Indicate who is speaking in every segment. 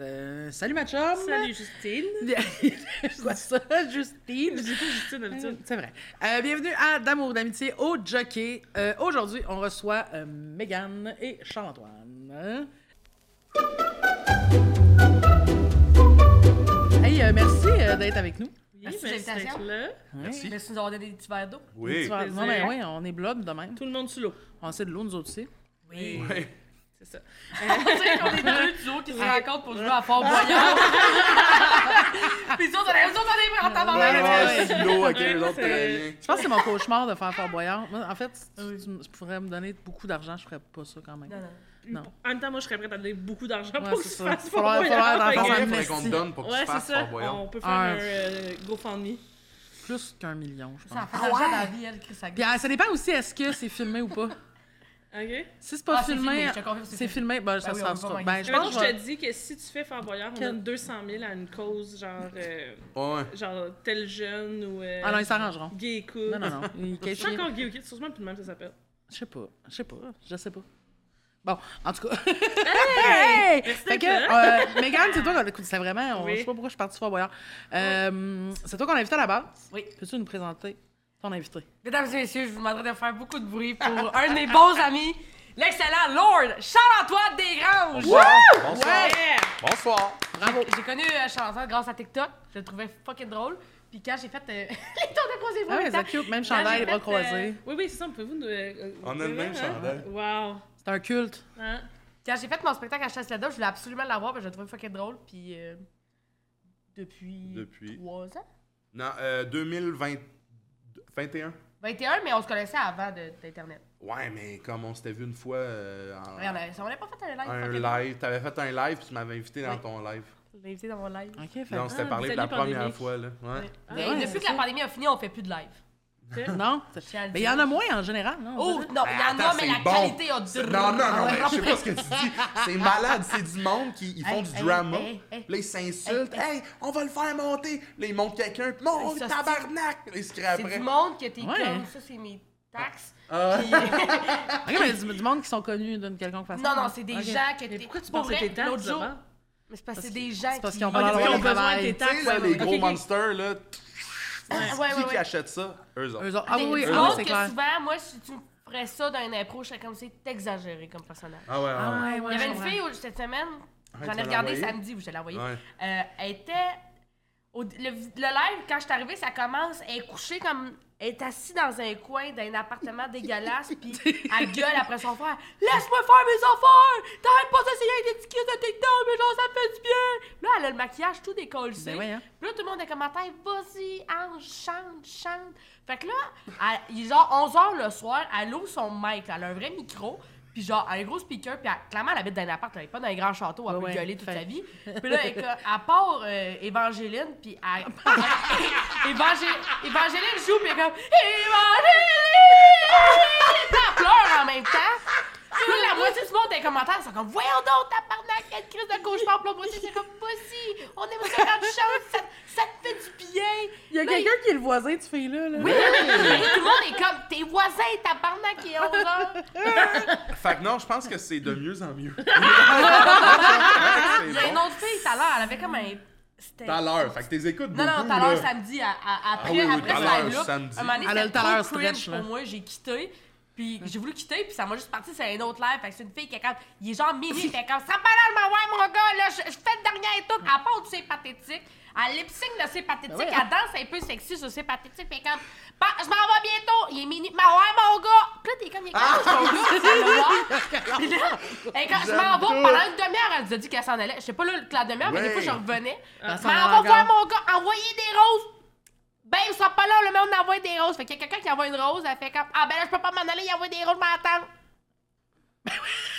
Speaker 1: euh, salut ma chum!
Speaker 2: Salut Justine.
Speaker 1: Je dis ça, Justine.
Speaker 2: Je dis pas Justine
Speaker 1: Euh,
Speaker 2: d'habitude.
Speaker 1: C'est vrai. Euh, bienvenue à D'amour d'amitié au Jockey. Euh, Aujourd'hui, on reçoit euh, Mégane et Charles-Antoine. Hey, euh, merci euh, d'être avec nous.
Speaker 2: Oui,
Speaker 3: Merci de
Speaker 2: merci d'être
Speaker 3: l'invitation.
Speaker 2: là.
Speaker 3: Merci de nous avoir donné des petits verres d'eau.
Speaker 1: Tu
Speaker 4: Oui.
Speaker 1: vas-
Speaker 2: plaisir.
Speaker 1: non, ben ouais, on est blob de même.
Speaker 2: Tout le monde sous l'eau.
Speaker 1: On sait de l'eau, nous autres aussi.
Speaker 3: Oui.
Speaker 4: Oui.
Speaker 2: C'est ça.
Speaker 3: tu sais, on est deux duos qui se rencontrent pour jouer à Fort Boyard. Puis nous autres, on est nous autres, on est en temps
Speaker 4: Ouais,
Speaker 1: ouais,
Speaker 4: ouais,
Speaker 1: ouais.
Speaker 4: sous l'eau, ok, les autres,
Speaker 2: C'est-
Speaker 4: très bien.
Speaker 1: Je pense que c'est mon cauchemar de faire Fort Boyard. Moi, en fait, si tu, me- tu pourrais me donner beaucoup d'argent, je ferais pas ça quand même.
Speaker 3: Non, non.
Speaker 1: Non.
Speaker 2: En même temps, moi, je serais prête à donner beaucoup d'argent
Speaker 1: Ouais,
Speaker 2: pour que
Speaker 1: c'est
Speaker 2: tu
Speaker 1: ça.
Speaker 2: fasses
Speaker 1: Faudrait- faudrait
Speaker 2: Fort Boyard,
Speaker 1: en faire
Speaker 4: Pour
Speaker 2: fait
Speaker 1: un
Speaker 4: vrai,
Speaker 2: que-
Speaker 4: faudrait
Speaker 1: amnesty.
Speaker 4: qu'on te donne pour que
Speaker 2: Ouais,
Speaker 4: tu
Speaker 2: c'est
Speaker 4: fasses
Speaker 2: ça.
Speaker 4: Fort
Speaker 2: On
Speaker 4: Boyard.
Speaker 2: peut faire
Speaker 1: Ah.
Speaker 2: un euh, GoFundMe.
Speaker 1: Plus qu'un million, je
Speaker 3: Ça en
Speaker 1: pense.
Speaker 3: fait de l'argent dans la vie, elle, Chris sa
Speaker 1: Puis,
Speaker 3: gueule.
Speaker 1: euh, ça dépend aussi, est-ce que c'est filmé ou pas?
Speaker 2: OK?
Speaker 1: Si c'est pas
Speaker 3: Ah, c'est
Speaker 1: filmé,
Speaker 3: filmé, je te confirme, c'est
Speaker 1: c'est filmé, ben, ça
Speaker 3: oui,
Speaker 1: sera
Speaker 3: on peut pas
Speaker 1: ça.
Speaker 3: manquer
Speaker 1: Ben,
Speaker 2: Je,
Speaker 1: je pense que
Speaker 2: je
Speaker 1: je vais-
Speaker 2: te dis que si tu fais Fort Boyard, on
Speaker 1: Quel-
Speaker 2: donne 200 000 à une cause genre, euh,
Speaker 4: Ouais.
Speaker 2: genre tel jeune ou euh,
Speaker 1: Ah non, ils s'arrangeront.
Speaker 2: gay et cool.
Speaker 1: Non, non, non. Ils
Speaker 2: C'est
Speaker 1: cachent-
Speaker 2: encore gay ou gay, sûrement plus de même ça s'appelle.
Speaker 1: Je sais pas, je sais pas, je sais pas. Bon, en tout cas. Hey! Fait que, euh, Mégane, c'est toi qu'on écoute, c'est vraiment, on-
Speaker 2: Oui.
Speaker 1: je sais pas pourquoi je suis partie Fort Boyard. Euh, C'est toi qu'on a invité à la base.
Speaker 3: Oui.
Speaker 1: Peux-tu nous présenter ton invité?
Speaker 3: Mesdames et messieurs, je vous demanderai de faire beaucoup de bruit pour un de mes bons amis, l'excellent Lord Charles-Antoine Desgranges.
Speaker 4: Bonsoir.
Speaker 2: Yeah!
Speaker 4: Bonsoir.
Speaker 1: Bravo!
Speaker 3: J'ai connu euh, Charles-Antoine grâce à TikTok. Je le trouvais fucking drôle. Puis quand j'ai fait euh, les tours de croisés
Speaker 1: Ah
Speaker 3: en
Speaker 1: ouais,
Speaker 3: même temps,
Speaker 1: c'est cute, même
Speaker 3: Là,
Speaker 1: chandail,
Speaker 3: j'ai
Speaker 1: bras
Speaker 3: fait, euh,
Speaker 1: croisés.
Speaker 2: Oui, oui, c'est ça, pouvez-vous nous. euh,
Speaker 4: On a le même chandail.
Speaker 2: Wow!
Speaker 1: C'est un culte.
Speaker 2: Hein?
Speaker 3: Quand j'ai fait mon spectacle à chasse la je voulais absolument l'avoir, mais je le trouvais fucking drôle. Puis euh, depuis,
Speaker 4: Depuis.
Speaker 3: trois ans.
Speaker 4: Non, euh, 2020 21.
Speaker 3: 21, mais on se connaissait avant de- d'Internet.
Speaker 4: Ouais, mais comme on s'était vu une fois euh, en-
Speaker 3: Ouais, on avait- on n'avait pas fait un live.
Speaker 4: un
Speaker 3: fucking
Speaker 4: live, t'avais fait un live puis tu m'avais invité dans
Speaker 3: Oui.
Speaker 4: ton
Speaker 3: drôle.
Speaker 4: live.
Speaker 3: Je l'ai invité dans mon live.
Speaker 1: Ok, fait
Speaker 4: Non, on
Speaker 1: que-
Speaker 4: s'était
Speaker 2: vous
Speaker 4: parlé
Speaker 2: alliez
Speaker 4: pour la
Speaker 2: pandémique.
Speaker 4: première fois là. Ouais.
Speaker 3: Mais
Speaker 1: ouais,
Speaker 3: depuis que la pandémie a fini, on fait plus de live.
Speaker 1: Non?
Speaker 3: tiens à le
Speaker 1: Mais il y en a moins en général, non?
Speaker 3: Oh non, il y en a,
Speaker 4: Attends,
Speaker 3: mais
Speaker 4: c'est
Speaker 3: la
Speaker 4: bon.
Speaker 3: qualité a du
Speaker 4: C'est- Non, non,
Speaker 3: Ah,
Speaker 4: non, mais je sais pas ce que tu dis. C'est malade, c'est du monde qui ils font
Speaker 3: Hey,
Speaker 4: du
Speaker 3: hey,
Speaker 4: drama.
Speaker 3: hey, hey.
Speaker 4: Là, ils s'insultent. Hey, on va le faire monter. Là, ils montent quelqu'un. puis, Monte,
Speaker 3: Ça, c'est-
Speaker 4: tabarnak. Là, ils se crient
Speaker 3: C'est
Speaker 4: après.
Speaker 3: du monde que t'es
Speaker 1: Ouais.
Speaker 3: comme, ça c'est mes taxes.
Speaker 4: Ah.
Speaker 3: Puis-
Speaker 1: Ok, mais du, du monde qui sont connus d'une quelconque façon.
Speaker 3: non, non, c'est des
Speaker 1: Ok.
Speaker 3: gens que t'es.
Speaker 2: Mais pourquoi tu
Speaker 3: Pour
Speaker 2: penses que
Speaker 3: vrai,
Speaker 2: t'es tard,
Speaker 3: l'autre jour-
Speaker 2: Laurent?
Speaker 3: Mais c'est parce que c'est
Speaker 1: Parce-
Speaker 3: des gens
Speaker 1: c'est parce
Speaker 3: qui.
Speaker 1: qu'ils ont
Speaker 3: Ah,
Speaker 1: pas
Speaker 3: des
Speaker 1: leur
Speaker 3: fois,
Speaker 2: Ils
Speaker 3: ils
Speaker 2: ont
Speaker 1: droit de
Speaker 2: besoin de
Speaker 1: travail.
Speaker 2: tes
Speaker 4: Tu sais,
Speaker 2: taxes.
Speaker 4: là,
Speaker 2: ouais,
Speaker 4: les
Speaker 2: ouais,
Speaker 4: gros
Speaker 2: ouais. Ok, ok.
Speaker 4: monsters, là,
Speaker 3: Ouais, ouais,
Speaker 4: qui
Speaker 3: ouais,
Speaker 4: qui
Speaker 3: ouais.
Speaker 4: achète ça? Eux autres.
Speaker 1: Eux autres. Ah oui,
Speaker 3: Des-
Speaker 1: oui,
Speaker 3: du
Speaker 1: ah oui,
Speaker 3: monde
Speaker 1: c'est
Speaker 3: que
Speaker 1: clair.
Speaker 3: souvent, moi, si tu me ferais ça dans une impro, je serais comme c'est exagéré comme personnage.
Speaker 4: Ah ouais, ah ouais.
Speaker 1: ouais,
Speaker 3: Il y
Speaker 1: je
Speaker 3: avait une
Speaker 1: comprends.
Speaker 3: fille au- cette semaine,
Speaker 4: Ah, tu
Speaker 3: j'en ai
Speaker 4: l'as
Speaker 3: regardé
Speaker 4: envoyé?
Speaker 3: samedi où je l'ai envoyée.
Speaker 4: Ouais.
Speaker 3: Euh, elle était. au- le, le live, quand je suis arrivée, ça commence. Elle est couchée comme. Elle est assise dans un coin d'un appartement dégueulasse, puis elle gueule après son frère. Laisse-moi faire mes affaires! T'arrêtes pas d'essayer avec des petits kids de TikTok, mais genre, ça fait du bien! Là, elle a le maquillage tout décollé.
Speaker 1: Ben ouais, hein.
Speaker 3: Puis là, tout le monde est comme, attends, vas-y, Ange, chante, chante. Fait que là, à- il est genre 11h le soir, elle ouvre son mic, là, elle a un vrai micro, puis genre, elle a un gros speaker, puis elle- clairement, elle habite dans un appart, elle est pas dans un grand château, elle
Speaker 1: Ouais,
Speaker 3: peut
Speaker 1: ouais,
Speaker 3: gueuler toute
Speaker 1: fait-
Speaker 3: sa vie. Puis là, elle, est comme- elle part euh, Évangeline, puis elle. Évangé- Évangeline joue, puis elle est comme, Évangeline! Puis elle pleure en même temps. Puis là, la moitié du monde dans les commentaires, ils sont comme Voyons donc, tabarnak, quelle crise de cauchemar. Puis l'autre moitié, c'est comme Vas-y, on aime ça quand tu chantes, ça, ça te fait du bien.
Speaker 1: Il y a
Speaker 3: Là,
Speaker 1: quelqu'un qui est le voisin de ce fille-là. Là.
Speaker 3: Oui, tout le monde est comme Tes voisins, tabarnak, qui est 11 ans.
Speaker 4: Fait que non, je pense que c'est de mieux en mieux.
Speaker 3: Il y a
Speaker 4: c'est
Speaker 3: une
Speaker 4: bon.
Speaker 3: autre fille, tout à l'heure, elle avait comme un. C'était.
Speaker 4: T'as l'heure, fait que t'es écoutes
Speaker 3: Non, non,
Speaker 4: beaucoup,
Speaker 3: tout à l'heure,
Speaker 4: là.
Speaker 3: samedi, à- à- après,
Speaker 4: Ah oui, oui,
Speaker 3: après
Speaker 4: tout à
Speaker 3: ce
Speaker 4: l'heure,
Speaker 3: live-là,
Speaker 4: samedi.
Speaker 3: un moment donné,
Speaker 1: Elle a le
Speaker 3: c'était
Speaker 1: tout à l'heure
Speaker 3: trop cringe
Speaker 1: stretch, là.
Speaker 3: pour moi, j'ai quitté. Puis j'ai voulu quitter, puis ça m'a juste parti sur un autre live. Fait que c'est une fille qui est comme, il est genre mini, fait comme, ça balade ma ouais, mon gars, là, je, je fais le dernier et tout. À part du c'est pathétique, elle lip sync le c'est pathétique,
Speaker 1: Ben ouais.
Speaker 3: elle danse un peu sexy sur c'est pathétique, fait comme, Bah, je m'en vais bientôt, il est mini, ma ouais, mon gars. Puis là, t'es comme, il est
Speaker 1: Ah!
Speaker 3: comme, mon gars, ça le voir. Puis là, elle est comme, je m'en vais
Speaker 4: J'adore.
Speaker 3: pendant une demi-heure, elle nous a dit qu'elle s'en allait. Je sais pas là, la demi-heure, mais des fois,
Speaker 4: Ouais.
Speaker 3: je revenais.
Speaker 1: Elle s'en
Speaker 3: Mais
Speaker 1: allait
Speaker 3: Ah, ben, on va
Speaker 1: encore.
Speaker 3: voir mon gars, envoyer des roses. Ben, ils sont pas là, le monde envoie des roses. Fait qu'il y a quelqu'un qui envoie une rose, elle fait comme Ah, ben là, je peux pas m'en aller, il envoie des roses, je m'attends.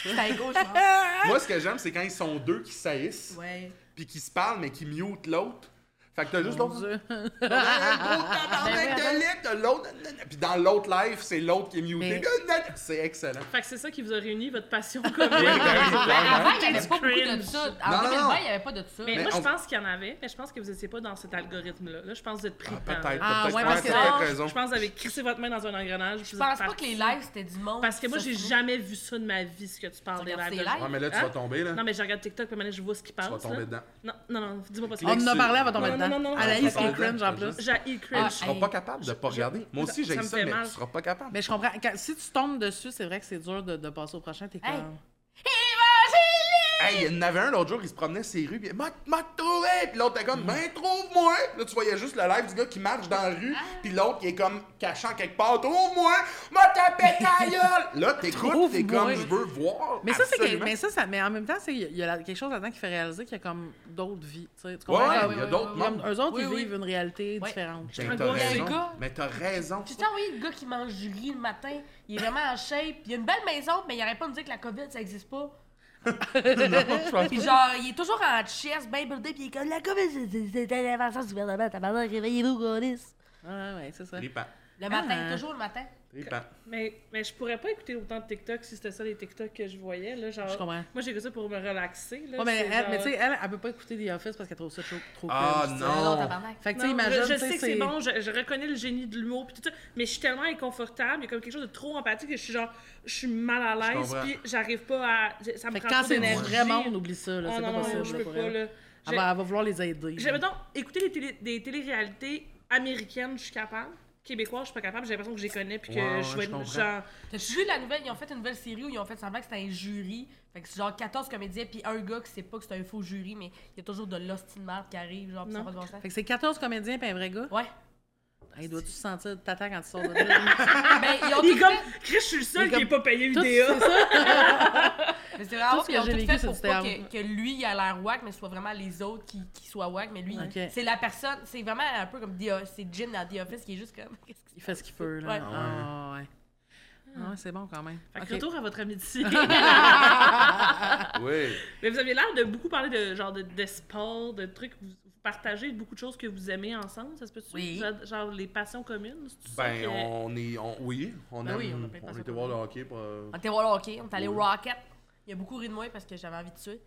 Speaker 3: C'est un gauche, hein?
Speaker 4: Moi, ce que j'aime, c'est quand ils sont deux qui saillissent,
Speaker 3: Ouais.
Speaker 4: puis qui se parlent, mais qui mute l'autre. Fait que t'as juste l'autre.
Speaker 1: Dieu.
Speaker 4: T'as un gros tabarnak
Speaker 3: Ben
Speaker 4: de lit, t'as l'autre. Puis dans l'autre live, c'est l'autre qui est muté.
Speaker 1: Mais-
Speaker 4: C'est excellent.
Speaker 2: Fait que c'est ça qui vous a réuni, votre passion
Speaker 4: Oui,
Speaker 2: commune.
Speaker 4: ben oui,
Speaker 3: Ben,
Speaker 4: clairement.
Speaker 3: avant, il n'y avait
Speaker 2: It's
Speaker 3: pas beaucoup de
Speaker 2: cringe.
Speaker 3: ça. En
Speaker 4: Non, non,
Speaker 3: 2020,
Speaker 4: non.
Speaker 3: il n'y avait pas de ça.
Speaker 2: Mais,
Speaker 4: Mais
Speaker 2: moi,
Speaker 4: on-
Speaker 2: je pense qu'il y en avait, mais je pense que vous n'étiez pas dans cet algorithme-là. Là, je pense que vous êtes pris
Speaker 4: Ah,
Speaker 2: dedans,
Speaker 4: Peut-être,
Speaker 2: là.
Speaker 1: Ah,
Speaker 4: peut-être,
Speaker 1: ouais,
Speaker 4: peut-être,
Speaker 1: parce que-
Speaker 4: peut-être raison.
Speaker 2: Je pense que vous avez crissé votre main dans un engrenage. puis
Speaker 3: je
Speaker 2: vous êtes
Speaker 3: pense pas que
Speaker 2: parti.
Speaker 3: les lives, c'était du monde.
Speaker 2: Parce que moi,
Speaker 3: qui
Speaker 2: j'ai
Speaker 3: se
Speaker 2: jamais vu ça de ma vie, ce que tu parles
Speaker 3: Tu
Speaker 2: des
Speaker 3: regardes
Speaker 2: lives.
Speaker 3: ces
Speaker 2: gens.
Speaker 4: Ouais, Ah, mais là, tu
Speaker 2: Hein?
Speaker 4: vas tomber, là.
Speaker 2: Non, mais je regarde TikTok, puis maintenant, je vois ce qui passe.
Speaker 4: Tu vas tomber
Speaker 2: là.
Speaker 4: dedans.
Speaker 2: Non, non, non, dis-moi pas ça.
Speaker 1: On en a parlé avant d'en
Speaker 2: Non,
Speaker 1: mettre
Speaker 2: non, non,
Speaker 1: dedans.
Speaker 2: non,
Speaker 1: À la
Speaker 2: non,
Speaker 1: liste
Speaker 4: non,
Speaker 1: qui est
Speaker 4: non,
Speaker 1: cringe
Speaker 4: non,
Speaker 1: en
Speaker 4: non,
Speaker 1: plus.
Speaker 4: non.
Speaker 2: J'ai eu cringe.
Speaker 4: Tu seras pas capable de pas regarder. Moi aussi, j'ai
Speaker 2: Ah, ça me
Speaker 4: ça,
Speaker 2: fait
Speaker 4: mais
Speaker 2: mal.
Speaker 4: tu seras pas capable.
Speaker 1: Mais je comprends. Quand- si tu tombes dessus, c'est vrai que c'est dur de, de passer au prochain. T'es
Speaker 3: Hey.
Speaker 1: comme.
Speaker 4: Hey, il y en avait un l'autre jour, il se promenait ses rues, puis il m'a m'a trouvé! Puis l'autre était comme, ben trouve-moi! Puis Là, tu voyais juste le live du gars qui marche dans la rue, puis l'autre qui est comme cachant quelque part, trouve-moi! M'a tapé ta gueule! Là, t'écoutes, t'es
Speaker 1: Trouve-moi.
Speaker 4: comme, je veux voir!
Speaker 1: Mais ça, c'est que-
Speaker 4: absolument.
Speaker 1: mais ça, ça, mais en même temps, c'est- il y a la- quelque chose là-dedans qui fait réaliser qu'il y a comme d'autres vies. tu sais, Tu
Speaker 4: Ouais,
Speaker 1: comprends?
Speaker 4: ouais,
Speaker 1: Comme-
Speaker 4: il y a d'autres
Speaker 1: comme
Speaker 4: mondes.
Speaker 1: eux autres,
Speaker 3: Oui,
Speaker 1: ils
Speaker 3: oui.
Speaker 1: vivent une réalité
Speaker 3: Ouais.
Speaker 1: différente.
Speaker 4: Ben,
Speaker 2: Un
Speaker 4: t'as
Speaker 2: gars, un
Speaker 4: raison.
Speaker 3: gars.
Speaker 4: Mais t'as raison.
Speaker 3: Tu t'es envoyé le gars qui mange du riz le matin, il est vraiment en shape, il a une belle maison, mais il arrête pas de me dire que la COVID, ça existe pas. Puis genre, il est toujours en chest, bien buildé, puis il est comme « La COVID, c'est- c'est- c'est une invention du gouvernement, tabarnak, réveillez-vous, golis!
Speaker 1: Ah, Ouais, ouais, c'est ça.
Speaker 4: Trippant. »
Speaker 3: Le matin,
Speaker 1: Ah.
Speaker 3: toujours le matin.
Speaker 4: Trippant.
Speaker 2: Mais, mais je pourrais pas écouter autant de TikTok si c'était ça les TikTok que je voyais. Là, genre,
Speaker 1: Je comprends.
Speaker 2: Moi, j'écoute ça pour me relaxer. Là,
Speaker 1: Ouais, mais
Speaker 2: c'est
Speaker 1: elle-
Speaker 2: genre-
Speaker 1: mais tu sais, elle, elle peut pas écouter The Office parce qu'elle trouve ça trop, trop
Speaker 4: Ah,
Speaker 1: cringe, tu sais.
Speaker 4: Non.
Speaker 3: Non, tabarnak.
Speaker 1: Fait que tu
Speaker 2: Non,
Speaker 1: sais, imagine,
Speaker 2: je, je
Speaker 1: tu sais,
Speaker 2: sais que
Speaker 1: c'est-
Speaker 2: c'est bon, je, je reconnais le génie de l'humour puis tout ça, mais je suis tellement inconfortable, il y a comme quelque chose de trop empathique que je suis genre, je suis mal à
Speaker 4: Je
Speaker 2: l'aise
Speaker 4: comprends.
Speaker 2: puis j'arrive pas à, ça me
Speaker 1: Fait que
Speaker 2: prend
Speaker 1: quand
Speaker 2: trop
Speaker 1: c'est du
Speaker 2: d'énergie.
Speaker 1: vrai monde, oublie ça, là,
Speaker 2: Ah
Speaker 1: c'est
Speaker 2: non,
Speaker 1: pas
Speaker 2: non,
Speaker 1: possible.
Speaker 2: je
Speaker 1: là,
Speaker 2: peux
Speaker 1: pour Ah bah,
Speaker 2: pas,
Speaker 1: elle.
Speaker 2: là.
Speaker 1: Elle
Speaker 2: J'ai-
Speaker 1: va, elle va vouloir les aider.
Speaker 2: J'ai, mettons, écouter les télé- des téléréalités américaines, je suis capable. Québécois, je suis pas capable, j'ai l'impression que je les connais puis que
Speaker 4: Ouais, ouais,
Speaker 2: je vais
Speaker 4: je comprends.
Speaker 2: être genre.
Speaker 3: T'as-tu vu la nouvelle? Ils ont fait une nouvelle série où ils ont fait semblant que c'était un jury. Fait que c'est genre 14 comédiens, puis un gars qui sait pas que c'est un faux jury, mais il y a toujours de l'hostie de merde qui arrive, genre, pis ça
Speaker 2: Non.
Speaker 3: va de bon sens.
Speaker 1: Fait que c'est 14 comédiens pis un vrai gars.
Speaker 3: Ouais.
Speaker 1: Hey, dois-tu se sentir tata quand tu sors de là?
Speaker 3: ben, ils ont
Speaker 2: Il est
Speaker 3: tout
Speaker 2: comme,
Speaker 3: fait-
Speaker 2: Chris, je suis le seul
Speaker 1: Il est
Speaker 2: qui est pas payé
Speaker 1: Tout-
Speaker 2: vidéo.
Speaker 3: Mais c'est vraiment
Speaker 1: Tout ce
Speaker 3: qu'ils
Speaker 1: que
Speaker 3: ont
Speaker 1: j'ai
Speaker 3: tout
Speaker 1: vécu,
Speaker 3: fait
Speaker 1: c'est
Speaker 3: pour
Speaker 1: du
Speaker 3: pas
Speaker 1: théâtre.
Speaker 3: que, que lui il a l'air wack, mais ce soit vraiment les autres qui, qui soient wack. Mais lui,
Speaker 1: Ok.
Speaker 3: c'est la personne, c'est vraiment un peu comme The O- c'est Jim dans The Office qui est juste comme. Qu'est-ce qui
Speaker 1: Il fait ce qu'il peut, là.
Speaker 3: Ouais.
Speaker 1: Ah, ouais. Ah, ouais, c'est bon quand même.
Speaker 2: Fait que
Speaker 1: Ok.
Speaker 2: retour à votre amitié.
Speaker 4: Oui.
Speaker 2: Mais vous avez l'air de beaucoup parler de genre de, de sport, de trucs. Vous, vous partagez beaucoup de choses que vous aimez ensemble, ça se peut-tu?
Speaker 3: Oui.
Speaker 2: Genre, genre les passions communes, c'est tout ça?
Speaker 4: Ben,
Speaker 2: que-
Speaker 4: on est. on- oui, on
Speaker 3: Ben
Speaker 4: aime-
Speaker 3: oui, on a plein de
Speaker 4: on
Speaker 3: passions
Speaker 4: était voir le hockey. Pour, euh,
Speaker 3: On était voir le hockey, on est allé au Rocket. Il a beaucoup ri de moi parce que j'avais envie de tuer.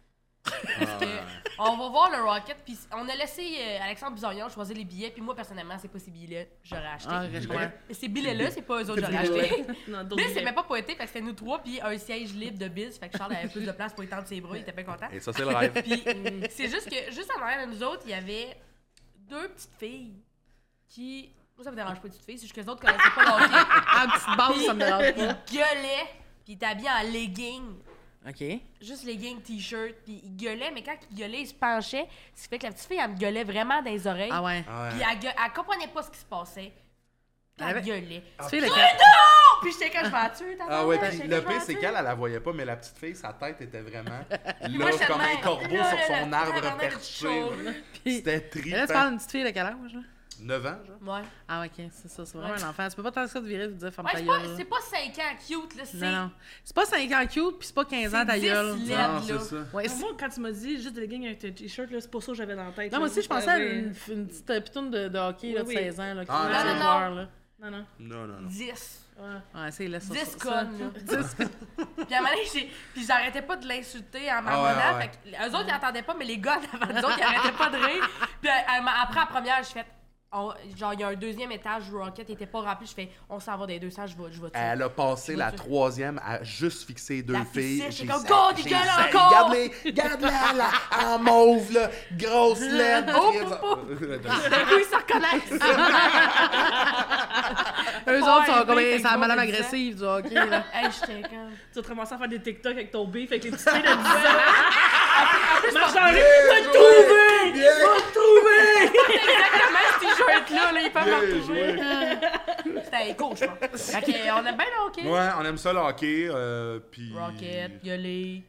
Speaker 1: Ah.
Speaker 3: Parce que
Speaker 4: euh,
Speaker 3: on va voir le Rocket, puis on a laissé euh, Alexandre Bizorion choisir les billets, puis moi personnellement, c'est pas ces billets-là que j'aurais acheté.
Speaker 1: Ah, je comprends.
Speaker 3: Mais ces billets-là, c'est pas eux autres que j'aurais
Speaker 1: billets-là.
Speaker 3: acheté.
Speaker 2: Non, d'autres
Speaker 3: Biz, c'est
Speaker 2: billets.
Speaker 3: même pas poété, parce que c'était nous trois, puis un siège libre de Biz, fait que Charles avait plus de place pour étendre ses bras, il était bien content.
Speaker 4: Et ça, c'est le rêve.
Speaker 3: Puis c'est juste que, juste en arrière de nous autres, il y avait deux petites filles qui. Moi, ça me dérange pas, les petites filles, c'est juste que les autres connaissaient pas le hockey.
Speaker 1: Ah, petite base, ça me dérange pas.
Speaker 3: Ils gueulaient, puis ils étaient habillés en leggings.
Speaker 1: OK.
Speaker 3: Juste leggings, t-shirt, puis ils gueulaient, mais quand ils gueulaient, ils se penchaient, ce qui fait que la petite fille, elle me gueulait vraiment dans les oreilles.
Speaker 1: Ah ouais.
Speaker 4: Ah
Speaker 3: Puis
Speaker 4: ouais.
Speaker 3: elle, gueu- elle comprenait pas ce qui se passait. Puis
Speaker 1: Elle
Speaker 3: Elle
Speaker 1: avait-
Speaker 3: gueulait.
Speaker 1: Tu sais, les
Speaker 3: Oh! Puis j'étais quand je vais la tuer, t'as
Speaker 4: Ah ouais, puis
Speaker 3: j'étais comme, je
Speaker 4: le
Speaker 3: vais
Speaker 4: pire,
Speaker 3: la
Speaker 4: c'est
Speaker 3: tuer.
Speaker 4: qu'elle, elle la voyait pas, mais la petite fille, sa tête était vraiment
Speaker 3: Moi,
Speaker 4: là,
Speaker 3: j'étais
Speaker 4: comme
Speaker 3: de
Speaker 4: un
Speaker 3: même.
Speaker 4: corbeau
Speaker 3: Là,
Speaker 4: sur
Speaker 3: là,
Speaker 4: son
Speaker 3: là,
Speaker 4: arbre
Speaker 3: tabarnak,
Speaker 4: perché.
Speaker 3: chaud,
Speaker 4: là.
Speaker 3: là.
Speaker 4: C'était
Speaker 1: Et là, tu parles
Speaker 4: trippant.
Speaker 1: d'une petite fille de quel âge, là?
Speaker 4: 9 ans, genre?
Speaker 3: Ouais.
Speaker 1: Ah, ouais, OK, c'est ça, c'est vraiment
Speaker 3: Ouais.
Speaker 1: un enfant. Tu peux pas tant que ça te virer et te dire femme
Speaker 3: Ouais,
Speaker 1: ta
Speaker 3: c'est
Speaker 1: gueule.
Speaker 3: pas-
Speaker 1: là.
Speaker 3: c'est pas 5 ans cute, là, c'est.
Speaker 1: Non, non. C'est pas 5 ans cute, puis c'est pas 15 ans
Speaker 3: C'est
Speaker 1: ta
Speaker 3: 10
Speaker 1: gueule.
Speaker 3: laid.
Speaker 4: Non,
Speaker 3: là.
Speaker 4: c'est ça.
Speaker 1: Ouais,
Speaker 2: Ah,
Speaker 1: c'est-
Speaker 2: Moi, quand tu m'as dit juste des leggings avec un t-shirt, là, c'est pour ça que j'avais dans la tête.
Speaker 1: Non, moi
Speaker 2: là.
Speaker 1: aussi, je pensais
Speaker 2: Ah,
Speaker 1: à
Speaker 2: oui.
Speaker 1: une, une petite euh, pitoune de, de hockey là, de
Speaker 2: Oui, oui.
Speaker 1: 16 ans là, qui
Speaker 4: Ah,
Speaker 1: fait
Speaker 4: non,
Speaker 1: ses
Speaker 3: non,
Speaker 1: joueurs, là.
Speaker 2: Non, non.
Speaker 4: Non, non, non.
Speaker 3: 10.
Speaker 2: Ouais.
Speaker 1: Ouais, c'est laisse ça.
Speaker 3: 10
Speaker 1: ça.
Speaker 3: connes, là. Puis à un moment donné, j'ai- puis j'arrêtais pas de l'insulter en
Speaker 4: Ah ouais,
Speaker 3: marmonnant.
Speaker 4: ouais.
Speaker 3: Fait que eux autres, ils entendaient pas, mais les gars en avant nous autres, ils arrêtaient pas de rire. Puis elle m'a- après, la première, j'ai fait. on- genre, il y a un deuxième étage où Rocket était pas rempli. Je fais, on s'en va des deux sens, je vais, je vais tuer.
Speaker 4: Elle a passé
Speaker 3: Je
Speaker 4: la
Speaker 3: vois-tu?
Speaker 4: troisième à juste fixer deux
Speaker 3: La
Speaker 4: filles.
Speaker 3: fixée, c'est
Speaker 4: J'ai
Speaker 3: comme,
Speaker 4: sa-
Speaker 3: Go,
Speaker 4: j'ai
Speaker 3: des gueules
Speaker 4: sa-
Speaker 3: encore!
Speaker 4: Regarde-les! Regarde-la, là! En mauve, là! Grosse laine!
Speaker 3: Oh, oh, D'un coup, ils se reconnaissent.
Speaker 1: Eux autres sont
Speaker 3: Ouais,
Speaker 1: comme
Speaker 3: ben,
Speaker 1: eh, c'est la
Speaker 3: Facebook,
Speaker 1: madame
Speaker 3: elle disait.
Speaker 1: agressive du hockey. Là.
Speaker 3: hey, j'étais comme.
Speaker 2: Tu vas te ramasser à faire des TikTok avec ton B, fait que les petites filles de 10 ans. Marche dans la rue, t'as tout!
Speaker 4: trouvé!
Speaker 3: Exactement, ce t-shirt-là, là, il peut me
Speaker 4: Bien
Speaker 3: retrouver.
Speaker 4: joué!
Speaker 3: C'était un gauche, je pense. Fait que, euh, on ben, aime bien le hockey.
Speaker 4: Ouais, on aime ça le hockey, euh, puis...
Speaker 3: Rocket, gueuler,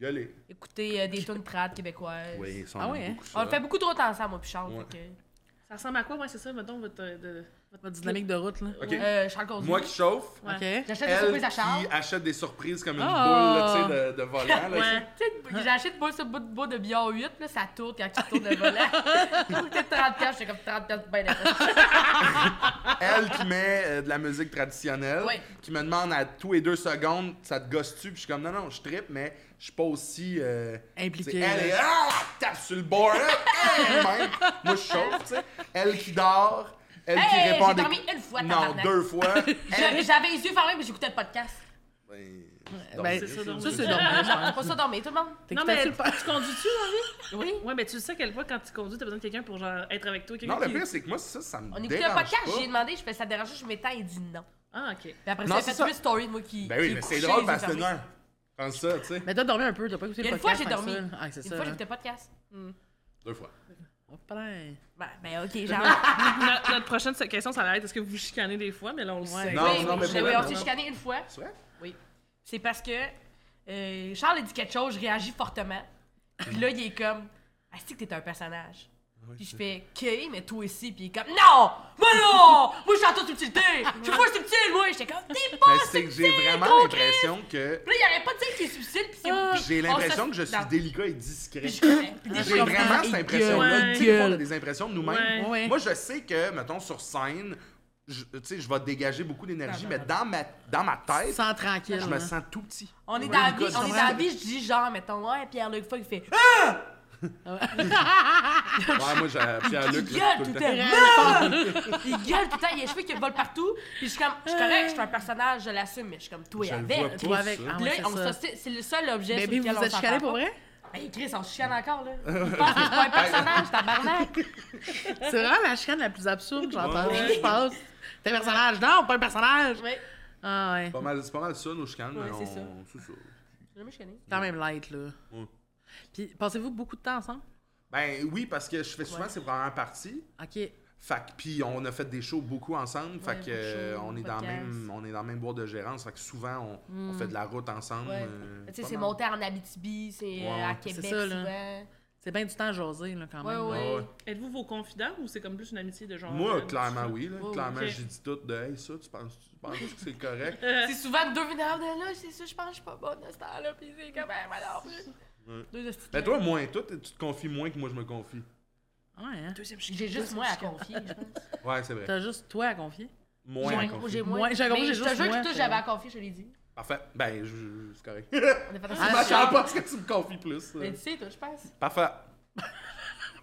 Speaker 4: Gueuler.
Speaker 3: écouter euh, des tunes trad québécoises.
Speaker 4: Oui, ça, on
Speaker 1: Ah
Speaker 4: aime
Speaker 1: ouais, hein?
Speaker 4: beaucoup ça.
Speaker 3: On le fait beaucoup trop temps ensemble, moi, puis Charles.
Speaker 4: Ouais.
Speaker 3: fait que-
Speaker 2: Ça ressemble à quoi, ouais, c'est ça, mettons, votre. euh, de-
Speaker 1: Votre dynamique de route, là.
Speaker 4: OK.
Speaker 3: Euh, je suis encore
Speaker 4: Moi
Speaker 3: due.
Speaker 4: qui chauffe.
Speaker 2: Ouais.
Speaker 1: OK.
Speaker 3: J'achète des
Speaker 4: Elle
Speaker 3: surprises à
Speaker 4: qui
Speaker 3: Charles. Oh!
Speaker 4: achète des surprises comme une boule
Speaker 1: Ah.
Speaker 4: là, tu sais, de, de volant. là,
Speaker 2: Ouais.
Speaker 3: Tu sais, J'achète pas ce bout de bois de billard 8, là, ça tourne quand tu tournes le volant. C'était 30 piastres, j'étais comme 30 piastres, ben d'accord.
Speaker 4: Elle qui met euh, de la musique traditionnelle,
Speaker 3: Ouais.
Speaker 4: qui me demande à tous les deux secondes, ça te gosse-tu? Puis je suis comme, non, non, je trippe, mais je suis pas aussi. euh,
Speaker 1: Impliqué,
Speaker 4: tu sais,
Speaker 1: là.
Speaker 4: Elle est. Ah, elle tape sur le bord, là, elle même. Moi, je chauffe, tu sais. Elle qui dort, elle qui
Speaker 3: Hey,
Speaker 4: répond. à
Speaker 3: j'ai
Speaker 4: des-
Speaker 3: dormi une fois,
Speaker 4: Non,
Speaker 3: tabarnak.
Speaker 4: deux fois.
Speaker 3: Je- J'avais les yeux fermés, mais j'écoutais le podcast.
Speaker 4: Ben,
Speaker 1: Ben,
Speaker 4: dormir,
Speaker 2: ça, dormir.
Speaker 1: ça, c'est
Speaker 3: Non,
Speaker 1: normal.
Speaker 3: non, non, pas ça dormir, tout le monde.
Speaker 1: T'es
Speaker 2: Non,
Speaker 1: tout à
Speaker 2: mais
Speaker 1: fait
Speaker 2: tu
Speaker 1: le pas-
Speaker 2: tu conduis-tu dans
Speaker 3: Oui.
Speaker 2: la vie? Ouais, mais tu sais à quelle fois, quand tu conduis, t'as besoin de quelqu'un pour genre être avec toi. quelqu'un
Speaker 4: Non, le
Speaker 2: qui-
Speaker 4: pire, c'est que moi, ça, ça me
Speaker 3: On écoutait
Speaker 4: dérange
Speaker 3: un podcast,
Speaker 4: pas.
Speaker 3: j'ai demandé, je fais ça dérange, je m'étais, il dit non.
Speaker 2: Ah, ok.
Speaker 3: Puis après
Speaker 4: Non,
Speaker 3: ça, il
Speaker 4: c'est
Speaker 3: a fait
Speaker 4: ça.
Speaker 3: plus story de moi qui.
Speaker 4: Ben oui,
Speaker 3: qui
Speaker 4: mais
Speaker 3: couchait
Speaker 4: c'est
Speaker 3: les
Speaker 4: drôle
Speaker 3: yeux
Speaker 4: parce que c'est
Speaker 3: fermés.
Speaker 4: une Comme ça, tu sais.
Speaker 1: Mais toi, dormi un peu, t'as pas écouté
Speaker 3: Il y
Speaker 1: le
Speaker 3: a une fois,
Speaker 1: podcast.
Speaker 3: j'ai
Speaker 1: tant que
Speaker 3: dormi.
Speaker 1: ça. Ah, c'est ça.
Speaker 3: Une
Speaker 1: Oh,
Speaker 3: fois,
Speaker 1: là.
Speaker 3: j'écoutais le podcast. Hmm.
Speaker 4: Deux fois.
Speaker 1: Hop là.
Speaker 3: Ben, ben, ok, genre.
Speaker 2: notre, notre prochaine question, ça va être est-ce que vous vous chicanez des fois, mais là, on le
Speaker 1: Ouais.
Speaker 2: sait.
Speaker 4: Non,
Speaker 3: oui,
Speaker 4: non, mais
Speaker 3: oui,
Speaker 4: pour
Speaker 3: oui,
Speaker 4: vrai,
Speaker 3: on
Speaker 4: non,
Speaker 3: s'est
Speaker 4: non.
Speaker 3: chicané une fois.
Speaker 4: Tu vois?
Speaker 3: Oui. C'est parce que euh, Charles a dit quelque chose, je réagis fortement. Puis là, il est comme Ah, c'est que t'es un personnage. Puis je fais OK, mais toi aussi. Puis il est comme Non Moi non Moi, je suis en toute subtilité Je suis pas subtil, moi J'étais comme T'es pas
Speaker 4: Mais c'est que
Speaker 3: subtil
Speaker 4: j'ai vraiment
Speaker 3: Ah, gros
Speaker 4: l'impression que.
Speaker 3: Puis là, il arrête pas de dire qu'il est subtil. Puis c'est. puis
Speaker 4: J'ai
Speaker 3: on
Speaker 4: l'impression
Speaker 3: se-
Speaker 4: que je suis
Speaker 3: Non.
Speaker 4: délicat et
Speaker 3: Puis
Speaker 4: discret.
Speaker 3: je connais. Puis des
Speaker 4: J'ai
Speaker 3: fois,
Speaker 4: vraiment cette
Speaker 1: Ouais.
Speaker 4: impression-là.
Speaker 2: Ouais.
Speaker 4: Tu sais, on a des impressions de nous-mêmes.
Speaker 1: Ouais.
Speaker 4: Moi, je sais que, mettons, sur scène, je, tu sais, je vais dégager beaucoup d'énergie, mais dans ma, dans ma tête,
Speaker 1: Sans tranquille.
Speaker 4: je me
Speaker 1: là.
Speaker 4: sens tout petit.
Speaker 3: on est dans la
Speaker 4: Ouais,
Speaker 3: vie,
Speaker 4: je
Speaker 3: on est dans
Speaker 4: comprends.
Speaker 3: la vie, je dis genre, mettons, ouais, Pierre-Luc Foy, il fait
Speaker 4: Ah, Ouais, moi, j'ai Pierre-Luc,
Speaker 3: Ah, Il
Speaker 4: là,
Speaker 3: gueule
Speaker 4: tout le temps.
Speaker 3: temps. Il gueule tout le temps. Il y a les cheveux qui volent partout. Puis je suis comme, je suis correct, je suis un personnage, je l'assume, mais je suis comme, toi
Speaker 4: Je le
Speaker 3: avec.
Speaker 4: vois
Speaker 3: là.
Speaker 4: pas.
Speaker 1: Tu vois avec.
Speaker 4: ça.
Speaker 1: Ah,
Speaker 3: Puis là,
Speaker 1: ouais,
Speaker 3: on
Speaker 1: c'est ça.
Speaker 3: s'ostine- c'est le seul objet
Speaker 1: Bébé,
Speaker 3: sur
Speaker 1: Ben, vous
Speaker 3: lequel
Speaker 1: vous
Speaker 3: on
Speaker 1: êtes chicané
Speaker 3: s'entend
Speaker 1: pour
Speaker 3: pas.
Speaker 1: vrai?
Speaker 3: Ben, Chris, on se chicane encore, là. Je pense que je suis pas un personnage, tabarnak.
Speaker 1: C'est vraiment la chicane la plus absurde, j'entends.
Speaker 4: Ouais.
Speaker 1: Je pense. T'es un personnage. Non, pas un personnage.
Speaker 3: Ouais.
Speaker 1: Ah, ouais.
Speaker 4: Pas mal- C'est pas mal ça, nos chicanes.
Speaker 3: Ouais,
Speaker 4: mais
Speaker 3: c'est ça.
Speaker 4: on- c'est ça.
Speaker 3: J'ai jamais chicané.
Speaker 1: C'est quand même light, là.
Speaker 4: Ouais.
Speaker 1: Puis, passez-vous beaucoup de temps ensemble?
Speaker 4: Ben oui, parce que je fais souvent ces premières parties.
Speaker 1: OK.
Speaker 4: Fait que, puis on a fait des shows beaucoup ensemble. fait
Speaker 3: beaucoup
Speaker 4: que
Speaker 3: de
Speaker 4: euh,
Speaker 3: shows,
Speaker 4: on est dans le
Speaker 3: podcasts. Mm.
Speaker 4: même on est dans le même boîte de gérance. Fait que souvent on, on fait de la route ensemble.
Speaker 3: Ouais.
Speaker 4: euh,
Speaker 3: Tu sais,
Speaker 4: pas
Speaker 3: c'est
Speaker 4: mal.
Speaker 3: monté en Abitibi, c'est
Speaker 4: Ouais,
Speaker 3: euh, à
Speaker 4: ouais.
Speaker 3: Québec
Speaker 1: C'est ça, là.
Speaker 3: souvent.
Speaker 1: C'est bien du temps à jaser, là, quand
Speaker 3: Ouais,
Speaker 1: même. là.
Speaker 3: ouais.
Speaker 4: Ah ouais.
Speaker 2: Êtes-vous vos confidents ou c'est comme plus une amitié de genre.
Speaker 4: Moi,
Speaker 2: euh,
Speaker 4: clairement
Speaker 2: tu-
Speaker 4: oui. Là.
Speaker 3: Oh,
Speaker 4: clairement,
Speaker 2: ok.
Speaker 4: j'ai dit tout de Hey ça, tu penses, tu penses que c'est correct?
Speaker 3: C'est souvent deux vulnérables de là, c'est ça, je pense que je suis pas bonne à ce temps-là. Puis c'est comme, ben, alors. Deux hosties de
Speaker 4: Ben toi, moins toi, t'es- tu te confies moins que moi je me confie.
Speaker 1: Ouais, hein?
Speaker 2: Deuxième
Speaker 3: J'ai juste moi à confier, je pense.
Speaker 4: Ouais, c'est vrai.
Speaker 1: T'as juste toi à confier.
Speaker 4: Moins à
Speaker 3: J'ai-
Speaker 4: confier.
Speaker 3: J'ai moins.
Speaker 1: Moins, j'ai compris,
Speaker 3: Mais
Speaker 1: j'ai
Speaker 3: Je te
Speaker 1: juste
Speaker 3: jure
Speaker 1: moins,
Speaker 3: que toi,
Speaker 1: c'est
Speaker 3: j'avais
Speaker 1: vrai.
Speaker 3: à confier, je l'ai dit.
Speaker 4: Parfait. Ben je- je- c'est correct.
Speaker 3: On a fait
Speaker 4: Je
Speaker 3: un
Speaker 4: m'attends pas à ce que tu me confies plus. ça.
Speaker 3: Ah, Mais tu sais, toi, je pense.
Speaker 4: Parfait.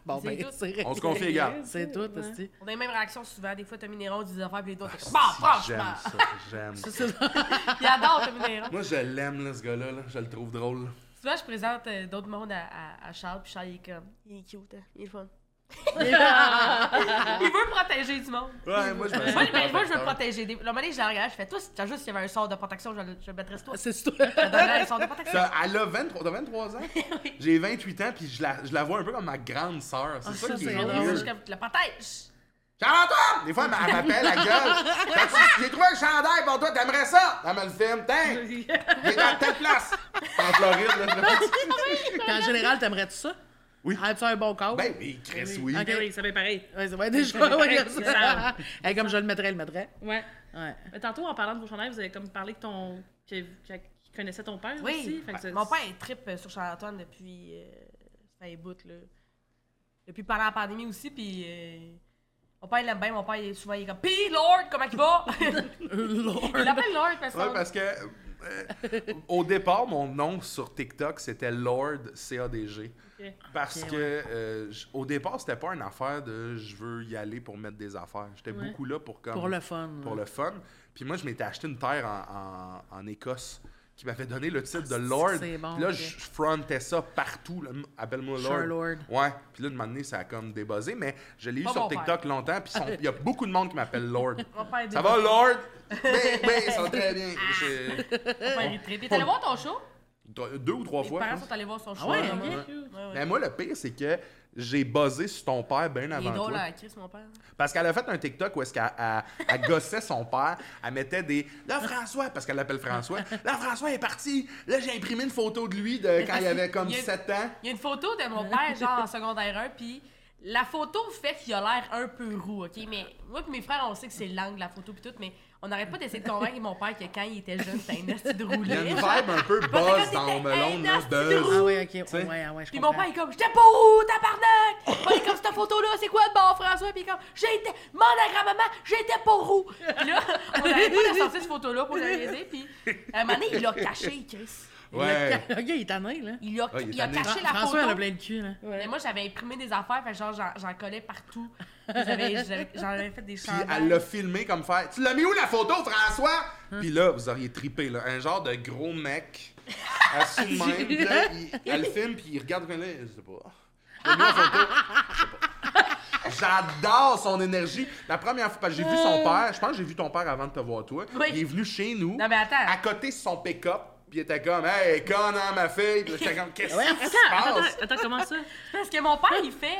Speaker 1: Bon,
Speaker 3: C'est
Speaker 1: ben,
Speaker 3: tout.
Speaker 1: c'est
Speaker 4: On se confie, les gars.
Speaker 1: C'est tout,
Speaker 2: Ouais.
Speaker 1: hostie.
Speaker 3: On a les mêmes réactions souvent. Des fois, Tommy Néron dit des affaires, puis les autres, t'es comme, bah,
Speaker 4: Si, J'aime
Speaker 3: franchement.
Speaker 4: ça, j'aime ça.
Speaker 3: Il adore Tommy Néron.
Speaker 4: Moi je l'aime là, ce gars-là, là. je le trouve drôle. là.
Speaker 3: Souvent, je présente euh, d'autres mondes à, à, à Charles, puis Charles, il est comme, il est cute, hein, il est fun. il veut protéger du monde.
Speaker 4: Ouais, moi je me
Speaker 3: Moi,
Speaker 4: sens
Speaker 3: ben, moi, je veux
Speaker 4: protecteur.
Speaker 3: protéger. Des... Le moment donné, je la regarde, je fais, toi, si t'as juste, s'il y avait un sort de protection, je le je le mettrais sur toi.
Speaker 1: C'est tout.
Speaker 3: Je te donnerais un sort de protection.
Speaker 4: Ça, elle a 23, t'as 23 ans? J'ai 28 ans, puis je la, je la vois un peu comme ma grande sœur. C'est ça,
Speaker 1: Ah, ça,
Speaker 4: qui
Speaker 1: c'est
Speaker 4: est
Speaker 1: drôle.
Speaker 3: Je
Speaker 4: weird.
Speaker 3: suis comme, tu le protèges.
Speaker 4: Charles-Antoine! Des fois, elle m'a- elle m'appelle, la gueule. Fait que J'ai trouvé un chandail pour toi, t'aimerais ça? Elle me le filme. Tiens, il est dans telle place. En Floride, là. là.
Speaker 1: Puis en général, t'aimerais-tu ça?
Speaker 4: Oui.
Speaker 1: As-tu un bon corps?
Speaker 4: Ben oui, Chris, oui.
Speaker 1: Ok.
Speaker 2: Ah oui, ça fait pareil.
Speaker 1: Ouais, c'est vrai, déjà.
Speaker 2: Ça
Speaker 1: ouais,
Speaker 2: m'intéresse, ça.
Speaker 1: Hey, comme je le mettrais, il le mettrait.
Speaker 2: Ouais.
Speaker 1: Ouais.
Speaker 2: Mais tantôt, en parlant de vos chandails, vous avez comme parlé que ton. que- que- qu'il connaissait ton père
Speaker 3: Oui.
Speaker 2: aussi. fait que c'est-
Speaker 3: Mon père il trippe sur Charles-Antoine depuis. Euh, ça fait un bout, là. Depuis pendant la pandémie aussi, puis. euh, mon père, il l'aime bien. Mon père, il est souvent, il est comme. Pis, Lord, comment il va? il l'appelle Lord, parce que.
Speaker 4: Ouais, parce que euh, au départ, mon nom sur TikTok, c'était Lord CADG.
Speaker 2: Ok.
Speaker 4: Parce
Speaker 1: Ok,
Speaker 4: que euh, j- au départ, c'était pas une affaire de je veux y aller pour mettre des affaires. J'étais
Speaker 2: Ouais.
Speaker 4: beaucoup là pour comme
Speaker 1: Pour le fun.
Speaker 4: pour le fun. Puis moi, je m'étais acheté une terre en, en- en Écosse qui m'avait donné le titre de Lord.
Speaker 1: c'est bon,
Speaker 4: Puis là,
Speaker 1: ok.
Speaker 4: je je frontais ça partout. là. M- Appelle-moi
Speaker 1: Je suis
Speaker 4: Lord.
Speaker 1: un Lord.
Speaker 4: Ouais. Puis là, de moment donné, ça a comme débuzzé, mais je l'ai eu
Speaker 3: Pas
Speaker 4: sur
Speaker 3: mon
Speaker 4: TikTok longtemps. Puis ils sont- il y a beaucoup de monde qui m'appelle Lord.
Speaker 3: Mon père, il
Speaker 4: ça
Speaker 3: déteste-
Speaker 4: va, Lord? Ben, ben, ça va très bien. Je-
Speaker 3: Mon père, il trippe. Il est allé voir ton show?
Speaker 4: Trois- Deux ou trois
Speaker 3: Mes
Speaker 4: fois. je
Speaker 3: parents
Speaker 4: pense.
Speaker 3: sont allés voir son show.
Speaker 4: Ah
Speaker 1: ouais,
Speaker 3: là,
Speaker 1: ok.
Speaker 3: moi.
Speaker 2: Cute.
Speaker 3: Ouais, ouais.
Speaker 4: Mais moi, le pire, c'est que j'ai buzzé sur ton père bien
Speaker 3: Il est
Speaker 4: avant
Speaker 3: drôle
Speaker 4: toi.
Speaker 3: à Chris, mon père.
Speaker 4: Parce qu'elle a fait un TikTok où est-ce qu'elle elle- elle gossait son père. Elle mettait des « Là, François », parce qu'elle l'appelle François. « Là, François est parti. Là, j'ai imprimé une photo de lui de quand il avait comme
Speaker 3: Il y a-
Speaker 4: 7 ans.
Speaker 3: Il y a une photo de mon père, genre en secondaire 1, puis La photo fait qu'il a l'air un peu roux, OK? Mais moi et mes frères, on sait que c'est l'angle, la photo, puis tout, mais on n'arrête pas d'essayer de convaincre mon père que quand il était jeune, c'était un esti de roux
Speaker 4: Il y a
Speaker 3: lait.
Speaker 4: une vibe un peu buzz
Speaker 3: Parce que quand
Speaker 4: dans
Speaker 3: t'étais
Speaker 4: Home Alone, là,
Speaker 3: un
Speaker 1: Ah
Speaker 4: buzz.
Speaker 1: oui, ok.
Speaker 4: sais.
Speaker 1: Ouais, ah ouais, je
Speaker 3: Puis
Speaker 1: comprends.
Speaker 3: mon père, il est comme, j'étais pas où, tabarnak! Moi, il est comme, cette photo-là, c'est quoi de bon, François? Puis il est comme, j'étais, mon grand-maman, j'étais pas roux! Puis là, on n'arrête pas de sortir cette photo-là pour le niaiser, puis à un moment donné, il l'a caché, Chris.
Speaker 4: Ouais.
Speaker 1: Le gars, il est tanné, là.
Speaker 3: Il a,
Speaker 4: Ah, il est
Speaker 3: il a
Speaker 4: tanné.
Speaker 3: caché la
Speaker 1: François, elle a
Speaker 3: photo.
Speaker 1: plein de cul, là.
Speaker 3: Mais moi, j'avais imprimé des affaires, fait genre, j'en- j'en collais partout. J'avais- j'avais- J'en avais fait des
Speaker 4: Puis
Speaker 3: chandails.
Speaker 4: elle l'a filmé comme faire. Tu l'as mis où la photo, François?
Speaker 3: Hum.
Speaker 4: Puis là, vous auriez trippé, là. Un genre de gros mec. Assis de même. Puis là, il- elle filme, puis il regarde comme là. Je sais pas. Il a mis la photo. Je sais pas. J'adore son énergie. La première fois, parce que j'ai vu son père, je pense que j'ai vu ton père avant de te voir toi.
Speaker 3: Oui.
Speaker 4: Il est venu chez nous,
Speaker 3: Non, mais attends.
Speaker 4: à côté de son pick-up, puis il était comme, hey, connard, ma fille. Puis là, j'étais comme, qu'est-ce
Speaker 1: Ouais,
Speaker 4: qui se
Speaker 2: Attends,
Speaker 4: passe?
Speaker 2: attends, attends, comment ça?
Speaker 3: Parce que mon père, il fait.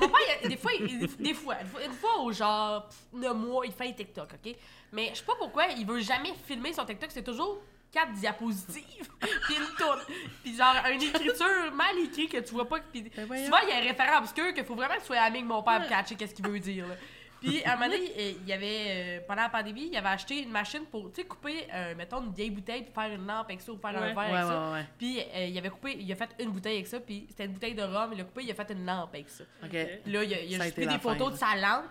Speaker 3: Mon père, il- des fois, il- des fois, une fois, une fois au genre pff, le mois, il fait un TikTok, OK? Mais je sais pas pourquoi, il veut jamais filmer son TikTok, c'est toujours quatre diapositives, puis une tourne. Puis genre, une écriture mal écrite que tu vois pas. Puis
Speaker 1: Ben voyons.
Speaker 3: souvent, il y a un référent obscur qu'il faut vraiment que tu sois ami avec mon père pour catcher qu'est-ce qu'il veut dire, là. Puis, à un moment donné, euh, il y avait, euh, pendant la pandémie, il avait acheté une machine pour, tu sais, couper, euh, mettons, une vieille bouteille, puis faire une lampe avec ça, ou faire
Speaker 2: Ouais.
Speaker 3: un verre avec
Speaker 1: Ouais,
Speaker 3: Ben, ça.
Speaker 1: ouais, ouais.
Speaker 3: Puis euh, il avait coupé, il a fait une bouteille avec ça, puis c'était une bouteille de rhum, il a coupé, il a fait une lampe avec ça.
Speaker 1: Ok.
Speaker 3: Puis là, il a, il a
Speaker 1: Ça a
Speaker 3: juste
Speaker 1: été
Speaker 3: pris
Speaker 1: la
Speaker 3: des photos de
Speaker 1: fin,
Speaker 3: sa lampe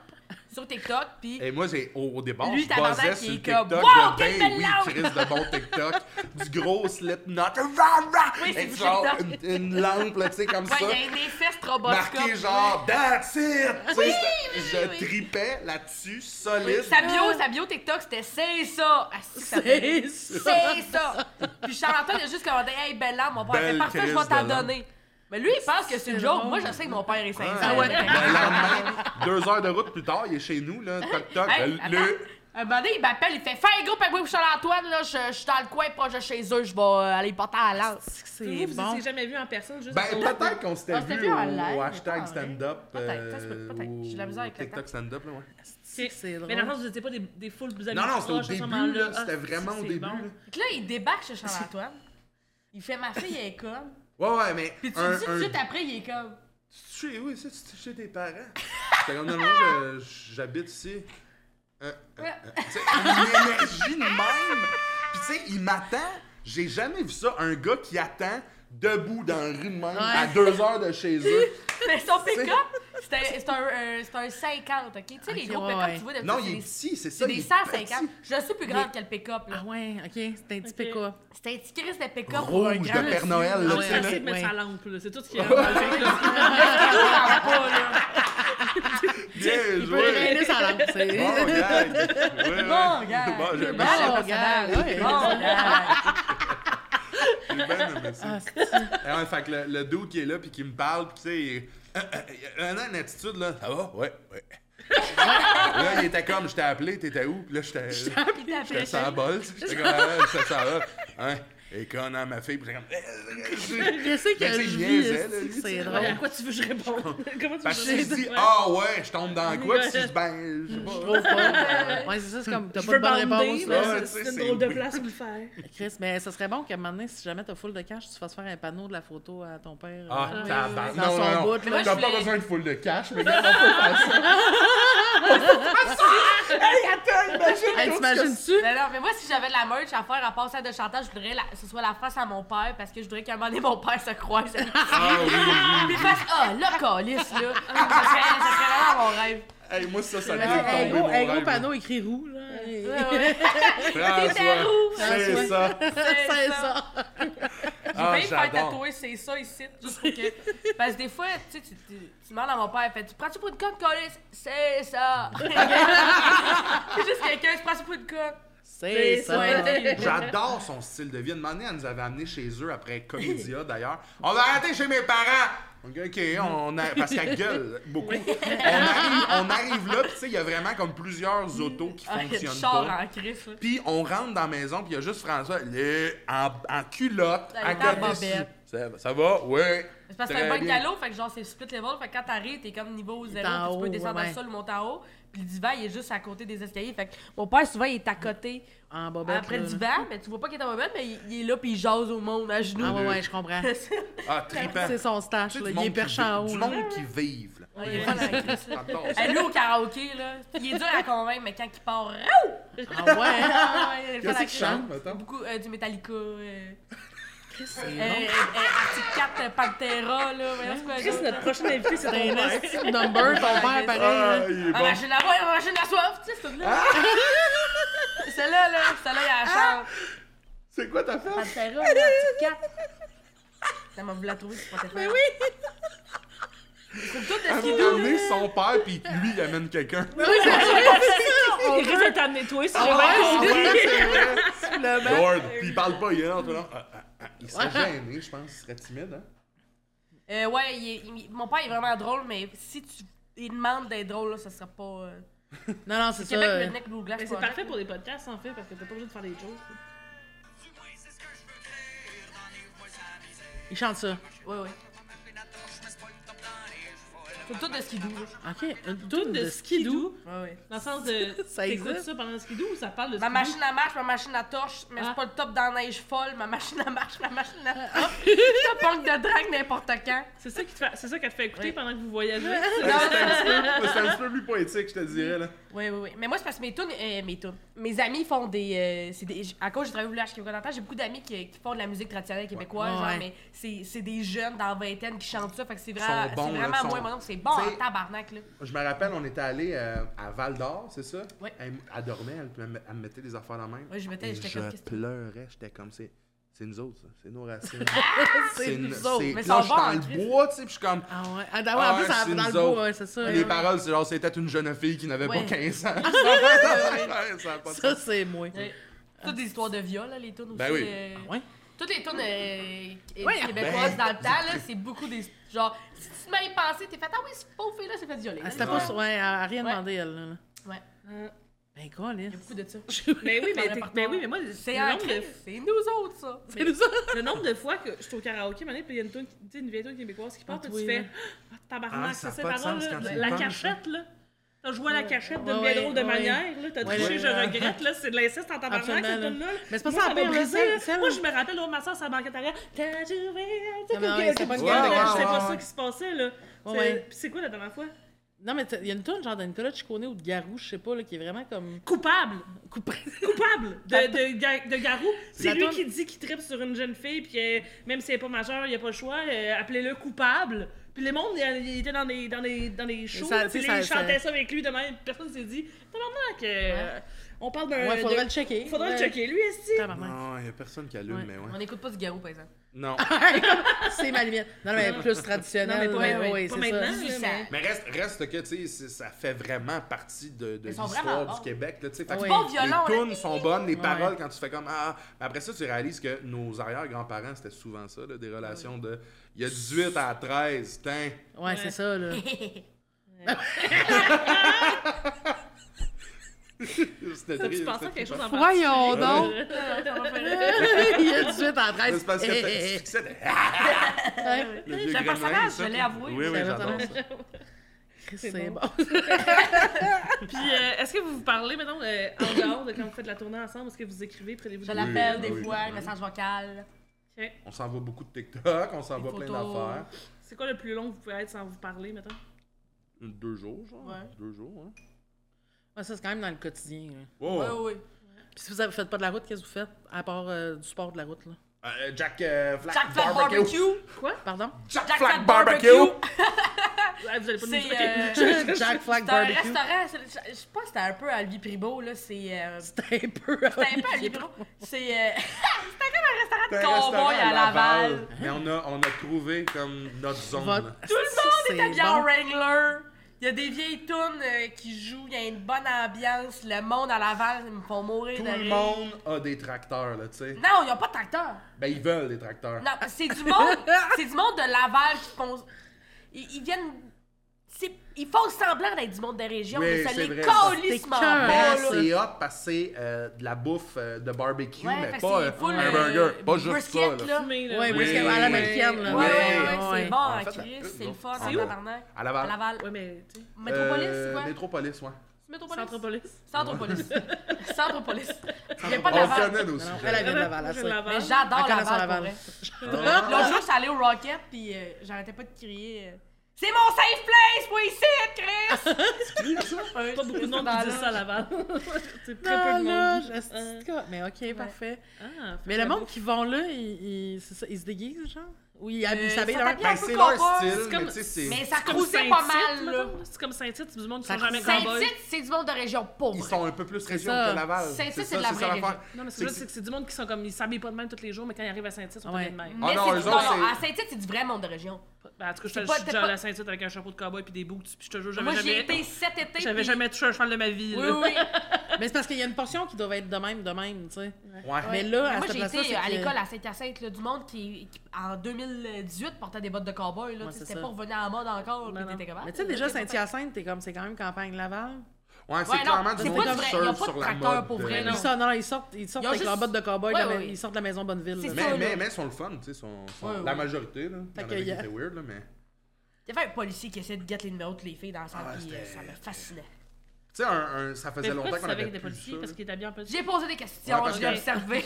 Speaker 3: sur TikTok, puis
Speaker 4: Et moi, j'ai, au, au départ,
Speaker 3: Lui,
Speaker 4: je
Speaker 3: tabarnak,
Speaker 4: basais
Speaker 3: il
Speaker 4: sur
Speaker 3: est
Speaker 4: le
Speaker 3: comme,
Speaker 4: TikTok
Speaker 3: Wow,
Speaker 4: de
Speaker 3: quelle
Speaker 4: Ben
Speaker 3: belle
Speaker 4: oui,
Speaker 3: langue!
Speaker 4: Chris, de bon TikTok, du gros slipknot, rah, rah,
Speaker 3: Oui, c'est
Speaker 4: Et
Speaker 3: du
Speaker 4: genre
Speaker 3: TikTok.
Speaker 4: une, une lampe, là, tu sais, comme
Speaker 3: ouais,
Speaker 4: ça,
Speaker 3: il y a un effet stroboscope.
Speaker 4: marqué genre « That's it! Tu sais, c'était-
Speaker 3: oui,
Speaker 4: Je
Speaker 3: oui.
Speaker 4: tripais là-dessus, solide.
Speaker 3: Sa bio, sa bio TikTok, c'était c'est ça. Ah, si, ça fait-
Speaker 1: C'est ça.
Speaker 3: C'est ça. Puis Charles-Antoine il a juste commenté Hey, belle lampe, mon père, c'est
Speaker 4: Belle
Speaker 3: parfait, je vais
Speaker 4: crise
Speaker 3: t'en
Speaker 4: de lampe.
Speaker 3: donner. Mais lui, il pense que c'est une joke.
Speaker 1: drôle.
Speaker 3: Moi, je sais que mon père est sincère.
Speaker 4: Ah
Speaker 1: ouais.
Speaker 4: Le lendemain, deux heures de route plus tard, il est chez nous, là, toc-toc.
Speaker 3: Hey,
Speaker 4: le-
Speaker 3: attends.
Speaker 4: le,
Speaker 3: Un moment donné, il m'appelle, il fait Fais un groupe avec moi et Charles-Antoine, là, je, je suis dans le coin proche de chez eux, je vais euh, aller porter à la lampe.
Speaker 1: C'est
Speaker 2: vous,
Speaker 1: bon.
Speaker 2: vous étiez jamais vu en personne, juste
Speaker 4: Ben,
Speaker 2: en photo.
Speaker 4: peut-être qu'on s'était
Speaker 3: On s'était
Speaker 4: vu,
Speaker 3: vu
Speaker 4: au,
Speaker 3: en live, pas
Speaker 4: au
Speaker 3: en
Speaker 4: hashtag
Speaker 3: vrai.
Speaker 4: stand-up. euh,
Speaker 3: Peut-être, ça se peut, peut-être. J'ai de la misère avec le temps.
Speaker 4: TikTok stand-up, là, ouais.
Speaker 1: C'est c'est drôle.
Speaker 2: Mais dans le sens, vous étiez pas des, des foules plus amis
Speaker 4: Non, non, c'était au
Speaker 2: proches à ce
Speaker 4: début,
Speaker 2: moment-là.
Speaker 4: là.
Speaker 2: Ah,
Speaker 4: C'était vraiment
Speaker 2: c'est
Speaker 4: au début,
Speaker 2: bon.
Speaker 4: là.
Speaker 3: Fait que là, il débarque chez Charles-Antoine. Il fait ma fille, elle est comme.
Speaker 4: Ouais, ouais, mais.
Speaker 3: Puis tu
Speaker 4: un-
Speaker 3: le dis tout de
Speaker 4: un-
Speaker 3: suite après, il est comme.
Speaker 4: Tu sais, oui, ça, tu chez tes parents. J'étais comme, non, non, je- j'habite ici. Euh, euh, euh. Tu sais, une énergie de même. Puis tu sais, il m'attend. J'ai jamais vu ça, un gars qui attend debout dans la rue de même, à deux heures de chez eux.
Speaker 3: Mais son pick-up, c'est un, c'est un, un- c'est un 50, ok? Tu sais, les
Speaker 1: Ok,
Speaker 3: gros
Speaker 1: ouais,
Speaker 3: pick-up,
Speaker 1: ouais.
Speaker 3: tu vois, d'habitude,
Speaker 4: Non,
Speaker 3: c'est
Speaker 4: il est
Speaker 3: des-
Speaker 4: petit, c'est ça.
Speaker 3: c'est des
Speaker 4: il est
Speaker 3: 150.
Speaker 4: petit.
Speaker 3: Je suis plus grande que le pick-up, là.
Speaker 1: Ah ouais, ok. C'est un petit
Speaker 2: Ok.
Speaker 1: pick-up.
Speaker 3: C'était un petit Chris de pick-up pour un
Speaker 4: Rouge
Speaker 3: grand.
Speaker 4: de Père Noël, là,
Speaker 1: Ouais,
Speaker 4: tu
Speaker 2: C'est
Speaker 4: sais, là.
Speaker 2: assez de mettre
Speaker 1: Ouais.
Speaker 2: sa lampe, là. C'est tout ce qu'il y a dans le fait, là.
Speaker 4: Bien
Speaker 1: Il peut
Speaker 4: joué.
Speaker 1: traîner sa lampe. c'est-
Speaker 4: Bon gag! Ouais, ouais.
Speaker 3: Bon gag.
Speaker 4: Bon, j'ai
Speaker 3: Bon
Speaker 4: bien
Speaker 1: Bon,
Speaker 3: ça,
Speaker 1: regarde,
Speaker 3: ça,
Speaker 1: ouais.
Speaker 3: Bon, Oh, là.
Speaker 4: j'ai bien aimé ça.
Speaker 1: Ah, c'est-
Speaker 4: Eh ouais, fait que le, le dude qui est là puis qui me parle, pis tu sais, il- euh, il a une attitude là, ça va? Ouais, ouais. là, il était comme, je t'ai appelé, t'étais où? Puis là, j'étais
Speaker 3: Il t'a
Speaker 4: j'étais
Speaker 3: appelé.
Speaker 4: sans bol, tu sais, j'étais comme, ah, j'étais sans là. Hein? Et con, hein, ma fille, pis j'étais eh, comme,
Speaker 1: Je sais que
Speaker 4: Mais tu sais,
Speaker 1: je
Speaker 4: il
Speaker 1: vis,
Speaker 4: niaisait, là,
Speaker 1: c'est-
Speaker 4: lui,
Speaker 1: c'est
Speaker 4: tu sais.
Speaker 2: Ouais, À
Speaker 1: drôle.
Speaker 2: quoi tu veux que je réponde? Comment tu veux
Speaker 4: Parce
Speaker 2: que
Speaker 4: que
Speaker 2: je
Speaker 4: je dit,
Speaker 2: réponde?
Speaker 4: ah ouais, je tombe dans quoi?
Speaker 2: Ouais.
Speaker 4: Puis je dis, ben, je sais
Speaker 1: Je
Speaker 4: pas.
Speaker 1: trouve pas. Ouais, c'est ça, c'est comme, t'as
Speaker 2: Je
Speaker 1: pas de
Speaker 2: veux
Speaker 1: bonne réponse,
Speaker 2: bander,
Speaker 1: là.
Speaker 4: Ouais,
Speaker 2: mais
Speaker 4: tu sais,
Speaker 2: c'est- c'est
Speaker 4: c'est
Speaker 2: une drôle de
Speaker 4: weird.
Speaker 2: place où le faire.
Speaker 1: Chris, mais ça serait bon qu'à un moment donné, si jamais t'as full de cash, tu fasses faire un panneau de la photo à ton père.
Speaker 4: Ah,
Speaker 1: euh,
Speaker 4: tabarnak.
Speaker 1: Dans
Speaker 4: Non,
Speaker 1: son
Speaker 4: non, non.
Speaker 1: bout,
Speaker 3: Mais moi,
Speaker 1: là.
Speaker 3: je
Speaker 4: T'as pas
Speaker 3: voulais-
Speaker 4: besoin de full de cash, mais regarde, on peut faire ça. On peut faire ça! Hey, attends, imagine!
Speaker 1: Hey,
Speaker 4: tout ce que
Speaker 1: t'imagines-tu?
Speaker 3: Mais non, mais moi, si j'avais de la merch à faire à part celle de chantage, je voudrais la- que ce soit la face à mon père parce que je voudrais qu'à un moment donné, mon père se croise. Puis
Speaker 4: Ah oui, oui.
Speaker 3: il fasse Ah, le calice, là. Ça serait ça serait vraiment mon rêve.
Speaker 4: Hey, moi, ça, ça
Speaker 1: Un
Speaker 4: vient de tomber.
Speaker 1: gros-
Speaker 4: mon
Speaker 1: un
Speaker 4: rêve.
Speaker 1: gros panneau écrit roux, là. Et-
Speaker 3: Ouais, ouais.
Speaker 4: François,
Speaker 3: T'étais roux.
Speaker 4: C'est ça.
Speaker 1: C'est ça.
Speaker 3: J'ai
Speaker 4: Ah,
Speaker 3: failli me faire
Speaker 4: j'adore.
Speaker 3: tatouer, c'est ça ici, juste pour que. Parce que des fois, tu sais, tu, tu, tu demandes à mon père, fait, tu prends-tu pour une conne, Colis? C'est ça! C'est juste quelqu'un, tu prends-tu pour une conne?
Speaker 1: C'est
Speaker 2: C'est
Speaker 1: ça.
Speaker 2: ça.
Speaker 4: J'adore son style de vie. Une année, elle nous avait amené chez eux après Comédia, d'ailleurs. On va arrêter chez mes parents! OK, on a... parce qu'elle gueule beaucoup. On arrive, on arrive là, puis tu sais, il y a vraiment comme plusieurs autos qui
Speaker 3: Ah, il y a du
Speaker 4: fonctionnent
Speaker 3: char
Speaker 4: pas.
Speaker 3: en crise, là.
Speaker 4: Puis on rentre dans la maison, puis il y a juste François, il est en, en culotte,
Speaker 3: Il est
Speaker 4: à
Speaker 3: en
Speaker 4: côté
Speaker 3: bobette.
Speaker 4: dessus. Ça, ça va? Oui.
Speaker 3: C'est parce que c'est
Speaker 4: Très
Speaker 3: un bon
Speaker 4: bien.
Speaker 3: galop, fait que genre, c'est split level, fait que quand t'arrives, t'es comme niveau zéro,
Speaker 1: en
Speaker 3: puis tu peux
Speaker 1: haut, ouais,
Speaker 3: descendre dans
Speaker 1: ouais.
Speaker 3: le sol ou monter en haut, puis le divan, il est juste à côté des escaliers, fait que mon père, souvent, il est à côté.
Speaker 1: En bobette,
Speaker 3: Après le
Speaker 1: là, là.
Speaker 3: divan, mais tu vois pas qu'il est en bobette, mais il, il est là, puis il jase au monde, à genoux.
Speaker 1: Ah ouais, ouais, je comprends.
Speaker 4: Ah, trippant.
Speaker 1: C'est son stash,
Speaker 4: Tu sais,
Speaker 1: là.
Speaker 4: du
Speaker 1: Il est
Speaker 4: monde qui
Speaker 1: perché en
Speaker 4: vit-
Speaker 1: haut.
Speaker 4: Du
Speaker 1: là.
Speaker 4: monde qui vive. là.
Speaker 3: On est pas dans la crise, là.
Speaker 4: J'adore ça.
Speaker 3: Hey, lui, au karaoké, là, il est dur à convaincre, mais quand il part, Raouh!
Speaker 1: Ah ouais?
Speaker 3: Ah, il est
Speaker 4: Qu'est-ce
Speaker 3: pas
Speaker 4: qui
Speaker 3: d'accord.
Speaker 4: chante, mettons?
Speaker 3: Beaucoup euh, du Metallica, euh,
Speaker 1: C'est
Speaker 3: euh, euh, euh, Arctic Cat, euh, Pantera, là, voyons c'est quoi.
Speaker 2: Chris,
Speaker 3: d'autre,
Speaker 2: notre
Speaker 3: là.
Speaker 2: prochain invité, c'est ton
Speaker 1: un
Speaker 2: père.
Speaker 1: esti de number, ton père, pareil.
Speaker 4: Ah,
Speaker 1: hein.
Speaker 4: il est
Speaker 3: Ah,
Speaker 4: bon.
Speaker 3: j'ai la voix, ah, j'ai la soif, tu sais, celle-là. Celle-là, là, celle-là, il y a
Speaker 2: Ah.
Speaker 3: la chance.
Speaker 4: C'est quoi ta face?
Speaker 3: Pantera, là, Arctic Cat. Ça m'a voulu la trouver sur Spotify. Mais oui! C'est tout de
Speaker 4: À un
Speaker 3: ce qui est
Speaker 4: moment
Speaker 3: doux.
Speaker 4: donné, son père, puis lui, il amène quelqu'un.
Speaker 2: Il risque de t'amener toi, si j'ai
Speaker 1: Ah
Speaker 2: bien
Speaker 1: ouais,
Speaker 2: compris.
Speaker 4: c'est vrai.
Speaker 1: Simplement.
Speaker 4: Lord, puis il parle pas, il est là, tout le long. Ah, ah, ah. Il serait gêné, je pense, il serait timide, hein?
Speaker 3: Euh, ouais, il est- il- mon père est vraiment drôle, mais si tu il demande d'être drôle, là, ça sera pas. euh,
Speaker 1: Non, non, c'est ça.
Speaker 3: Québec,
Speaker 1: euh,
Speaker 3: Redneck, Blue Glass.
Speaker 2: Mais c'est
Speaker 3: Project.
Speaker 2: parfait pour des podcasts, en fait, parce que t'es pas obligé de faire des choses.
Speaker 1: Il chante ça.
Speaker 3: Ouais, ouais. C'est tout de ce qui doux. là.
Speaker 1: Ok, une toune de
Speaker 2: de
Speaker 1: skidoo.
Speaker 2: skidoo.
Speaker 3: Ouais, ouais.
Speaker 2: Dans le sens de.
Speaker 1: Ça
Speaker 2: T'écoutes
Speaker 1: existe?
Speaker 2: ça pendant le skidoo ou ça parle de
Speaker 3: Ma
Speaker 2: skidoo?
Speaker 3: machine à marche, ma machine à torche, mais
Speaker 2: Ah.
Speaker 3: c'est pas le top dans la neige folle, ma machine à marche, ma machine à torche. Ça punk de drague n'importe quand.
Speaker 2: C'est ça qui te fait- c'est ça qu'elle te fait écouter pendant que vous voyagez.
Speaker 4: C'est un, petit peu- c'est un petit peu plus poétique, je te dirais, là.
Speaker 3: Oui, oui, oui. Mais moi, c'est parce que mes tunes, euh, mes tunes, mes amis font des, euh, c'est des- j- à cause j'ai travaillé au village québécois j'ai beaucoup d'amis qui, qui font de la musique traditionnelle québécoise,
Speaker 1: Ouais.
Speaker 3: genre,
Speaker 1: Ouais.
Speaker 3: mais c'est c'est des jeunes dans la vingtaine qui chantent ça, fait que c'est
Speaker 4: sont
Speaker 3: vraiment,
Speaker 4: bons,
Speaker 3: c'est
Speaker 4: là,
Speaker 3: vraiment
Speaker 4: sont-
Speaker 3: moi, mon oncle, c'est bon
Speaker 4: T'sais-
Speaker 3: en tabarnak, là.
Speaker 4: Je me rappelle, on était allé euh, à Val d'Or, c'est ça?
Speaker 3: Ouais.
Speaker 4: Elle, m- elle dormait, elle, puis elle me- elle me mettait des affaires dans la main.
Speaker 3: Ouais, je mettais-
Speaker 4: Et
Speaker 3: j'étais comme,
Speaker 4: Je
Speaker 3: qu'est-ce que-
Speaker 4: pleurais, j'étais comme, c'est c'est nous autres, ça. C'est nos racines.
Speaker 3: Ah,
Speaker 1: C'est
Speaker 4: n-
Speaker 1: nous autres.
Speaker 3: Mais
Speaker 4: Puis là,
Speaker 3: ça
Speaker 4: je suis
Speaker 3: va,
Speaker 4: dans le
Speaker 3: Chris.
Speaker 4: bois, tu sais, puis je suis comme.
Speaker 1: Ah ouais. Ah, ouais, en plus,
Speaker 4: Ah,
Speaker 1: ça-
Speaker 4: c'est
Speaker 1: dans le
Speaker 4: nous
Speaker 1: bois,
Speaker 4: autres.
Speaker 1: ouais, c'est ça.
Speaker 4: Les
Speaker 1: hein.
Speaker 4: paroles, c'est genre, c'était une jeune fille qui n'avait
Speaker 3: Ouais. Ah,
Speaker 4: pas 15 ans. Ouais, ça a pas de
Speaker 1: Ça,
Speaker 4: sens.
Speaker 1: c'est moi.
Speaker 3: Ouais. Toutes des histoires de viol, là, les tunes aussi.
Speaker 4: Ben oui.
Speaker 3: euh,
Speaker 1: Ah ouais?
Speaker 3: Toutes les tunes euh,
Speaker 1: Ouais.
Speaker 3: québécoises
Speaker 4: Ben.
Speaker 3: dans le temps, là, c'est beaucoup des. Genre, si tu te mets à y penser, t'es fait Ah oui, c'est faux, fille, là, c'est fait violer.
Speaker 1: Ah, C'était pas.
Speaker 4: Ouais.
Speaker 1: sur- Ouais, elle a rien
Speaker 3: Ouais.
Speaker 1: demandé, elle. là, là.
Speaker 3: Ouais,
Speaker 2: Euh,
Speaker 1: Ben, quoi, là?
Speaker 3: il y a beaucoup de ça. Ben
Speaker 2: Mais oui, mais,
Speaker 3: Dans
Speaker 2: t'es-
Speaker 3: le
Speaker 2: mais oui, mais moi,
Speaker 3: C'est
Speaker 2: c'est le, nombre
Speaker 3: ancré,
Speaker 2: de-
Speaker 3: c'est nous autres, ça.
Speaker 1: C'est nous autres.
Speaker 2: le nombre de fois que je suis au karaoké, maintenant, puis il y a une, toune qui- tu sais, une vieille tune québécoise qui part,
Speaker 1: Ah,
Speaker 2: puis
Speaker 1: oui,
Speaker 2: tu fais
Speaker 1: hein.
Speaker 2: Ah, tabarnak,
Speaker 4: Ah, ça
Speaker 2: ça
Speaker 4: a
Speaker 2: c'est
Speaker 4: pas de
Speaker 2: parole,
Speaker 4: sens quand
Speaker 2: là.
Speaker 4: tu
Speaker 2: La
Speaker 4: penses, hein.
Speaker 2: cachette, là. T'as joué à la cachette de
Speaker 1: Ouais,
Speaker 2: bien drôle de
Speaker 1: ouais.
Speaker 2: manière, là. T'as
Speaker 1: Ouais,
Speaker 2: touché,
Speaker 1: ouais.
Speaker 2: je regrette, là. C'est de l'inceste en tabarnak, cette
Speaker 1: Absolument, là.
Speaker 2: tune-là.
Speaker 1: Mais c'est pas
Speaker 2: Moi,
Speaker 1: ça,
Speaker 2: ça
Speaker 1: en
Speaker 2: m'a
Speaker 1: pire,
Speaker 2: brisé,
Speaker 1: celle-
Speaker 2: là.
Speaker 1: celle-
Speaker 2: Moi, je me rappelle, là, ma soeur, sa banquette arrière. T'as joué, tu sais,
Speaker 1: Non, Ah, mais
Speaker 2: que-
Speaker 1: ouais,
Speaker 2: que-
Speaker 1: c'est pas
Speaker 2: que-
Speaker 1: ça.
Speaker 2: que-
Speaker 4: Ouais,
Speaker 2: C'est pas
Speaker 4: ouais.
Speaker 2: ça qui se passait, là.
Speaker 1: Ouais,
Speaker 2: C'est-
Speaker 1: ouais.
Speaker 2: Puis c'est quoi la dernière fois?
Speaker 1: Non, mais il y a une toune, genre, de Nicolas Chicone ou de Garou, je sais pas, là, qui est vraiment comme.
Speaker 2: Coupable! Coupable de, de, Ga- de Garou.
Speaker 1: La
Speaker 2: C'est lui
Speaker 1: toune-
Speaker 2: qui dit qu'il tripe sur une jeune fille, puis euh, même si elle n'est pas majeure, il n'y a pas le choix, euh, appelez-le coupable. Puis le monde, il il était dans des, dans des, dans des shows,
Speaker 1: ça,
Speaker 2: là, puis
Speaker 1: tu sais,
Speaker 2: là, il
Speaker 1: ça-
Speaker 2: chantait
Speaker 1: ça-
Speaker 2: ça... avec lui de même. Personne s'est dit, tabarnak, euh, on parle d'un.
Speaker 1: Ouais, faudrait
Speaker 2: de-
Speaker 1: le checker.
Speaker 2: faudrait le
Speaker 1: Ouais.
Speaker 2: checker, lui, est
Speaker 1: Tabarnak.
Speaker 4: Non, il y a personne qui allume,
Speaker 1: Ouais.
Speaker 4: mais ouais.
Speaker 3: On Ah! n'écoute pas du garou, par exemple.
Speaker 4: Non.
Speaker 1: C'est ma limite. Non, mais plus
Speaker 2: Non,
Speaker 1: traditionnel.
Speaker 2: mais pas
Speaker 1: ouais,
Speaker 2: maintenant,
Speaker 1: ouais,
Speaker 2: pas
Speaker 1: c'est ça.
Speaker 2: maintenant.
Speaker 3: Dix-huit
Speaker 2: mais-
Speaker 3: ans.
Speaker 4: Mais reste, reste que, tu sais, c'est- ça fait vraiment partie de, de
Speaker 3: Ils sont
Speaker 4: l'histoire
Speaker 3: vraiment
Speaker 4: du
Speaker 3: bons.
Speaker 4: Québec, là, tu sais. Fait
Speaker 1: Oui.
Speaker 4: que
Speaker 1: Ils
Speaker 3: Bon violon,
Speaker 4: Les
Speaker 3: là.
Speaker 4: tunes sont bonnes, les
Speaker 1: Ouais.
Speaker 4: paroles, quand tu fais comme Ah. Mais après ça, tu réalises que nos arrière-grands-parents, c'était souvent ça, là, des relations de. Il y a 18 à 13, tiens.
Speaker 1: Ouais, c'est ça, là.
Speaker 4: C'était
Speaker 2: Toi,
Speaker 4: triste,
Speaker 2: tu pensais à
Speaker 4: c'était
Speaker 2: quelque chose en
Speaker 4: triste.
Speaker 1: Voyons
Speaker 2: particulier?
Speaker 1: Il y a 18 en
Speaker 4: C'est parce que t'as- tu
Speaker 1: 13.
Speaker 4: fixais de- Ah!
Speaker 1: Ouais.
Speaker 4: Le vieux
Speaker 3: C'est un
Speaker 4: Gremlin,
Speaker 3: personnage,
Speaker 4: ça.
Speaker 3: je l'ai avoué.
Speaker 4: Oui, oui,
Speaker 1: C'est un
Speaker 4: j'adore
Speaker 1: personnage.
Speaker 4: ça.
Speaker 1: C'est bon.
Speaker 2: Puis euh, est-ce que vous vous parlez, maintenant, euh, en dehors de quand vous faites la tournée ensemble, est-ce que vous écrivez, prenez-vous
Speaker 3: Je
Speaker 2: des-
Speaker 3: l'appelle
Speaker 4: oui,
Speaker 3: des
Speaker 4: oui.
Speaker 3: fois, message vocal.
Speaker 2: Ok.
Speaker 4: On s'envoie beaucoup de TikTok, on s'envoie
Speaker 3: Des
Speaker 4: plein
Speaker 3: photos.
Speaker 4: d'affaires.
Speaker 2: C'est quoi le plus long que vous pouvez être sans vous parler, maintenant?
Speaker 4: Deux jours, genre.
Speaker 3: Ouais.
Speaker 4: Deux jours, hein.
Speaker 1: Ouais, ça, c'est quand même dans le quotidien. là.
Speaker 4: Wow.
Speaker 3: Ouais, ouais.
Speaker 1: Puis si vous ne faites pas de la route, qu'est-ce que vous faites? À part euh, du sport de la route, là.
Speaker 4: Euh, Jack euh, Flack
Speaker 3: Jack Flat
Speaker 4: Barbecue.
Speaker 3: Barbecue.
Speaker 1: Pardon?
Speaker 4: Jack,
Speaker 3: Jack
Speaker 4: Flack
Speaker 3: Flat
Speaker 4: Barbecue.
Speaker 3: Barbecue.
Speaker 2: Ah, vous allez pas nous
Speaker 3: C'est,
Speaker 2: dire,
Speaker 3: euh,
Speaker 2: ok.
Speaker 1: Jack Flag
Speaker 3: C'est un
Speaker 1: Barbecue.
Speaker 3: restaurant, c'est- je sais pas si c'était un peu à Albi Pribo, là, c'est. euh,
Speaker 1: C'était un peu.
Speaker 3: C'était un peu à Albi Pribo. C'est. euh,
Speaker 4: C'est un
Speaker 3: C'était comme un restaurant de
Speaker 4: restaurant
Speaker 3: cowboy à Laval.
Speaker 4: Mais on a, on a trouvé comme notre zone.
Speaker 1: Votre-
Speaker 3: Tout le monde est
Speaker 1: C'est
Speaker 3: habillé
Speaker 1: bon.
Speaker 3: en Wrangler. Il y a des vieilles tunes euh, qui jouent, il y a une bonne ambiance. Le monde à Laval, ils me font mourir
Speaker 4: Tout
Speaker 3: de
Speaker 4: le
Speaker 3: rire.
Speaker 4: monde a des tracteurs, là, tu sais.
Speaker 3: Non, ils ont pas de tracteur.
Speaker 4: Ben, ils veulent des tracteurs.
Speaker 3: Non, c'est du monde, c'est du monde de Laval qui font. Ils, ils viennent. c'est- Ils font semblant d'être du monde des régions,
Speaker 4: Oui,
Speaker 3: mais ça
Speaker 4: c'est
Speaker 3: les
Speaker 4: vrai,
Speaker 3: calissement
Speaker 1: ça. C'est écœurant,
Speaker 3: pas,
Speaker 4: Mais
Speaker 3: là.
Speaker 4: c'est hot parce que c'est euh, de la bouffe euh, de barbecue,
Speaker 3: Ouais, fait
Speaker 4: mais
Speaker 3: que
Speaker 4: pas
Speaker 3: c'est
Speaker 4: euh,
Speaker 3: full,
Speaker 4: un
Speaker 3: euh,
Speaker 4: burger. Pas juste ça,
Speaker 3: brisket,
Speaker 4: là.
Speaker 3: là.
Speaker 2: Fumé, là.
Speaker 1: Ouais,
Speaker 4: Oui.
Speaker 1: brisket à l'américaine, là.
Speaker 3: Ouais, ouais, ouais,
Speaker 4: Ouais,
Speaker 3: ouais, hein, c'est
Speaker 1: ouais.
Speaker 3: bon,
Speaker 4: On
Speaker 3: à
Speaker 4: fait la
Speaker 3: Chris,
Speaker 4: pub,
Speaker 3: c'est
Speaker 4: non?
Speaker 3: le fun,
Speaker 4: C'est
Speaker 3: en
Speaker 4: où?
Speaker 3: tabarnak.
Speaker 4: À Laval.
Speaker 3: À Laval.
Speaker 2: Ouais, mais tu sais,
Speaker 3: Métropolis,
Speaker 4: Euh,
Speaker 3: c'est quoi?
Speaker 4: Métropolis, ouais.
Speaker 3: Métropolis.
Speaker 2: Centropolis.
Speaker 3: Centropolis. Centropolis. Il n'y a pas
Speaker 4: On
Speaker 3: de Laval.
Speaker 4: connaît nos
Speaker 1: Non, non,
Speaker 4: sujets.
Speaker 1: elle avait de Laval,
Speaker 2: Moi,
Speaker 1: elle,
Speaker 2: je
Speaker 1: ça.
Speaker 2: l'avais.
Speaker 3: Mais j'adore
Speaker 1: Elle connaît son
Speaker 3: Laval, pour
Speaker 1: Laval.
Speaker 4: Ah,
Speaker 3: vrai. L'autre jour, j'étais allée au Rocket, puis euh, j'arrêtais pas de crier. euh, C'est mon safe place, moi, ici, Chris!
Speaker 2: Pas beaucoup de monde qui disent ça à Laval. C'est très peu
Speaker 1: Non,
Speaker 2: de
Speaker 1: là,
Speaker 2: monde.
Speaker 1: je- Mais ok, parfait.
Speaker 2: Ah,
Speaker 1: Mais
Speaker 2: fait
Speaker 1: le
Speaker 2: que-
Speaker 1: monde qui vont là, ils, ils- c'est ça, ils se déguisent, genre? Ou ils hab- ils
Speaker 3: Euh,
Speaker 1: s'habillent
Speaker 3: ça
Speaker 1: de même?
Speaker 3: t'habille
Speaker 4: Ben,
Speaker 3: un peu
Speaker 4: c'est leur
Speaker 3: compas.
Speaker 4: style,
Speaker 2: C'est
Speaker 4: mais
Speaker 2: comme-
Speaker 4: tu sais, c'est.
Speaker 3: Mais ça
Speaker 2: C'est comme
Speaker 3: crousait pas mal,
Speaker 2: Saint-Tite,
Speaker 3: là.
Speaker 2: mettons. C'est comme Saint-Tite, c'est du monde qui
Speaker 1: Ça
Speaker 2: sont jamais cowboys.
Speaker 3: Saint-Tite, c'est du monde de région pauvre.
Speaker 4: Ils sont un peu plus région
Speaker 1: ça.
Speaker 4: que Laval.
Speaker 3: Saint-Tite, c'est
Speaker 4: ça,
Speaker 3: de la vraie
Speaker 4: l'affaire.
Speaker 3: région.
Speaker 2: Non, mais c'est
Speaker 4: C'est-
Speaker 2: juste que c'est du monde qui sont comme. Ils s'habillent pas de même tous les jours, mais quand ils arrivent à Saint-Tite, ils sont
Speaker 1: Ouais.
Speaker 2: pas de même.
Speaker 3: Mais
Speaker 4: Ah non,
Speaker 3: c'est-
Speaker 4: eux
Speaker 3: non,
Speaker 4: autres,
Speaker 3: non,
Speaker 4: c'est-
Speaker 3: à Saint-Tite, c'est du vrai monde de région.
Speaker 2: Ben, en tout cas,
Speaker 3: C'est
Speaker 2: j'étais
Speaker 3: pas-
Speaker 2: juste
Speaker 3: t'es
Speaker 2: genre
Speaker 3: pas-
Speaker 2: à Saint-Tite avec un chapeau de cowboy puis des boots, puis je te jure, j'avais
Speaker 3: Moi, j'y ai été
Speaker 2: jamais.
Speaker 3: cet été.
Speaker 2: J'avais
Speaker 3: puis-
Speaker 2: jamais touché un cheval de ma vie.
Speaker 3: Oui,
Speaker 2: là.
Speaker 3: oui. oui.
Speaker 1: Mais c'est parce qu'il y a une portion qui doit être de même, de même, tu sais.
Speaker 4: Ouais.
Speaker 1: Mais là, à
Speaker 3: Moi,
Speaker 1: cette
Speaker 3: j'ai
Speaker 1: place-là,
Speaker 3: été
Speaker 1: c'est
Speaker 3: euh, à
Speaker 1: que-
Speaker 3: l'école à Saint-Hyacinthe, là, du monde qui, qui, en 2018, portait des bottes de cowboy. là,
Speaker 1: Ouais,
Speaker 3: tu sais,
Speaker 1: c'est
Speaker 3: C'était
Speaker 1: ça.
Speaker 3: pas revenu à la mode encore.
Speaker 2: Non,
Speaker 3: puis
Speaker 2: non.
Speaker 3: t'étais comme, ah,
Speaker 1: Mais tu sais, déjà,
Speaker 3: c'est pas
Speaker 1: Saint-Hyacinthe, t'es comme, c'est quand même campagne Laval.
Speaker 4: Ouais, c'est
Speaker 3: Ouais, non,
Speaker 4: clairement du
Speaker 3: c'est
Speaker 4: monde
Speaker 3: pas vrai, y a
Speaker 4: qui surfe
Speaker 3: pas de
Speaker 4: sur la
Speaker 3: tracteur
Speaker 4: mode.
Speaker 3: pour
Speaker 4: de-
Speaker 3: vrai,
Speaker 1: Ils
Speaker 3: Non.
Speaker 1: sortent, non, non, ils sortent, ils sortent
Speaker 3: Ils ont
Speaker 1: avec
Speaker 3: juste-
Speaker 1: leurs bottes de cowboy,
Speaker 3: Ouais,
Speaker 1: de la ma-
Speaker 3: ouais.
Speaker 1: ils sortent de la maison Bonneville.
Speaker 3: C'est
Speaker 1: là.
Speaker 3: ça.
Speaker 4: Mais,
Speaker 3: là.
Speaker 4: mais, mais, sont le fun, tu sais, sont, sont
Speaker 3: Ouais,
Speaker 4: la
Speaker 3: ouais.
Speaker 4: majorité, là. Il y
Speaker 1: Fait
Speaker 4: en
Speaker 1: que
Speaker 4: avait
Speaker 1: y
Speaker 4: qui
Speaker 1: a-
Speaker 4: étaient weird, là, mais...
Speaker 3: Il y avait un policier qui essayait de guetter le numéro de les filles dans la salle,
Speaker 4: Ah,
Speaker 3: puis euh,
Speaker 4: c'était-
Speaker 3: ça me fascinait.
Speaker 4: Tu sais, un, un- ça faisait
Speaker 2: Mais pourquoi tu
Speaker 4: longtemps qu'on
Speaker 2: savais
Speaker 4: avait
Speaker 2: qu'il était
Speaker 4: plus
Speaker 2: policier?
Speaker 4: ça.
Speaker 2: Parce
Speaker 4: là.
Speaker 2: qu'il était bien en policier.
Speaker 3: J'ai posé des questions,
Speaker 4: Ouais, parce
Speaker 3: je l'ai
Speaker 4: que-
Speaker 3: observé.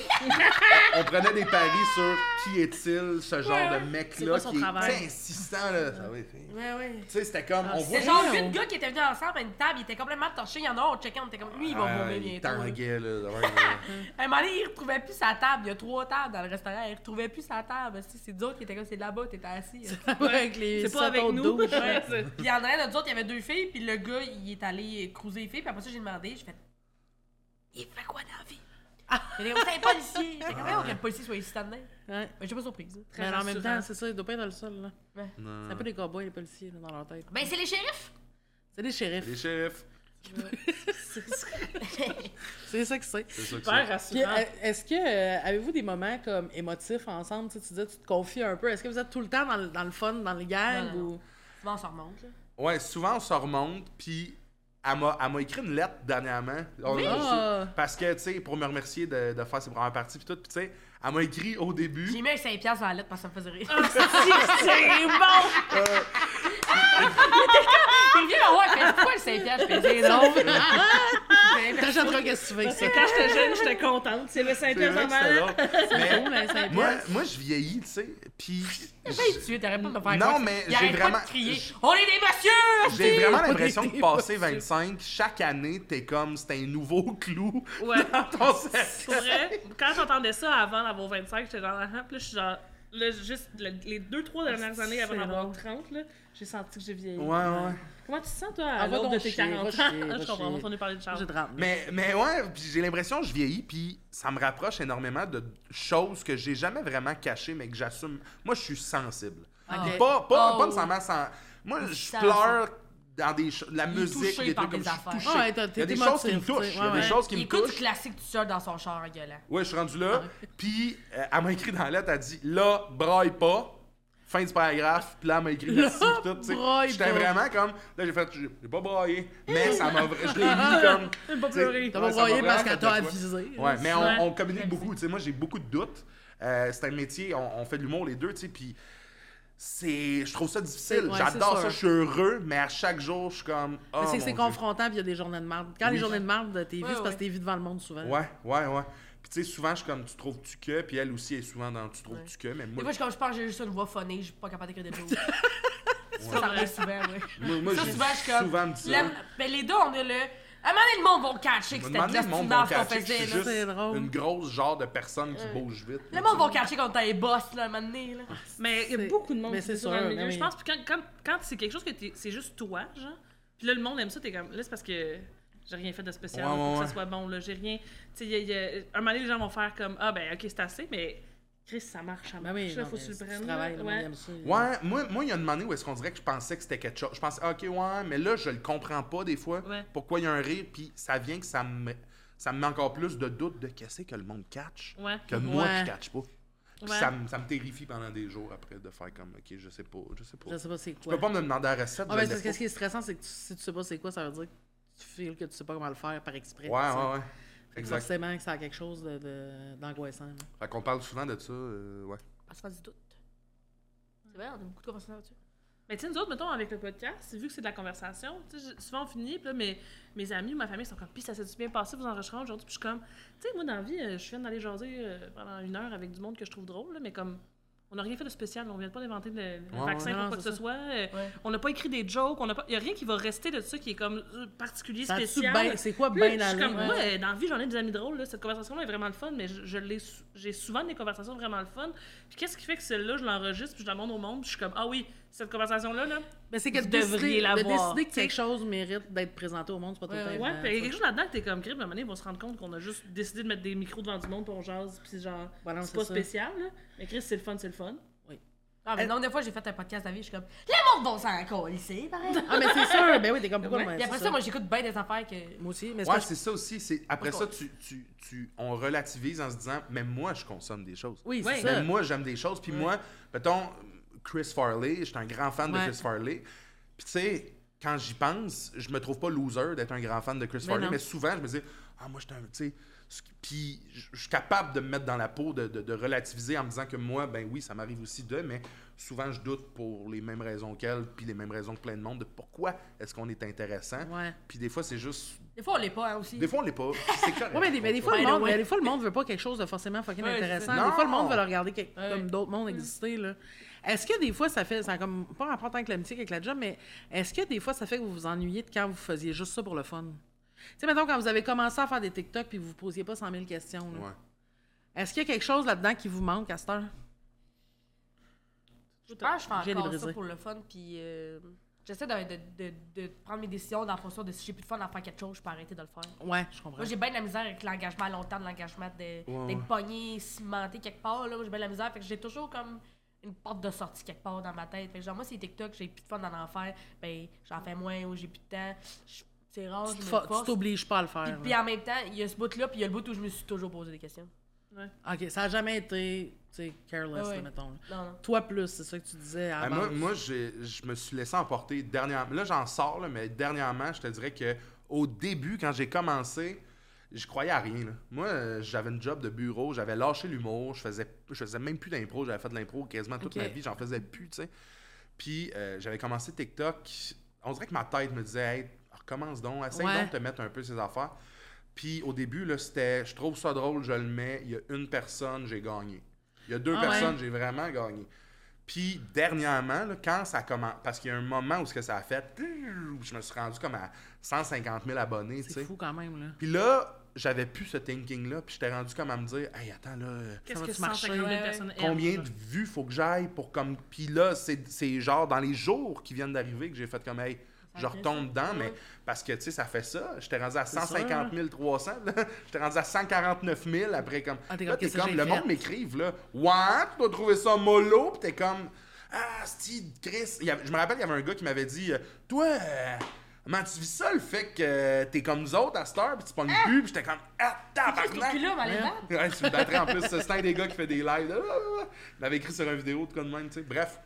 Speaker 4: On prenait des paris sur qui est-il, ce genre
Speaker 3: Ouais,
Speaker 4: de
Speaker 2: C'est
Speaker 4: mec-là
Speaker 2: quoi son
Speaker 4: qui est
Speaker 2: travail?
Speaker 4: tu sais, insistant, là. Ça, oui, c'est-
Speaker 3: ouais, ouais.
Speaker 4: tu sais, c'était comme, on voit...
Speaker 3: C'est genre
Speaker 1: voyons.
Speaker 3: huit gars qui étaient venus ensemble à une table, ils étaient complètement torchés, il y en a un, on checkait, on était comme, lui, il va
Speaker 4: Ah,
Speaker 3: vomir
Speaker 4: il
Speaker 3: bientôt. là.
Speaker 4: tanguait, là. ouais, ouais.
Speaker 3: À un moment donné, il retrouvait plus sa table. Il y a trois tables dans le restaurant. Il retrouvait plus sa table. Si C'est d'autres qui étaient comme c'est là-bas, t'étais assis. Puis
Speaker 1: Ouais, avec les
Speaker 2: C'est pas avec
Speaker 1: sautons
Speaker 2: nous.
Speaker 1: de douche.
Speaker 2: Ouais, c'est-
Speaker 3: il y en a d'autres, il y avait deux filles. Puis le gars, il est allé cruiser les filles. Puis après ça, j'ai demandé, j'ai fait Il fait quoi dans la vie Il était comme C'est un policier. J'étais comme Voyons que le policier soit ici maintenant.
Speaker 1: Ouais.
Speaker 3: Mais j'ai pas surprise.
Speaker 1: Mais en même
Speaker 2: rassurant.
Speaker 1: temps, c'est ça, il doit pas être dans le sol, là.
Speaker 3: Ouais.
Speaker 4: Non.
Speaker 1: C'est un peu des cowboys, les policiers, là, dans leur tête.
Speaker 3: Ben, c'est les shérifs.
Speaker 1: C'est des shérifs.
Speaker 4: Les chefs,
Speaker 1: C'est ça que c'est.
Speaker 4: c'est ça que
Speaker 2: Super
Speaker 4: c'est.
Speaker 1: Puis,
Speaker 2: rassurant.
Speaker 1: euh, est-ce que euh, avez-vous des moments comme émotifs ensemble? Tu sais, tu disais, tu te confies un peu. Est-ce que vous êtes tout le temps dans le, dans le fun, dans les gangs?
Speaker 3: Non, non,
Speaker 1: ou...
Speaker 3: non. Souvent, on s'en remonte. là.
Speaker 4: Ouais, souvent, on se remonte, puis elle m'a elle m'a écrit une lettre dernièrement. On-
Speaker 1: Oui!
Speaker 4: on- Parce que, tu sais, pour me remercier de, de faire ses premières parties, puis tout, puis tu sais, elle m'a écrit au début...
Speaker 3: J'ai mis un 5$ piastres dans la lettre parce que ça me faisait rire.
Speaker 2: C'est bon!
Speaker 3: Il vient me voir, il fait Pourquoi le 5$? piastres? Je fais C'est drôle.
Speaker 1: T'achèteras qu'est-ce que tu veux. avec ça.
Speaker 2: Quand j'étais jeune, j'étais contente. C'est le
Speaker 4: C'est
Speaker 2: Saint-Pierre
Speaker 4: vrai
Speaker 2: en
Speaker 4: que c'était
Speaker 2: mal.
Speaker 4: drôle. Mais
Speaker 1: Oh, ben, ça
Speaker 4: moi,
Speaker 1: intéresse.
Speaker 4: moi, je vieillis, tu sais, puis...
Speaker 3: Hey, tu t'arrêtes pas de me faire
Speaker 4: Non,
Speaker 3: croire.
Speaker 4: mais
Speaker 3: Il
Speaker 4: j'ai
Speaker 3: arrête
Speaker 4: vraiment-
Speaker 3: pas de crier. On est des messieurs!
Speaker 4: J'ai vraiment
Speaker 1: Oui,
Speaker 4: l'impression
Speaker 1: t'es
Speaker 4: que passer
Speaker 1: pas sûr.
Speaker 4: 25, chaque année, t'es comme, c'est un nouveau clou
Speaker 2: Ouais.
Speaker 4: dans ton cercle.
Speaker 2: Pour vrai, quand j'entendais ça avant d'avoir 25, j'étais genre, ah, ah, puis là, je suis genre, là, juste le- les deux, trois dernières années avant
Speaker 1: c'est
Speaker 2: d'avoir
Speaker 1: drôle.
Speaker 2: 30, là, j'ai senti que j'ai vieilli.
Speaker 4: Ouais, ouais.
Speaker 2: Comment tu te sens, toi,
Speaker 1: Ah,
Speaker 2: à
Speaker 1: va
Speaker 2: l'aube de
Speaker 1: donc
Speaker 2: tes
Speaker 1: chier,
Speaker 2: 40 ans? Ah,
Speaker 1: va chier, va
Speaker 2: Je comprends, on
Speaker 1: chier.
Speaker 2: va parler de
Speaker 1: J'ai
Speaker 2: Charles.
Speaker 1: de rame, là.
Speaker 4: Mais, mais ouais, puis j'ai l'impression que je vieillis, puis ça me rapproche énormément de choses que j'ai jamais vraiment cachées, mais que j'assume. Moi, je suis sensible.
Speaker 1: Ah.
Speaker 4: Puis Pas, pas,
Speaker 3: Oh.
Speaker 4: pas nécessairement sans... Moi, je
Speaker 3: Sensible.
Speaker 4: pleure dans des cho- la
Speaker 3: est
Speaker 4: musique,
Speaker 3: touché
Speaker 4: des
Speaker 3: par
Speaker 4: trucs comme
Speaker 3: des
Speaker 4: ça.
Speaker 3: affaires.
Speaker 1: Ouais, t'as-
Speaker 4: Il y a
Speaker 1: t'es
Speaker 4: des choses qui me
Speaker 1: émotif, tu
Speaker 4: touchent.
Speaker 1: sais,
Speaker 4: Il y a
Speaker 1: ouais,
Speaker 4: des
Speaker 1: ouais.
Speaker 4: choses qui
Speaker 3: Il
Speaker 4: me
Speaker 3: écoute
Speaker 4: touchent.
Speaker 3: du classique tout seul dans son char en gueulant.
Speaker 4: Ouais, je suis rendu là.
Speaker 1: Ah.
Speaker 4: Puis, euh, elle m'a écrit dans la lettre, elle dit Là, braille pas. Fin du paragraphe. Puis là, elle m'a écrit merci. puis tout, tu sais.
Speaker 1: braille
Speaker 4: J'étais
Speaker 1: pas.
Speaker 4: vraiment comme. Là, j'ai fait J'ai pas braillé. Mais ça m'a. Je l'ai mis comme.
Speaker 2: J'ai pas
Speaker 4: tu sais,
Speaker 2: pleuré.
Speaker 4: ouais,
Speaker 1: T'as
Speaker 4: ça
Speaker 1: pas
Speaker 4: m'a
Speaker 1: broyé
Speaker 4: vraiment
Speaker 1: parce
Speaker 4: fait
Speaker 1: qu'elle
Speaker 4: de
Speaker 1: t'a
Speaker 4: quoi.
Speaker 1: avisé.
Speaker 4: Ouais, mais
Speaker 2: Ouais.
Speaker 4: on, on communique beaucoup. Tu sais, moi, j'ai beaucoup de doutes. Euh, c'est un métier, on, on fait de l'humour les deux, tu sais. Puis. C'est, je trouve ça difficile.
Speaker 1: Ouais,
Speaker 4: J'adore
Speaker 1: c'est sûr.
Speaker 4: ça. Je suis heureux, mais à chaque jour, je suis comme.
Speaker 1: Mais
Speaker 4: Oh,
Speaker 1: c'est
Speaker 4: mon
Speaker 1: que c'est
Speaker 4: Dieu.
Speaker 1: confrontant, puis il y a des journées de merde. Quand les
Speaker 4: Oui.
Speaker 1: journées de merde, t'es vu,
Speaker 3: Ouais,
Speaker 1: c'est parce
Speaker 3: ouais.
Speaker 1: que t'es vu devant le monde souvent.
Speaker 3: Hein?
Speaker 4: Ouais, ouais, ouais. Puis, tu sais, souvent, je suis comme, tu trouves-tu que, puis elle aussi est souvent dans, tu trouves-tu que, mais
Speaker 3: Des
Speaker 4: moi,
Speaker 3: fois, je, comme, je pense que j'ai juste une voix phonée, je suis pas capable d'écrire des mots.
Speaker 2: Ouais.
Speaker 3: Ça, ça revient souvent, ouais.
Speaker 4: Moi, moi
Speaker 3: Ça,
Speaker 4: j'ai
Speaker 3: souvent, je suis comme.
Speaker 4: souvent me dit ça.
Speaker 3: la- Mais les deux, on est là. À un moment donné, le monde va catcher que
Speaker 4: Je
Speaker 3: c'était
Speaker 4: me
Speaker 3: de
Speaker 4: demandais
Speaker 3: la
Speaker 4: le monde
Speaker 3: petite
Speaker 4: va
Speaker 3: merde qu'on
Speaker 4: catcher que je
Speaker 3: faisait,
Speaker 4: suis
Speaker 3: là.
Speaker 1: là. C'est
Speaker 4: juste
Speaker 1: drôle.
Speaker 4: une grosse genre de personne qui bouge vite.
Speaker 3: Le monde va catcher quand t'es boss, là, à un moment donné, là.
Speaker 2: Mais il y a
Speaker 1: C'est-
Speaker 2: beaucoup de monde
Speaker 1: mais
Speaker 2: qui
Speaker 1: c'est
Speaker 2: dit ça dans
Speaker 1: sûr,
Speaker 2: le milieu.
Speaker 1: mais
Speaker 2: Je
Speaker 1: oui.
Speaker 2: pense que quand, quand, quand c'est quelque chose que t'es- c'est juste toi, genre, puis là, le monde aime ça, t'es comme, là, c'est parce que j'ai rien fait de spécial
Speaker 4: Ouais, ouais,
Speaker 2: pour que
Speaker 4: ouais.
Speaker 2: ça soit bon, là, j'ai rien. Tu sais, il y a- il y a- un moment donné, les gens vont faire comme, ah, ben, ok, c'est assez, mais Chris, ça marche, ça
Speaker 1: Ben
Speaker 2: marche,
Speaker 1: oui,
Speaker 2: là,
Speaker 1: non,
Speaker 2: faut
Speaker 1: mais
Speaker 2: se le
Speaker 1: c'est du
Speaker 2: prendre.
Speaker 1: travail, le
Speaker 2: ouais.
Speaker 1: monde aime ça.
Speaker 4: Ouais, moi, moi, il y a une année où est-ce qu'on dirait que je pensais que c'était quelque chose. Je pensais, ok, ouais, mais là, je le comprends pas des fois.
Speaker 2: Ouais.
Speaker 4: Pourquoi il y a un rire, puis ça vient que ça me, ça me met encore plus de doute de qu'est-ce que le monde catch,
Speaker 2: Ouais.
Speaker 4: que moi,
Speaker 1: Ouais.
Speaker 4: je catch pas. Puis
Speaker 2: Ouais.
Speaker 4: ça, me- ça me terrifie pendant des jours après de faire comme, ok, je sais pas, je sais pas.
Speaker 1: Je sais pas c'est
Speaker 4: Je
Speaker 1: quoi.
Speaker 4: peux pas me demander la recette.
Speaker 1: Ah, ben,
Speaker 4: je l'ai
Speaker 1: c'est parce
Speaker 4: pas.
Speaker 1: que ce qui est stressant, c'est que tu- si tu sais pas c'est quoi, ça veut dire que tu files que tu sais pas comment le faire par exprès.
Speaker 4: Ouais,
Speaker 1: tu sais.
Speaker 4: ouais, ouais. Exact.
Speaker 1: Forcément que ça a quelque chose de- de- d'angoissant. là.
Speaker 4: Fait qu'on parle souvent de ça, euh, ouais.
Speaker 3: On se fait du doute. C'est vrai, on a beaucoup de conversations là-dessus.
Speaker 2: Mais tu sais, nous autres, mettons, avec le podcast, vu que c'est de la conversation, tu sais, je- souvent on finit, puis là, mes, mes amis ou ma famille sont comme, pis ça s'est bien passé, vous enregistrez aujourd'hui, puis je suis comme, tu sais, moi, dans la vie, euh, je viens d'aller jaser euh, pendant une heure avec du monde que je trouve drôle, là, mais comme, On n'a rien fait de spécial, on vient pas d'inventer le, le
Speaker 4: Ouais,
Speaker 2: vaccin
Speaker 1: ouais.
Speaker 2: pour
Speaker 1: Non,
Speaker 2: quoi que
Speaker 1: c'est
Speaker 2: ce
Speaker 1: ça.
Speaker 2: soit. euh,
Speaker 3: Ouais.
Speaker 2: On n'a pas écrit des jokes, on n'a pas. Il n'y a rien qui va rester de ça qui est comme euh, particulier,
Speaker 1: Ça a-tu
Speaker 2: spécial.
Speaker 1: ben- c'est quoi
Speaker 2: Puis
Speaker 1: ben
Speaker 2: je suis
Speaker 1: allé,
Speaker 2: comme,
Speaker 1: ouais.
Speaker 2: moi, euh, dans la vie, j'en ai des amis drôles. Là. Cette conversation-là est vraiment le fun, mais je, je l'ai sou- j'ai souvent des conversations vraiment le fun. Puis qu'est-ce qui fait que celle-là, je l'enregistre, puis je la montre au monde, puis je suis comme, ah oui, cette conversation-là, là,
Speaker 1: Mais c'est que
Speaker 2: Vous
Speaker 1: de décider-
Speaker 2: devriez
Speaker 1: de
Speaker 2: l'avoir,
Speaker 1: décider que
Speaker 2: t'sais.
Speaker 1: quelque chose mérite d'être présenté au monde, c'est pas tout le temps.
Speaker 3: Ouais,
Speaker 2: Ouais,
Speaker 1: évident,
Speaker 2: pis il y a
Speaker 1: t'sais.
Speaker 2: quelque chose là-dedans que t'es comme crime, à un moment donné, ils vont se rendre compte qu'on a juste décidé de mettre des micros devant du monde, pour on jase, pis c'est genre,
Speaker 1: Ouais, non,
Speaker 2: c'est
Speaker 1: c'est
Speaker 2: pas
Speaker 1: ça.
Speaker 2: spécial, là. Mais Chris, c'est le fun, c'est le fun.
Speaker 3: Ah, mais non, des fois, j'ai fait un podcast à vie, je suis comme, le monde va s'en colisser, pareil.
Speaker 1: Ah, mais c'est sûr, ben oui, t'es comme pourquoi
Speaker 3: Ouais.
Speaker 1: moi,
Speaker 3: Puis
Speaker 1: c'est
Speaker 3: après ça,
Speaker 1: ça.
Speaker 3: moi, j'écoute bien des affaires que.
Speaker 1: Moi aussi, mais c'est
Speaker 4: Ouais,
Speaker 1: parce que-
Speaker 4: c'est ça aussi. C'est après ça, tu, tu, tu, on relativise en se disant, même moi, je consomme des choses.
Speaker 1: Oui, c'est
Speaker 2: Ouais.
Speaker 1: ça.
Speaker 4: Même moi, j'aime des choses. Puis moi, mettons, Chris Farley, je suis un grand fan
Speaker 1: Ouais.
Speaker 4: de Chris Farley. Puis tu sais, quand j'y pense, je me trouve pas loser d'être un grand fan de Chris
Speaker 1: Mais
Speaker 4: Farley,
Speaker 1: non.
Speaker 4: mais souvent, je me dis, ah, moi, je suis un. Tu sais, ce qui- puis je je suis capable de me mettre dans la peau, de, de- de relativiser en me disant que moi, ben oui, ça m'arrive aussi de, mais souvent, je doute pour les mêmes raisons qu'elle, puis les mêmes raisons que plein de monde, de pourquoi est-ce qu'on est intéressant.
Speaker 1: Ouais.
Speaker 4: Puis des fois, c'est juste
Speaker 3: Des fois, on l'est pas, hein, aussi.
Speaker 4: des fois, on l'est pas. C'est correct.
Speaker 1: Ouais, mais des, mais des fois, le
Speaker 3: By the
Speaker 1: monde,
Speaker 3: way.
Speaker 1: mais des fois, le monde veut pas quelque chose de forcément fucking
Speaker 3: Ouais,
Speaker 1: intéressant.
Speaker 4: c'est-
Speaker 1: Des fois, le
Speaker 4: Non.
Speaker 1: monde veut le regarder quelque-
Speaker 3: Ouais.
Speaker 1: comme d'autres mondes exister, là. Est-ce que des fois, ça fait, ça a comme, pas rapport tant que la musique avec la job, mais est-ce que des fois, ça fait que vous vous ennuyez de quand vous faisiez juste ça pour le fun? Tu sais, mettons, quand vous avez commencé à faire des TikTok puis vous vous posiez pas 100 000 questions, là.
Speaker 4: Ouais.
Speaker 1: Est-ce qu'il y a quelque chose là-dedans qui vous manque à cette heure?
Speaker 3: Je pense que je
Speaker 1: J'ai
Speaker 3: fais
Speaker 1: les
Speaker 3: encore ça
Speaker 1: brisés.
Speaker 3: pour le fun, puis euh, j'essaie de, de, de, de prendre mes décisions en fonction de si j'ai plus de fun à faire quelque chose, je peux arrêter de le faire.
Speaker 1: Ouais, je comprends.
Speaker 3: Moi, j'ai bien de la misère avec l'engagement à long terme, l'engagement de- d'être
Speaker 4: ouais.
Speaker 3: pogné, cimenté quelque part. Là. Moi, j'ai bien de la misère. Fait que j'ai toujours comme une porte de sortie quelque part dans ma tête. Fait que genre, moi, c'est TikTok, j'ai plus de fun d'en en faire. Ben, j'en fais moins ou j'ai plus de temps. Je- C'est rare, je
Speaker 1: Tu
Speaker 3: me
Speaker 1: te fa- tu
Speaker 3: force.
Speaker 1: t'obliges pas à le
Speaker 3: Puis,
Speaker 1: faire.
Speaker 3: puis
Speaker 1: là.
Speaker 3: en même temps, il y a ce bout-là, puis il y a le bout où je me suis toujours posé des questions.
Speaker 1: Ok, ça a jamais été, tu sais, careless,
Speaker 3: Ah ouais.
Speaker 1: là, mettons. là.
Speaker 3: Non, non.
Speaker 1: Toi plus, c'est ça que tu disais
Speaker 4: Ah,
Speaker 1: avant.
Speaker 4: moi, moi, j'ai- je me suis laissé emporter dernièrement. Là, j'en sors, là, mais dernièrement, je te dirais que au début, quand j'ai commencé, je croyais à rien. là. Moi, euh, j'avais une job de bureau, j'avais lâché l'humour, je faisais, je faisais même plus d'impro, j'avais fait de l'impro quasiment toute
Speaker 1: Ok.
Speaker 4: ma vie, j'en faisais plus, tu sais. Puis euh, j'avais commencé TikTok. On dirait que ma tête me disait, hey, recommence donc, essaye
Speaker 1: Ouais.
Speaker 4: donc de te mettre un peu ces affaires. Puis au début, là, c'était, je trouve ça drôle, je le mets. Il y a une personne, j'ai gagné. Il y a deux
Speaker 1: Ah ouais.
Speaker 4: personnes, j'ai vraiment gagné. Puis dernièrement, là, quand ça commence, parce qu'il y a un moment où ce que ça a fait, je me suis rendu comme à 150 000 abonnés, tu
Speaker 1: c'est
Speaker 4: sais.
Speaker 1: fou quand même, là.
Speaker 4: Puis là, j'avais plus ce thinking-là, puis j'étais rendu comme à me dire, hey, attends, là, euh,
Speaker 2: Qu'est-ce
Speaker 1: va
Speaker 2: que
Speaker 1: tu marcher?
Speaker 2: 152
Speaker 3: Ouais, ouais.
Speaker 2: personnes aiment,
Speaker 4: combien
Speaker 2: là?
Speaker 4: de vues faut que j'aille pour comme. Puis là, c'est c'est genre dans les jours qui viennent d'arriver que j'ai fait comme, hey, je
Speaker 3: fait
Speaker 4: retombe dedans, mais
Speaker 3: Ouais.
Speaker 4: parce que, tu sais, ça fait ça. J'étais rendu à
Speaker 1: sûr, hein.
Speaker 4: 150 300, là. J'étais rendu à 149 000 après, comme.
Speaker 1: Ah, t'es
Speaker 4: là,
Speaker 1: comme,
Speaker 4: t'es
Speaker 1: qu'est-ce que
Speaker 4: comme,
Speaker 1: j'ai
Speaker 4: le
Speaker 1: fait?
Speaker 4: monde m'écrive, là. Ouais, tu dois trouver ça mollo, puis t'es comme. Ah, Steve, Chris. Il y avait- je me rappelle, il y avait un gars qui m'avait dit, euh, toi. euh, Comment tu vis ça, le fait que euh, t'es comme nous autres à cette heure, pis tu pognes plus, pis j'étais comme, ah,
Speaker 3: Qu'est-ce
Speaker 4: tabarnak!
Speaker 3: que là, mais allez,
Speaker 1: Ouais.
Speaker 3: va.
Speaker 4: Ouais, tu le battrais en plus. C'est un des gars qui fait des lives. Ah, là, là, là. Il avait écrit sur une vidéo de quoi de même, tu sais. Bref,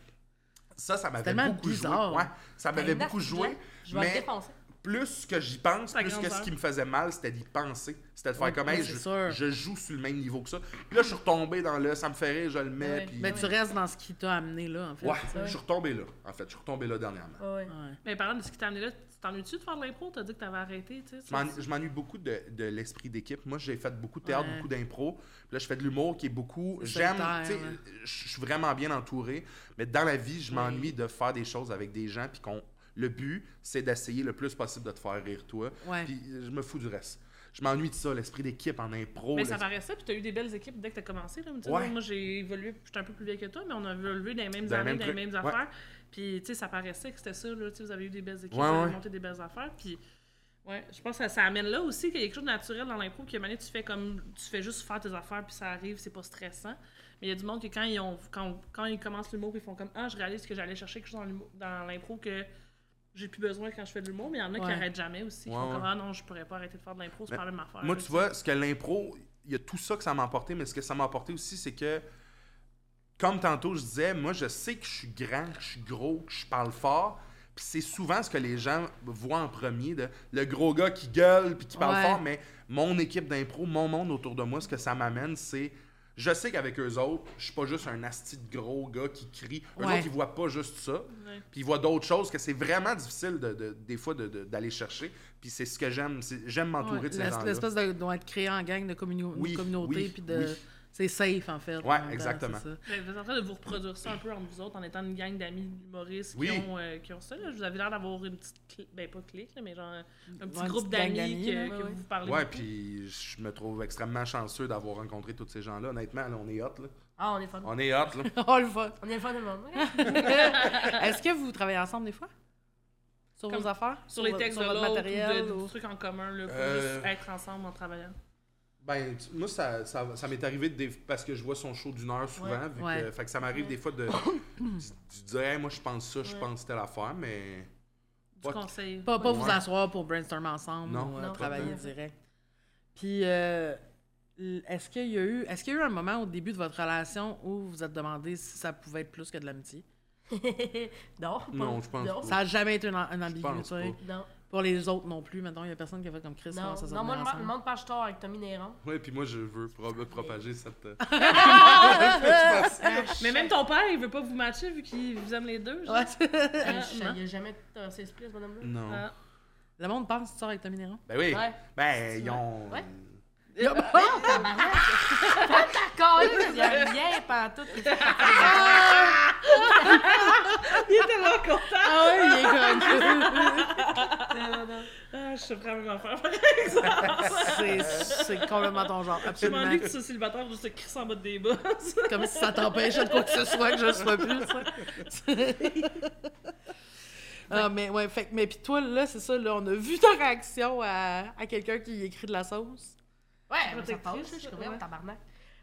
Speaker 4: ça, ça m'avait
Speaker 1: Tellement
Speaker 4: beaucoup
Speaker 1: bizarre.
Speaker 4: joué. Ouais, ça m'avait
Speaker 3: Ben,
Speaker 4: beaucoup
Speaker 3: nasty,
Speaker 4: joué.
Speaker 3: Jack. Je vais le
Speaker 4: Mais
Speaker 3: défoncer.
Speaker 4: plus que j'y pense,
Speaker 2: Ta
Speaker 4: plus que
Speaker 2: grandeur.
Speaker 4: ce qui me faisait mal, c'était d'y penser. C'était de faire
Speaker 1: Oui,
Speaker 4: comme,
Speaker 1: oui,
Speaker 4: hey,
Speaker 1: c'est
Speaker 4: je,
Speaker 1: sûr.
Speaker 4: je joue sur le même niveau que ça. Puis là, je suis retombé dans le ça me fait rire, je le mets.
Speaker 3: Ouais.
Speaker 4: Puis...
Speaker 1: Mais Ben, tu restes dans ce qui t'a amené là, en fait.
Speaker 4: Ouais,
Speaker 1: c'est ça?
Speaker 4: je suis retombé là. En fait, je suis retombé là dernièrement.
Speaker 3: Ah, Ouais, ouais.
Speaker 1: Ouais.
Speaker 2: Mais parlant de ce qui t'a amené là, tu t'ennuies-tu de faire de l'impro? T'as dit que t'avais arrêté, tu sais.
Speaker 4: Je m'en- Je m'ennuie beaucoup de, de l'esprit d'équipe. Moi, j'ai fait beaucoup de théâtre,
Speaker 1: Ouais.
Speaker 4: beaucoup d'impro. Puis Là, je fais de l'humour qui est beaucoup.
Speaker 1: C'est
Speaker 4: J'aime.
Speaker 1: solitaire, hein.
Speaker 4: tu sais,
Speaker 1: ouais.
Speaker 4: Je suis vraiment bien entouré. Mais dans la vie, je m'ennuie de faire des choses avec des gens. Puis qu'on. Le but, c'est d'essayer le plus possible de te faire rire, toi.
Speaker 1: Ouais.
Speaker 4: Puis euh, je me fous du reste. Je m'ennuie de ça, l'esprit d'équipe en impro.
Speaker 2: Mais ça
Speaker 4: l'esprit-
Speaker 2: paraissait, puis t'as eu des belles équipes dès que t'as commencé. Là, me dire,
Speaker 4: Ouais.
Speaker 2: Moi, j'ai évolué, puis j'étais un peu plus vieille que toi, mais on a évolué dans les mêmes
Speaker 4: Dans les
Speaker 2: années,
Speaker 4: mêmes
Speaker 2: dans les
Speaker 4: trucs.
Speaker 2: mêmes
Speaker 4: Ouais.
Speaker 2: affaires. Puis, tu sais, ça paraissait que c'était ça, là, tu sais, vous avez eu des belles équipes,
Speaker 4: Ouais,
Speaker 2: vous avez
Speaker 4: ouais.
Speaker 2: monté des belles affaires. Puis, ouais, je pense que ça, ça amène là aussi qu'il y a quelque chose de naturel dans l'impro, que maintenant, tu fais comme, tu fais juste faire tes affaires, puis ça arrive, c'est pas stressant. Mais il y a du monde que quand ils, ont, quand, quand ils commencent l'humour, puis ils font comme, ah, je réalise que j'allais chercher quelque chose dans l'humour- dans l'impro que j'ai plus besoin quand je fais de l'humour, mais il y en a qui
Speaker 1: Ouais.
Speaker 2: arrêtent jamais aussi. qui
Speaker 4: Ouais,
Speaker 2: font comme,
Speaker 4: ouais.
Speaker 2: ah non, je pourrais pas arrêter de faire de l'impro, c'est
Speaker 4: Mais
Speaker 2: pas la même affaire.
Speaker 4: Moi,
Speaker 2: là,
Speaker 4: tu vois, ce que l'impro, il y a tout ça que ça m'a apporté, mais ce que ça m'a apporté aussi, c'est que, comme tantôt je disais, moi, je sais que je suis grand, que je suis gros, que je parle fort. Puis c'est souvent ce que les gens voient en premier, de le gros gars qui gueule puis qui parle
Speaker 1: Ouais.
Speaker 4: fort, mais mon équipe d'impro, mon monde autour de moi, ce que ça m'amène, c'est. Je sais qu'avec eux autres, je suis pas juste un asti de gros gars qui crie. Eux
Speaker 1: Ouais.
Speaker 4: autres, ils voient pas juste ça. Puis ils voient d'autres choses que c'est vraiment difficile, de, de- des fois, de- de- d'aller chercher. Puis c'est ce que j'aime. c'est- J'aime m'entourer
Speaker 1: Ouais,
Speaker 4: de ces
Speaker 1: l'es-
Speaker 4: gens-là.
Speaker 1: L'espèce de, doit être créé en gang de, communi-
Speaker 4: Oui,
Speaker 1: de communauté,
Speaker 4: oui,
Speaker 1: puis de
Speaker 4: oui.
Speaker 1: C'est safe, en fait. en
Speaker 4: Ouais,
Speaker 1: même temps,
Speaker 4: exactement.
Speaker 1: c'est ça.
Speaker 2: Ben, Vous êtes en train de vous reproduire ça un peu entre vous autres en étant une gang d'amis humoristes
Speaker 4: Oui.
Speaker 2: qui, ont, euh, qui ont ça. Là. Vous avez l'air d'avoir une petite. cli- Ben, pas clique, là, mais genre un petit
Speaker 1: Ouais, une
Speaker 2: groupe
Speaker 1: petite gang
Speaker 2: d'amis
Speaker 1: d'amis,
Speaker 2: que,
Speaker 1: là,
Speaker 2: que
Speaker 1: ouais,
Speaker 2: vous parlez.
Speaker 4: Ouais,
Speaker 2: beaucoup.
Speaker 4: puis je me trouve extrêmement chanceux d'avoir rencontré tous ces gens-là. Honnêtement, là, on est hot, là.
Speaker 3: Ah, on est fun.
Speaker 4: On est hot, là.
Speaker 1: On le vote.
Speaker 3: On est le fun de le monde.
Speaker 1: Est-ce que vous travaillez ensemble des fois? Sur
Speaker 2: Comme
Speaker 1: vos affaires?
Speaker 2: Sur les
Speaker 1: vo-
Speaker 2: textes
Speaker 1: sur
Speaker 2: de
Speaker 1: votre
Speaker 2: l'autre, ou
Speaker 1: matériel?
Speaker 2: de,
Speaker 1: ou-
Speaker 2: des trucs en commun, là, pour
Speaker 4: Euh.
Speaker 2: juste être ensemble en travaillant.
Speaker 4: Ben, tu- moi, ça, ça, ça m'est arrivé de, dév- parce que je vois son show d'une heure souvent. vu que-
Speaker 1: Ouais.
Speaker 4: fait que ça m'arrive des fois de, de- de dire, Hey, moi, je pense ça, je
Speaker 2: Ouais.
Speaker 4: pense telle affaire, mais.
Speaker 2: Du
Speaker 4: Ouais.
Speaker 2: conseil.
Speaker 1: Pas, pas vous
Speaker 4: Ouais.
Speaker 1: asseoir pour brainstorm ensemble
Speaker 4: Non,
Speaker 1: ou euh,
Speaker 4: non,
Speaker 1: travailler
Speaker 4: pas
Speaker 1: direct. Puis, euh, l- est-ce qu'il y, a eu- est-ce qu'il y a eu un moment au début de votre relation où vous vous êtes demandé si ça pouvait être plus que de l'amitié?
Speaker 3: non, pas-
Speaker 4: Non, je pense
Speaker 3: Non,
Speaker 4: pas.
Speaker 1: Ça n'a jamais été une, une
Speaker 4: pense
Speaker 1: ambiguïté.
Speaker 4: pas.
Speaker 3: non.
Speaker 1: Pour les autres non plus, maintenant, il n'y a personne qui a fait comme Chris.
Speaker 3: Non,
Speaker 1: ça
Speaker 3: non, moi, le monde- le monde parle tard avec Tommy Néron.
Speaker 4: Ouais, puis moi, je veux pro- propager cette. euh,
Speaker 2: Mais même ton père, il veut pas vous matcher vu qu'il vous aime les deux. genre.
Speaker 3: Hey,
Speaker 2: Ah,
Speaker 3: Euh, je-
Speaker 2: non.
Speaker 3: Il a jamais traversé l'esprit, ce bonhomme-là.
Speaker 4: non.
Speaker 2: Ah.
Speaker 1: le monde pense que tu sors avec Tommy Néron.
Speaker 4: Ben oui.
Speaker 3: Ouais.
Speaker 4: Ben, ils ont.
Speaker 3: Ouais.
Speaker 1: Ils
Speaker 3: D'accord, là, il y a rien pantoute.
Speaker 2: Il était là content.
Speaker 1: Ah oui, il est comme
Speaker 2: Ah, je suis vraiment faire.
Speaker 1: C'est- C'est complètement ton genre,
Speaker 2: Je m'en
Speaker 1: absolument.
Speaker 2: dis que ce célibataire juste se crisser en mode débat.
Speaker 1: Comme si ça t'empêchait de quoi que ce soit que je sois plus, tu sais. Ah, mais ouais, fait que- mais puis toi, là, c'est ça, là, on a vu ta réaction à, à quelqu'un qui écrit de la sauce.
Speaker 3: Ouais, mais ça
Speaker 2: Protectrice,
Speaker 3: passe, je suis
Speaker 2: ouais.
Speaker 3: comme ouais, tabarnak.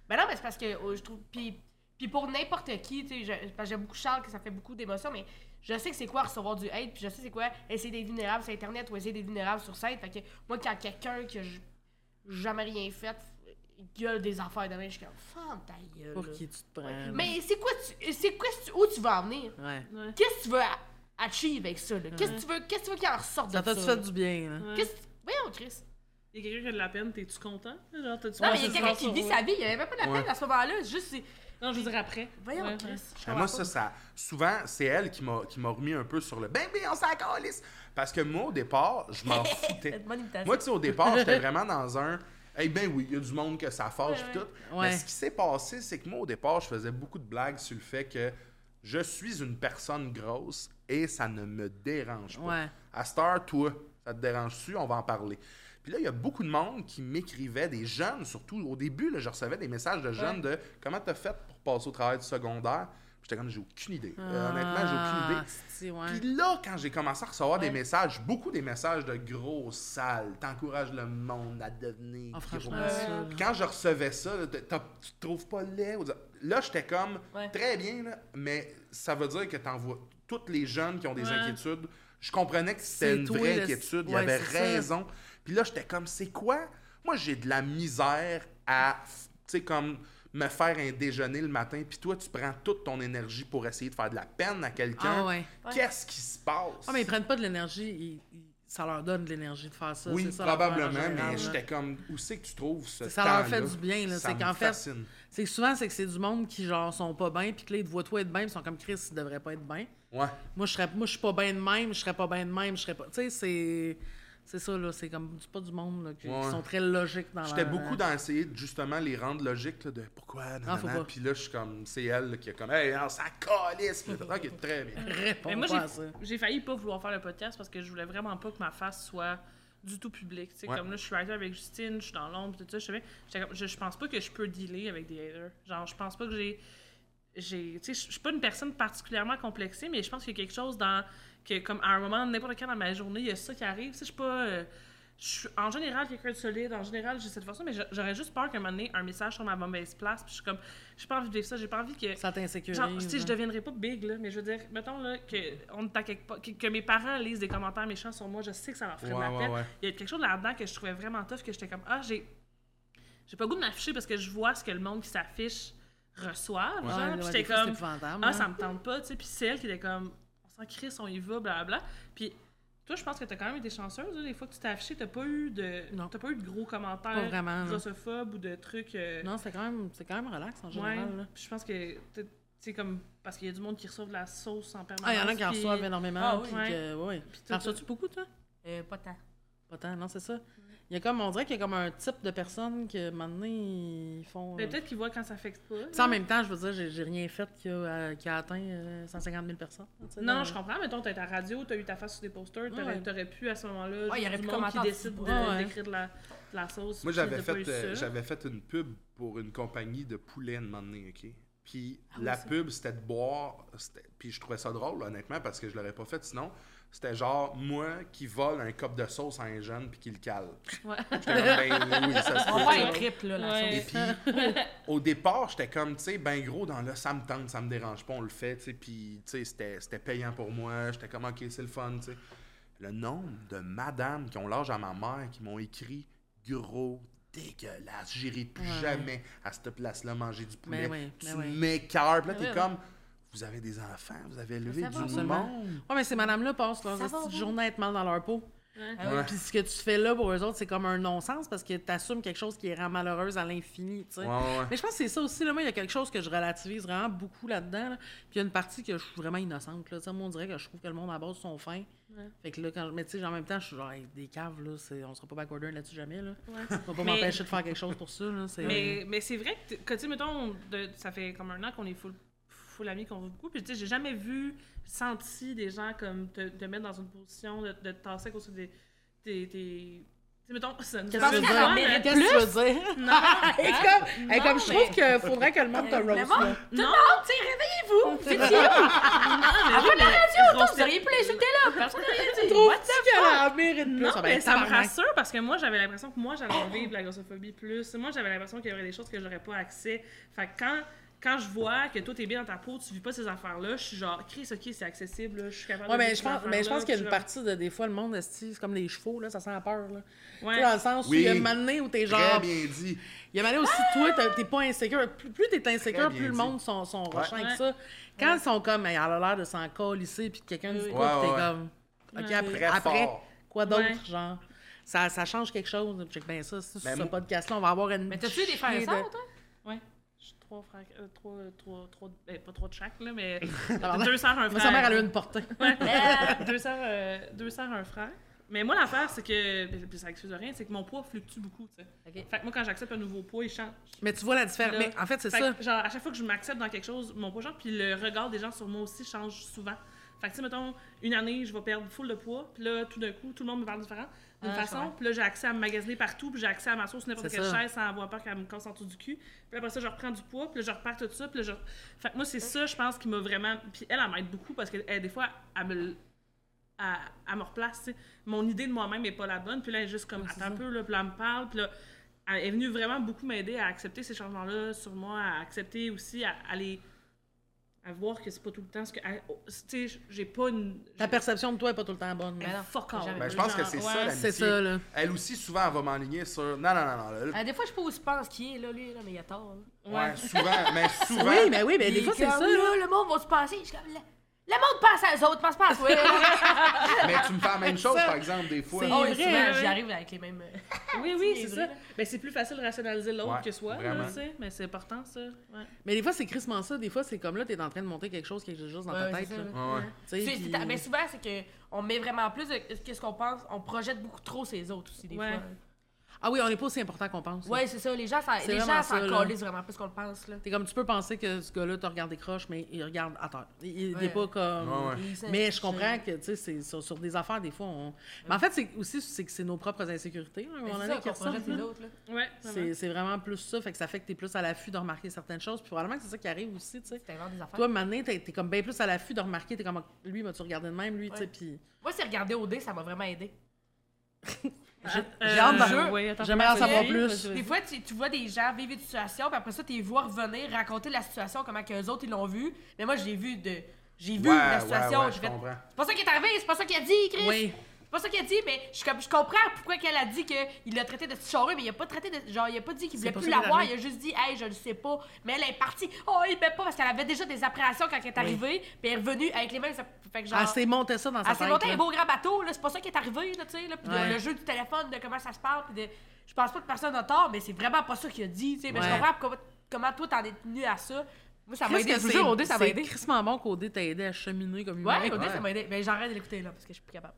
Speaker 3: Ben non, mais c'est parce que euh, je trouve. Puis, puis pour n'importe qui, tu sais, je- parce que j'aime beaucoup Charles, que ça fait beaucoup d'émotions, mais je sais que c'est quoi recevoir du hate, puis je sais c'est quoi essayer d'être vulnérable sur Internet ou essayer d'être vulnérable sur scène. Fait que moi, quand quelqu'un qui a j- jamais rien fait, il gueule des affaires de même, je suis comme, femme ta gueule.
Speaker 1: Pour
Speaker 3: là.
Speaker 1: qui tu te prends. là.
Speaker 3: Mais c'est quoi, tu, c'est quoi tu- où tu vas en venir?
Speaker 1: Ouais.
Speaker 3: Qu'est-ce que tu veux a- achieve avec ça, là? Qu'est-ce que tu veux, qu'est-ce que tu veux qu'il en ressorte de
Speaker 1: Ça
Speaker 3: ça?
Speaker 1: t'a-tu fait du bien, là?
Speaker 2: Ouais.
Speaker 3: Qu'est-ce que tu- Voyons, Chris.
Speaker 2: Il y a quelqu'un qui a de la peine, t'es-tu content? Genre, t'as-tu pensé
Speaker 3: Non, mais il y a
Speaker 2: ce
Speaker 3: quelqu'un
Speaker 2: soir
Speaker 3: qui
Speaker 2: sur
Speaker 3: vit
Speaker 2: moi?
Speaker 3: sa vie, il n'y avait même pas de la peine
Speaker 4: Ouais.
Speaker 3: à ce moment-là, juste c'est.
Speaker 2: Non, je veux dire après.
Speaker 3: Voyons,
Speaker 2: Ouais,
Speaker 3: Chris.
Speaker 2: ouais.
Speaker 3: je
Speaker 4: Ben,
Speaker 3: comprends
Speaker 4: moi,
Speaker 3: pas.
Speaker 4: ça, ça, souvent, c'est elle qui m'a qui m'a remis un peu sur le ben, ben, on s'en calisse. Parce que moi, au départ, je m'en foutais.
Speaker 3: Bonne imitation.
Speaker 4: moi, tu sais, au départ, j'étais vraiment dans un. Eh ben oui, il y a du monde que ça fâche pis tout.
Speaker 1: Ouais.
Speaker 4: Mais ce qui s'est passé, c'est que moi, au départ, je faisais beaucoup de blagues sur le fait que je suis une personne grosse et ça ne me dérange pas.
Speaker 1: Ouais.
Speaker 4: À cette heure, toi, ça te dérange-tu? On va en parler. Puis là, il y a beaucoup de monde qui m'écrivait, des jeunes surtout. Au début, là, je recevais des messages de jeunes de comment t'as fait pour passer au travail du secondaire. Puis J'étais comme, j'ai aucune idée. Euh, honnêtement,
Speaker 1: Ah,
Speaker 4: j'ai
Speaker 3: Ah,
Speaker 4: aucune idée.
Speaker 1: j'ai aucune
Speaker 4: Puis là, quand j'ai commencé à recevoir des messages, beaucoup des messages de gros sales, t'encourages le monde à devenir.
Speaker 1: Ah, franchement,
Speaker 4: gros.
Speaker 1: ça, là.
Speaker 4: Puis quand je recevais ça, là, t'as- t'as- tu te trouves pas laid. ou- Là, j'étais comme,
Speaker 3: Ouais.
Speaker 4: très bien, là, mais ça veut dire que t'envoies toutes les jeunes qui ont des
Speaker 2: Ouais.
Speaker 4: inquiétudes. Je comprenais que
Speaker 1: C'est
Speaker 4: c'était une
Speaker 1: toi,
Speaker 4: vraie
Speaker 1: le-
Speaker 4: inquiétude, il y
Speaker 1: ouais,
Speaker 4: avait
Speaker 1: c'est ça.
Speaker 4: raison. Puis là, j'étais comme, c'est quoi? Moi, j'ai de la misère à, tu sais, comme me faire un déjeuner le matin, puis toi, tu prends toute ton énergie pour essayer de faire de la peine à quelqu'un.
Speaker 1: Ah ouais.
Speaker 4: Qu'est-ce qui se passe?
Speaker 1: Ah, mais ils prennent pas de l'énergie, ils- ils- ça leur donne de l'énergie de faire ça.
Speaker 4: oui,
Speaker 1: c'est ça, l'affaire en
Speaker 4: probablement,
Speaker 1: général, là.
Speaker 4: mais j'étais comme, où c'est que tu trouves ce
Speaker 1: Ça leur
Speaker 4: temps-là?
Speaker 1: fait du bien, là.
Speaker 4: Ça
Speaker 1: C'est
Speaker 4: me
Speaker 1: qu'en fait,
Speaker 4: fascine.
Speaker 1: C'est que souvent, c'est que c'est du monde qui, genre, sont pas bien, puis que là, ils te voient toi être bien, ils sont comme Chris, ils devraient pas être bien.
Speaker 4: Ouais.
Speaker 1: Moi, je serais, moi, je suis pas bien de même, je serais pas bien de même, je serais pas. Tu sais, c'est. C'est ça, là. C'est comme. C'est pas du monde, là, qui, qui
Speaker 4: Ouais.
Speaker 1: sont très logiques dans
Speaker 4: J'étais
Speaker 1: leur- euh,
Speaker 4: beaucoup dans essayer de justement les rendre logiques, là, de pourquoi, nanana,
Speaker 1: faut pas.
Speaker 4: puis là, je suis comme, c'est elle là, qui est comme, hey, on s'en calisse, puis là, ok, très bien.
Speaker 1: Réponds
Speaker 2: Mais moi,
Speaker 1: pas à
Speaker 2: j'ai-
Speaker 1: ça.
Speaker 2: j'ai failli pas vouloir faire le podcast parce que je voulais vraiment pas que ma face soit du tout publique. Tu sais,
Speaker 4: Ouais.
Speaker 2: Comme là, je suis writer avec Justine, je suis dans l'ombre, tout ça. Je, savais- j'étais comme- je, je pense pas que je peux dealer avec des haters. Genre, je pense pas que j'ai. j'ai- tu sais, Je je suis pas une personne particulièrement complexée, mais je pense qu'il y a quelque chose dans. que comme à un moment, n'importe quand dans ma journée, il y a ça qui arrive. Tu sais, Je suis pas. euh, je suis en général quelqu'un de solide, en général j'ai cette façon, mais j'a- j'aurais juste peur qu'à un moment donné, un message sur ma mauvaise place, puis je suis comme, j'ai pas envie de vivre ça, j'ai pas envie que.
Speaker 1: Ça t'insécurise.
Speaker 2: Genre, tu sais, je
Speaker 1: hein.
Speaker 2: deviendrai pas big, là, mais je veux dire, mettons là, que, on est à quelque part- que, que mes parents lisent des commentaires méchants sur moi, je sais que ça leur ferait
Speaker 4: Ouais,
Speaker 2: de la
Speaker 4: ouais,
Speaker 2: peine.
Speaker 4: ouais.
Speaker 2: Il y a quelque chose là-dedans que je trouvais vraiment tough, que j'étais comme, ah, j'ai j'ai pas le goût de m'afficher parce que je vois ce que le monde qui s'affiche reçoit.
Speaker 1: Ouais,
Speaker 2: genre,
Speaker 1: ouais,
Speaker 2: puis
Speaker 1: des
Speaker 2: j'étais
Speaker 1: fois, c'est
Speaker 2: comme,
Speaker 1: épouvantable,
Speaker 2: ah,
Speaker 1: hein.
Speaker 2: ça me tente pas, tu sais. Puis c'est elle qui était comme, on s'en crisse, on y va, blablabla. Puis toi, je pense que t'as quand même été chanceuse, là, les fois que tu t'es affichée, t'as pas eu de
Speaker 1: Non.
Speaker 2: t'as pas eu de gros
Speaker 1: Pas
Speaker 2: commentaires
Speaker 1: vraiment, non.
Speaker 2: grossophobes ou de trucs. euh,
Speaker 1: Non, c'est quand, même- c'est quand même relax en général,
Speaker 2: ouais.
Speaker 1: là.
Speaker 2: Puis je pense que tu sais comme parce qu'il y a du monde qui reçoit de la sauce en permanence.
Speaker 1: Ah, il y en a qui en
Speaker 2: puis-
Speaker 1: reçoivent énormément.
Speaker 3: Ah
Speaker 1: Ah,
Speaker 3: oui.
Speaker 1: oui.
Speaker 2: Ouais.
Speaker 1: Que, ouais, ouais.
Speaker 2: tout
Speaker 1: T'en
Speaker 2: ça.
Speaker 1: reçois-tu beaucoup, toi
Speaker 3: Euh, pas tant.
Speaker 1: Pas tant, non, c'est ça. Il y a comme, on dirait qu'il y a comme un type de personnes que maintenant ils font.
Speaker 2: Mais
Speaker 1: euh,
Speaker 2: Ben, peut-être qu'ils voient quand ça fait pas.
Speaker 1: Puis en même temps, je veux dire, j'ai- j'ai rien fait qui a, euh, qui a atteint euh, 150 000 personnes. tu sais,
Speaker 2: Non,
Speaker 1: dans-
Speaker 2: je comprends. Mettons, t'es à la radio, t'as eu ta face sur des posters, t'aurais,
Speaker 1: Ouais.
Speaker 2: t'aurais pu à ce moment-là.
Speaker 3: Ouais, il y
Speaker 2: du
Speaker 3: aurait pu
Speaker 2: monde qui
Speaker 3: commenter en
Speaker 2: décide
Speaker 1: dessous.
Speaker 2: de,
Speaker 1: Ouais, ouais.
Speaker 2: d'écrire de la, de la sauce.
Speaker 4: Moi,
Speaker 2: puis
Speaker 4: j'avais
Speaker 2: j'ai pas eu
Speaker 4: fait, euh,
Speaker 2: ça.
Speaker 4: j'avais fait une pub pour une compagnie de poulet à un moment donné, OK? Puis
Speaker 2: Ah oui,
Speaker 4: la
Speaker 2: ça.
Speaker 4: pub, c'était de boire. c'était- Puis je trouvais ça drôle, honnêtement, parce que je l'aurais pas fait sinon. C'était genre moi qui vole un cop de sauce à un jeune puis qui le cale.
Speaker 2: Ouais.
Speaker 4: J'étais comme, ben oui, ça se
Speaker 3: On
Speaker 4: peut,
Speaker 3: va
Speaker 4: ça.
Speaker 3: un trip, là, la
Speaker 2: Ouais.
Speaker 4: Et
Speaker 3: sauce.
Speaker 4: puis, au départ, j'étais comme, tu sais, ben gros, dans là, ça me tente, ça me dérange pas, on le fait, tu sais, puis, tu sais, c'était- c'était payant pour moi, j'étais comme, ok, c'est le fun, tu sais. Le nombre de madames qui ont l'âge à ma mère, qui m'ont écrit, gros, dégueulasse, j'irai plus
Speaker 1: Ouais.
Speaker 4: jamais à cette place-là manger du poulet.
Speaker 1: Ben oui,
Speaker 4: tu
Speaker 1: ben oui.
Speaker 4: m'écœures, puis là,
Speaker 1: Ben
Speaker 4: t'es
Speaker 1: oui.
Speaker 4: comme, vous avez des enfants, vous avez élevé
Speaker 3: Ça va,
Speaker 4: du
Speaker 1: seulement.
Speaker 4: monde.
Speaker 1: Ouais, mais ces madames-là passent leur
Speaker 3: Ça va,
Speaker 1: petite
Speaker 3: ouais.
Speaker 1: journée à être mal dans leur peau. Ah
Speaker 4: Ouais.
Speaker 1: Puis ce que tu fais là pour eux autres, c'est comme un non-sens parce que tu assumes quelque chose qui les rend malheureuse à l'infini. tu sais.
Speaker 4: Ouais, ouais.
Speaker 1: Mais je pense que c'est ça aussi. Là, moi, il y a quelque chose que je relativise vraiment beaucoup là-dedans. là. Puis il y a une partie que je suis vraiment innocente. Là. Tu sais, Moi, on dirait que je trouve que le monde à la base sont fins. Fait que là, quand je. Mais tu sais, en même temps, je suis genre, Hey, des caves, là, c'est- on sera pas backorder là-dessus jamais. Là. On va pas
Speaker 2: Mais-
Speaker 1: m'empêcher de faire quelque chose pour ça. Là. C'est-
Speaker 2: Mais, mais c'est vrai que, t- que, tu sais, mettons, de- ça fait comme un an qu'on est full, full amis, qu'on veut beaucoup. Puis, tu sais, j'ai jamais vu, senti des gens comme te, te mettre dans une position de, de te tasser à cause de tes. tes, tes- tu sais, mettons, ça nous
Speaker 1: Qu'est-ce que
Speaker 2: arrive
Speaker 1: tu veux
Speaker 2: souvent,
Speaker 1: dire?
Speaker 2: mais-
Speaker 1: Qu'est-ce que tu veux dire?
Speaker 2: Non,
Speaker 1: Elle est comme, elle est comme, je
Speaker 2: mais-
Speaker 1: trouve qu'il faudrait que le monde te
Speaker 3: Mais
Speaker 1: roast.
Speaker 3: bon,
Speaker 1: là.
Speaker 3: tout le monde, tu sais, Oh, réveillez-vous! Vous étiez avant la radio, autant, vous auriez pu l'insulter là! Personne n'a rien dit! What the
Speaker 1: Trouves-tu qu'elle a la mérite plus?
Speaker 2: Non,
Speaker 1: Ah ben,
Speaker 2: mais ça me
Speaker 1: tabarnak.
Speaker 2: rassure parce que moi, j'avais l'impression que moi, j'allais en vivre la grossophobie plus. Moi, j'avais l'impression qu'il y aurait des choses que j'aurais pas accès. Fait que quand, quand je vois que toi, t'es bien dans ta peau, tu vis pas ces affaires-là, je suis genre, Chris, ok, c'est accessible, là, je suis capable
Speaker 1: Ouais,
Speaker 2: de.
Speaker 1: mais
Speaker 2: vivre
Speaker 1: je
Speaker 2: ces
Speaker 1: pense, mais je
Speaker 2: affaires-là,
Speaker 1: pense qu'il y a
Speaker 2: puis
Speaker 1: une
Speaker 2: genre-
Speaker 1: partie de des fois le monde esti, c'est comme les chevaux là, ça sent la peur là. Tu sais,
Speaker 2: Ouais.
Speaker 1: dans le sens où
Speaker 4: Oui.
Speaker 1: il y a une année où t'es genre,
Speaker 4: Très bien dit.
Speaker 1: il y a une année aussi
Speaker 2: Ah!
Speaker 1: toi t'as- t'es pas insécure, plus, plus t'es insécure,
Speaker 4: bien
Speaker 1: plus le
Speaker 4: dit.
Speaker 1: monde sont sont rochants avec
Speaker 2: Ouais.
Speaker 1: ça. Quand ils sont comme, Hey, elle a l'air de s'en colisser puis que quelqu'un dit
Speaker 2: Oui.
Speaker 1: quoi,
Speaker 4: Ouais,
Speaker 1: puis t'es comme,
Speaker 4: ouais,
Speaker 1: ok
Speaker 2: Ouais.
Speaker 1: après,
Speaker 4: Très
Speaker 1: après
Speaker 4: fort.
Speaker 1: quoi d'autre
Speaker 2: Ouais.
Speaker 1: genre, ça, ça change quelque chose. Check ben ça, si
Speaker 4: Ben,
Speaker 1: ce
Speaker 4: moi-
Speaker 1: podcast là, on va avoir une.
Speaker 3: Mais t'as-tu des frères
Speaker 1: chier
Speaker 3: et
Speaker 1: de-
Speaker 3: sœurs, toi?
Speaker 2: Ouais. Je suis trois frères. euh, trois, trois, trois, ben, pas trois de chaque, là, mais.
Speaker 1: Tabarnak.
Speaker 2: deux sœurs,
Speaker 1: Moi,
Speaker 2: un
Speaker 1: sa mère
Speaker 2: frère.
Speaker 1: elle a eu une portée.
Speaker 2: Ouais. deux, sœurs, euh, deux sœurs, un frère. Mais moi, l'affaire, c'est que. ben, Puis ça excuse rien, c'est que mon poids fluctue beaucoup, tu sais.
Speaker 3: Ok.
Speaker 2: Fait que moi, quand j'accepte un nouveau poids, il change.
Speaker 1: Mais tu vois la différence.
Speaker 2: Là.
Speaker 1: Mais en fait c'est
Speaker 2: Fait
Speaker 1: ça.
Speaker 2: que, genre, à chaque fois que je m'accepte dans quelque chose, mon poids change, puis le regard des gens sur moi aussi change souvent. Fait que, tu sais, mettons, une année, je vais perdre full de poids, puis là, tout d'un coup, tout le monde me parle différent. D'une
Speaker 3: Ah, je
Speaker 2: façon,
Speaker 3: comprends.
Speaker 2: puis là, j'ai accès à me magasiner partout, puis j'ai accès à ma sauce sur n'importe
Speaker 1: C'est
Speaker 2: quelle
Speaker 1: ça.
Speaker 2: chaise sans avoir peur qu'elle me casse en dessous du cul. Puis après ça, je reprends du poids, puis là, je repars tout ça, puis là, je. Fait que moi, c'est ça, je pense, qui m'a vraiment. Puis elle, elle m'aide beaucoup parce que, elle, des fois, elle me. l- Elle, elle me replace, tu sais. Mon idée de moi-même n'est pas la bonne, puis là, elle est juste comme, attends un peu, là, puis là, elle me parle, puis là, elle est venue vraiment beaucoup m'aider à accepter ces changements-là sur moi, à accepter aussi, à, à les. à voir que c'est pas tout le temps ce que. à- oh, Tu sais, j'ai pas une.
Speaker 1: Ta perception de toi est pas tout le temps bonne.
Speaker 3: Mais non,
Speaker 2: Fuck off.
Speaker 3: jamais.
Speaker 4: Ben, je pense que c'est
Speaker 2: Genre,
Speaker 4: ça,
Speaker 2: ouais,
Speaker 4: la
Speaker 1: C'est ça là.
Speaker 4: Elle aussi, souvent, elle va m'enligner sur. Non, non, non, non. là,
Speaker 3: Euh, Des fois, je sais pas où se pense qui est là, lui, là, mais il a tort. là.
Speaker 4: Ouais, souvent, mais souvent.
Speaker 1: Oui, mais oui, mais des
Speaker 3: Il
Speaker 1: fois
Speaker 3: est
Speaker 1: c'est
Speaker 3: comme,
Speaker 1: ça là.
Speaker 3: là. Le monde va se passer. Je suis comme, le le monde pense à eux autres, pense pas à toi.
Speaker 4: Mais tu me fais la même chose,
Speaker 1: Ça,
Speaker 4: par exemple, des fois.
Speaker 1: c'est-
Speaker 3: Oh,
Speaker 1: vrai,
Speaker 3: et
Speaker 1: ouais.
Speaker 3: souvent, j'y arrive avec les mêmes. euh,
Speaker 2: Oui, oui,
Speaker 3: C'est
Speaker 2: c'est
Speaker 3: vrai,
Speaker 2: ça. Mais c'est plus facile de rationaliser l'autre
Speaker 4: Ouais,
Speaker 2: que soi, là,
Speaker 4: vraiment.
Speaker 2: tu sais. Mais c'est important, ça. Ouais.
Speaker 1: Mais des fois, c'est crissement ça. Des fois, c'est comme là, t'es en train de monter quelque chose qui est juste dans ta
Speaker 3: Ouais,
Speaker 1: tête.
Speaker 3: c'est ça,
Speaker 1: là.
Speaker 3: là.
Speaker 4: Ouais, ouais.
Speaker 1: Tu sais,
Speaker 3: C'est-
Speaker 1: puis-
Speaker 3: c'est- Mais souvent, c'est que on met vraiment plus de que ce qu'on pense. On projette beaucoup trop ces autres aussi, des
Speaker 2: Ouais.
Speaker 3: fois.
Speaker 1: Ah oui, on n'est pas aussi important qu'on pense. là.
Speaker 3: Ouais, c'est ça. Les gens, ça,
Speaker 1: C'est
Speaker 3: les
Speaker 1: vraiment
Speaker 3: gens
Speaker 1: ça,
Speaker 3: s'en
Speaker 1: là.
Speaker 3: collent vraiment plus qu'on le pense. Là.
Speaker 1: T'es comme, tu peux penser que ce gars-là te regarde des croches, mais il regarde à terre. Il, il
Speaker 3: Ouais.
Speaker 1: est pas comme.
Speaker 4: Ouais, ouais.
Speaker 3: Ils-
Speaker 1: Mais je comprends que, tu sais, c'est sur, sur des affaires, des fois, on. Mais en fait, c'est aussi c'est que c'est nos propres insécurités, là, à un
Speaker 3: Mais
Speaker 1: moment
Speaker 3: C'est
Speaker 1: donné,
Speaker 3: ça
Speaker 1: qui
Speaker 3: qu'on projette
Speaker 1: ressortent,
Speaker 3: les
Speaker 1: là.
Speaker 3: autres. là.
Speaker 2: Ouais,
Speaker 1: C'est c'est vraiment plus ça. Fait que ça fait que t'es plus à l'affût de remarquer certaines choses. Puis probablement que c'est ça qui arrive aussi, tu sais.
Speaker 3: T'inventes des affaires.
Speaker 1: Toi, maintenant, t'es t'es comme bien plus à l'affût de remarquer. T'es comme, lui, m'as-tu regardé de même, lui, tu sais,
Speaker 3: Ouais.
Speaker 1: puis.
Speaker 3: Moi, c'est regarder au dé, ça m'a vraiment aidé. Euh,
Speaker 1: j'ai hâte d'en- j'aimerais en savoir plus.
Speaker 3: Des fois, tu, tu vois des gens vivre une situation, puis après ça, tu les vois revenir, raconter la situation, comment qu'eux autres, ils l'ont vu. Mais moi, j'ai vu de... J'ai vu
Speaker 4: Ouais,
Speaker 3: la situation.
Speaker 4: ouais, ouais,
Speaker 3: j'ai
Speaker 4: je
Speaker 3: fait,
Speaker 4: comprends.
Speaker 3: C'est pas ça qui est arrivé, c'est pas ça qu'il a dit, Chris.
Speaker 1: Oui.
Speaker 3: C'est pas ça qu'il a dit, mais je, suis comme- je comprends pourquoi qu'elle a dit qu'il l'a traité de petit charreux, mais il a pas traité de. Genre, il a pas dit qu'il voulait
Speaker 1: pas
Speaker 3: plus
Speaker 1: ça qui est
Speaker 3: l'avoir, il
Speaker 1: arrivé.
Speaker 3: a juste dit, hey, je le sais pas. Mais elle est partie. Oh, il m'aime pas parce qu'elle avait déjà des appréhensions quand elle est arrivée, puis elle est revenue avec les mêmes. Fait que genre.
Speaker 1: Elle s'est montée ça dans sa
Speaker 3: Ah, c'est
Speaker 1: tête.
Speaker 3: monté
Speaker 1: là.
Speaker 3: un beau grand bateau, là, c'est pas ça qui est arrivé, là, tu sais, là, puis
Speaker 1: Ouais.
Speaker 3: le, le jeu du téléphone, de comment ça se parle, puis de... Je pense pas que personne n'a tort, mais c'est vraiment pas ça qu'il a dit, tu sais, mais je
Speaker 1: Ouais.
Speaker 3: comprends comment, comment toi t'en es tenu à ça. Moi, ça m'a
Speaker 1: Qu'est-ce
Speaker 3: aidé,
Speaker 1: que
Speaker 3: je vous
Speaker 1: c'est
Speaker 3: jure, au dé, ça m'a
Speaker 1: c'est
Speaker 3: aidé.
Speaker 1: crissement bon qu'au dé t'a aidé à cheminer comme humain.
Speaker 3: Ouais, au dé,
Speaker 4: Ouais.
Speaker 3: Ben, ça m'a aidé, mais j'arrête de l'écouter, là, parce que je suis plus capable.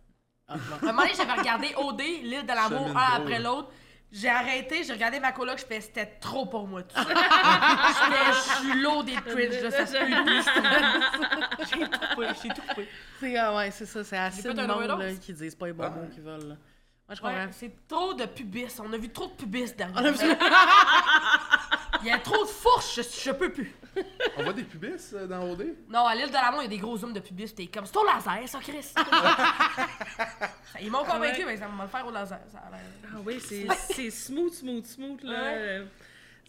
Speaker 1: Ah, bon.
Speaker 3: À un moment donné, j'avais regardé OD, l'île de l'amour,
Speaker 5: Semaine
Speaker 3: un
Speaker 5: drôle.
Speaker 3: après l'autre. J'ai arrêté, j'ai regardé ma coloc, je fais c'était trop pour moi. tout ça. J'étais- Je suis l'eau des cringe, là, ça se peut plus. cette- J'ai tout coupé, j'ai tout coupé.
Speaker 1: C'est ah ouais, c'est ça, c'est assez
Speaker 3: fait
Speaker 1: de
Speaker 3: un
Speaker 1: monde
Speaker 3: overdose.
Speaker 1: là, qui disent pas les bons
Speaker 4: Ah.
Speaker 1: mots qu'ils veulent. là. Moi, je
Speaker 3: Ouais,
Speaker 1: comprends. Ah,
Speaker 3: c'est trop de pubis, on a vu trop de pubis dans
Speaker 1: On a vu-
Speaker 3: Il y a trop de fourches, je, je peux plus.
Speaker 4: On voit des pubis euh, dans OD?
Speaker 3: Non, à l'île de l'amour, il y a des gros zooms de pubis, pis t'es comme, c'est ton laser, ça, Chris. Ils m'ont convaincu,
Speaker 2: Ouais.
Speaker 3: mais ça m'a le faire au laser, ça a l'air.
Speaker 2: Ah oui, c'est c'est smooth, smooth, smooth, là.
Speaker 3: Ouais.
Speaker 2: Euh,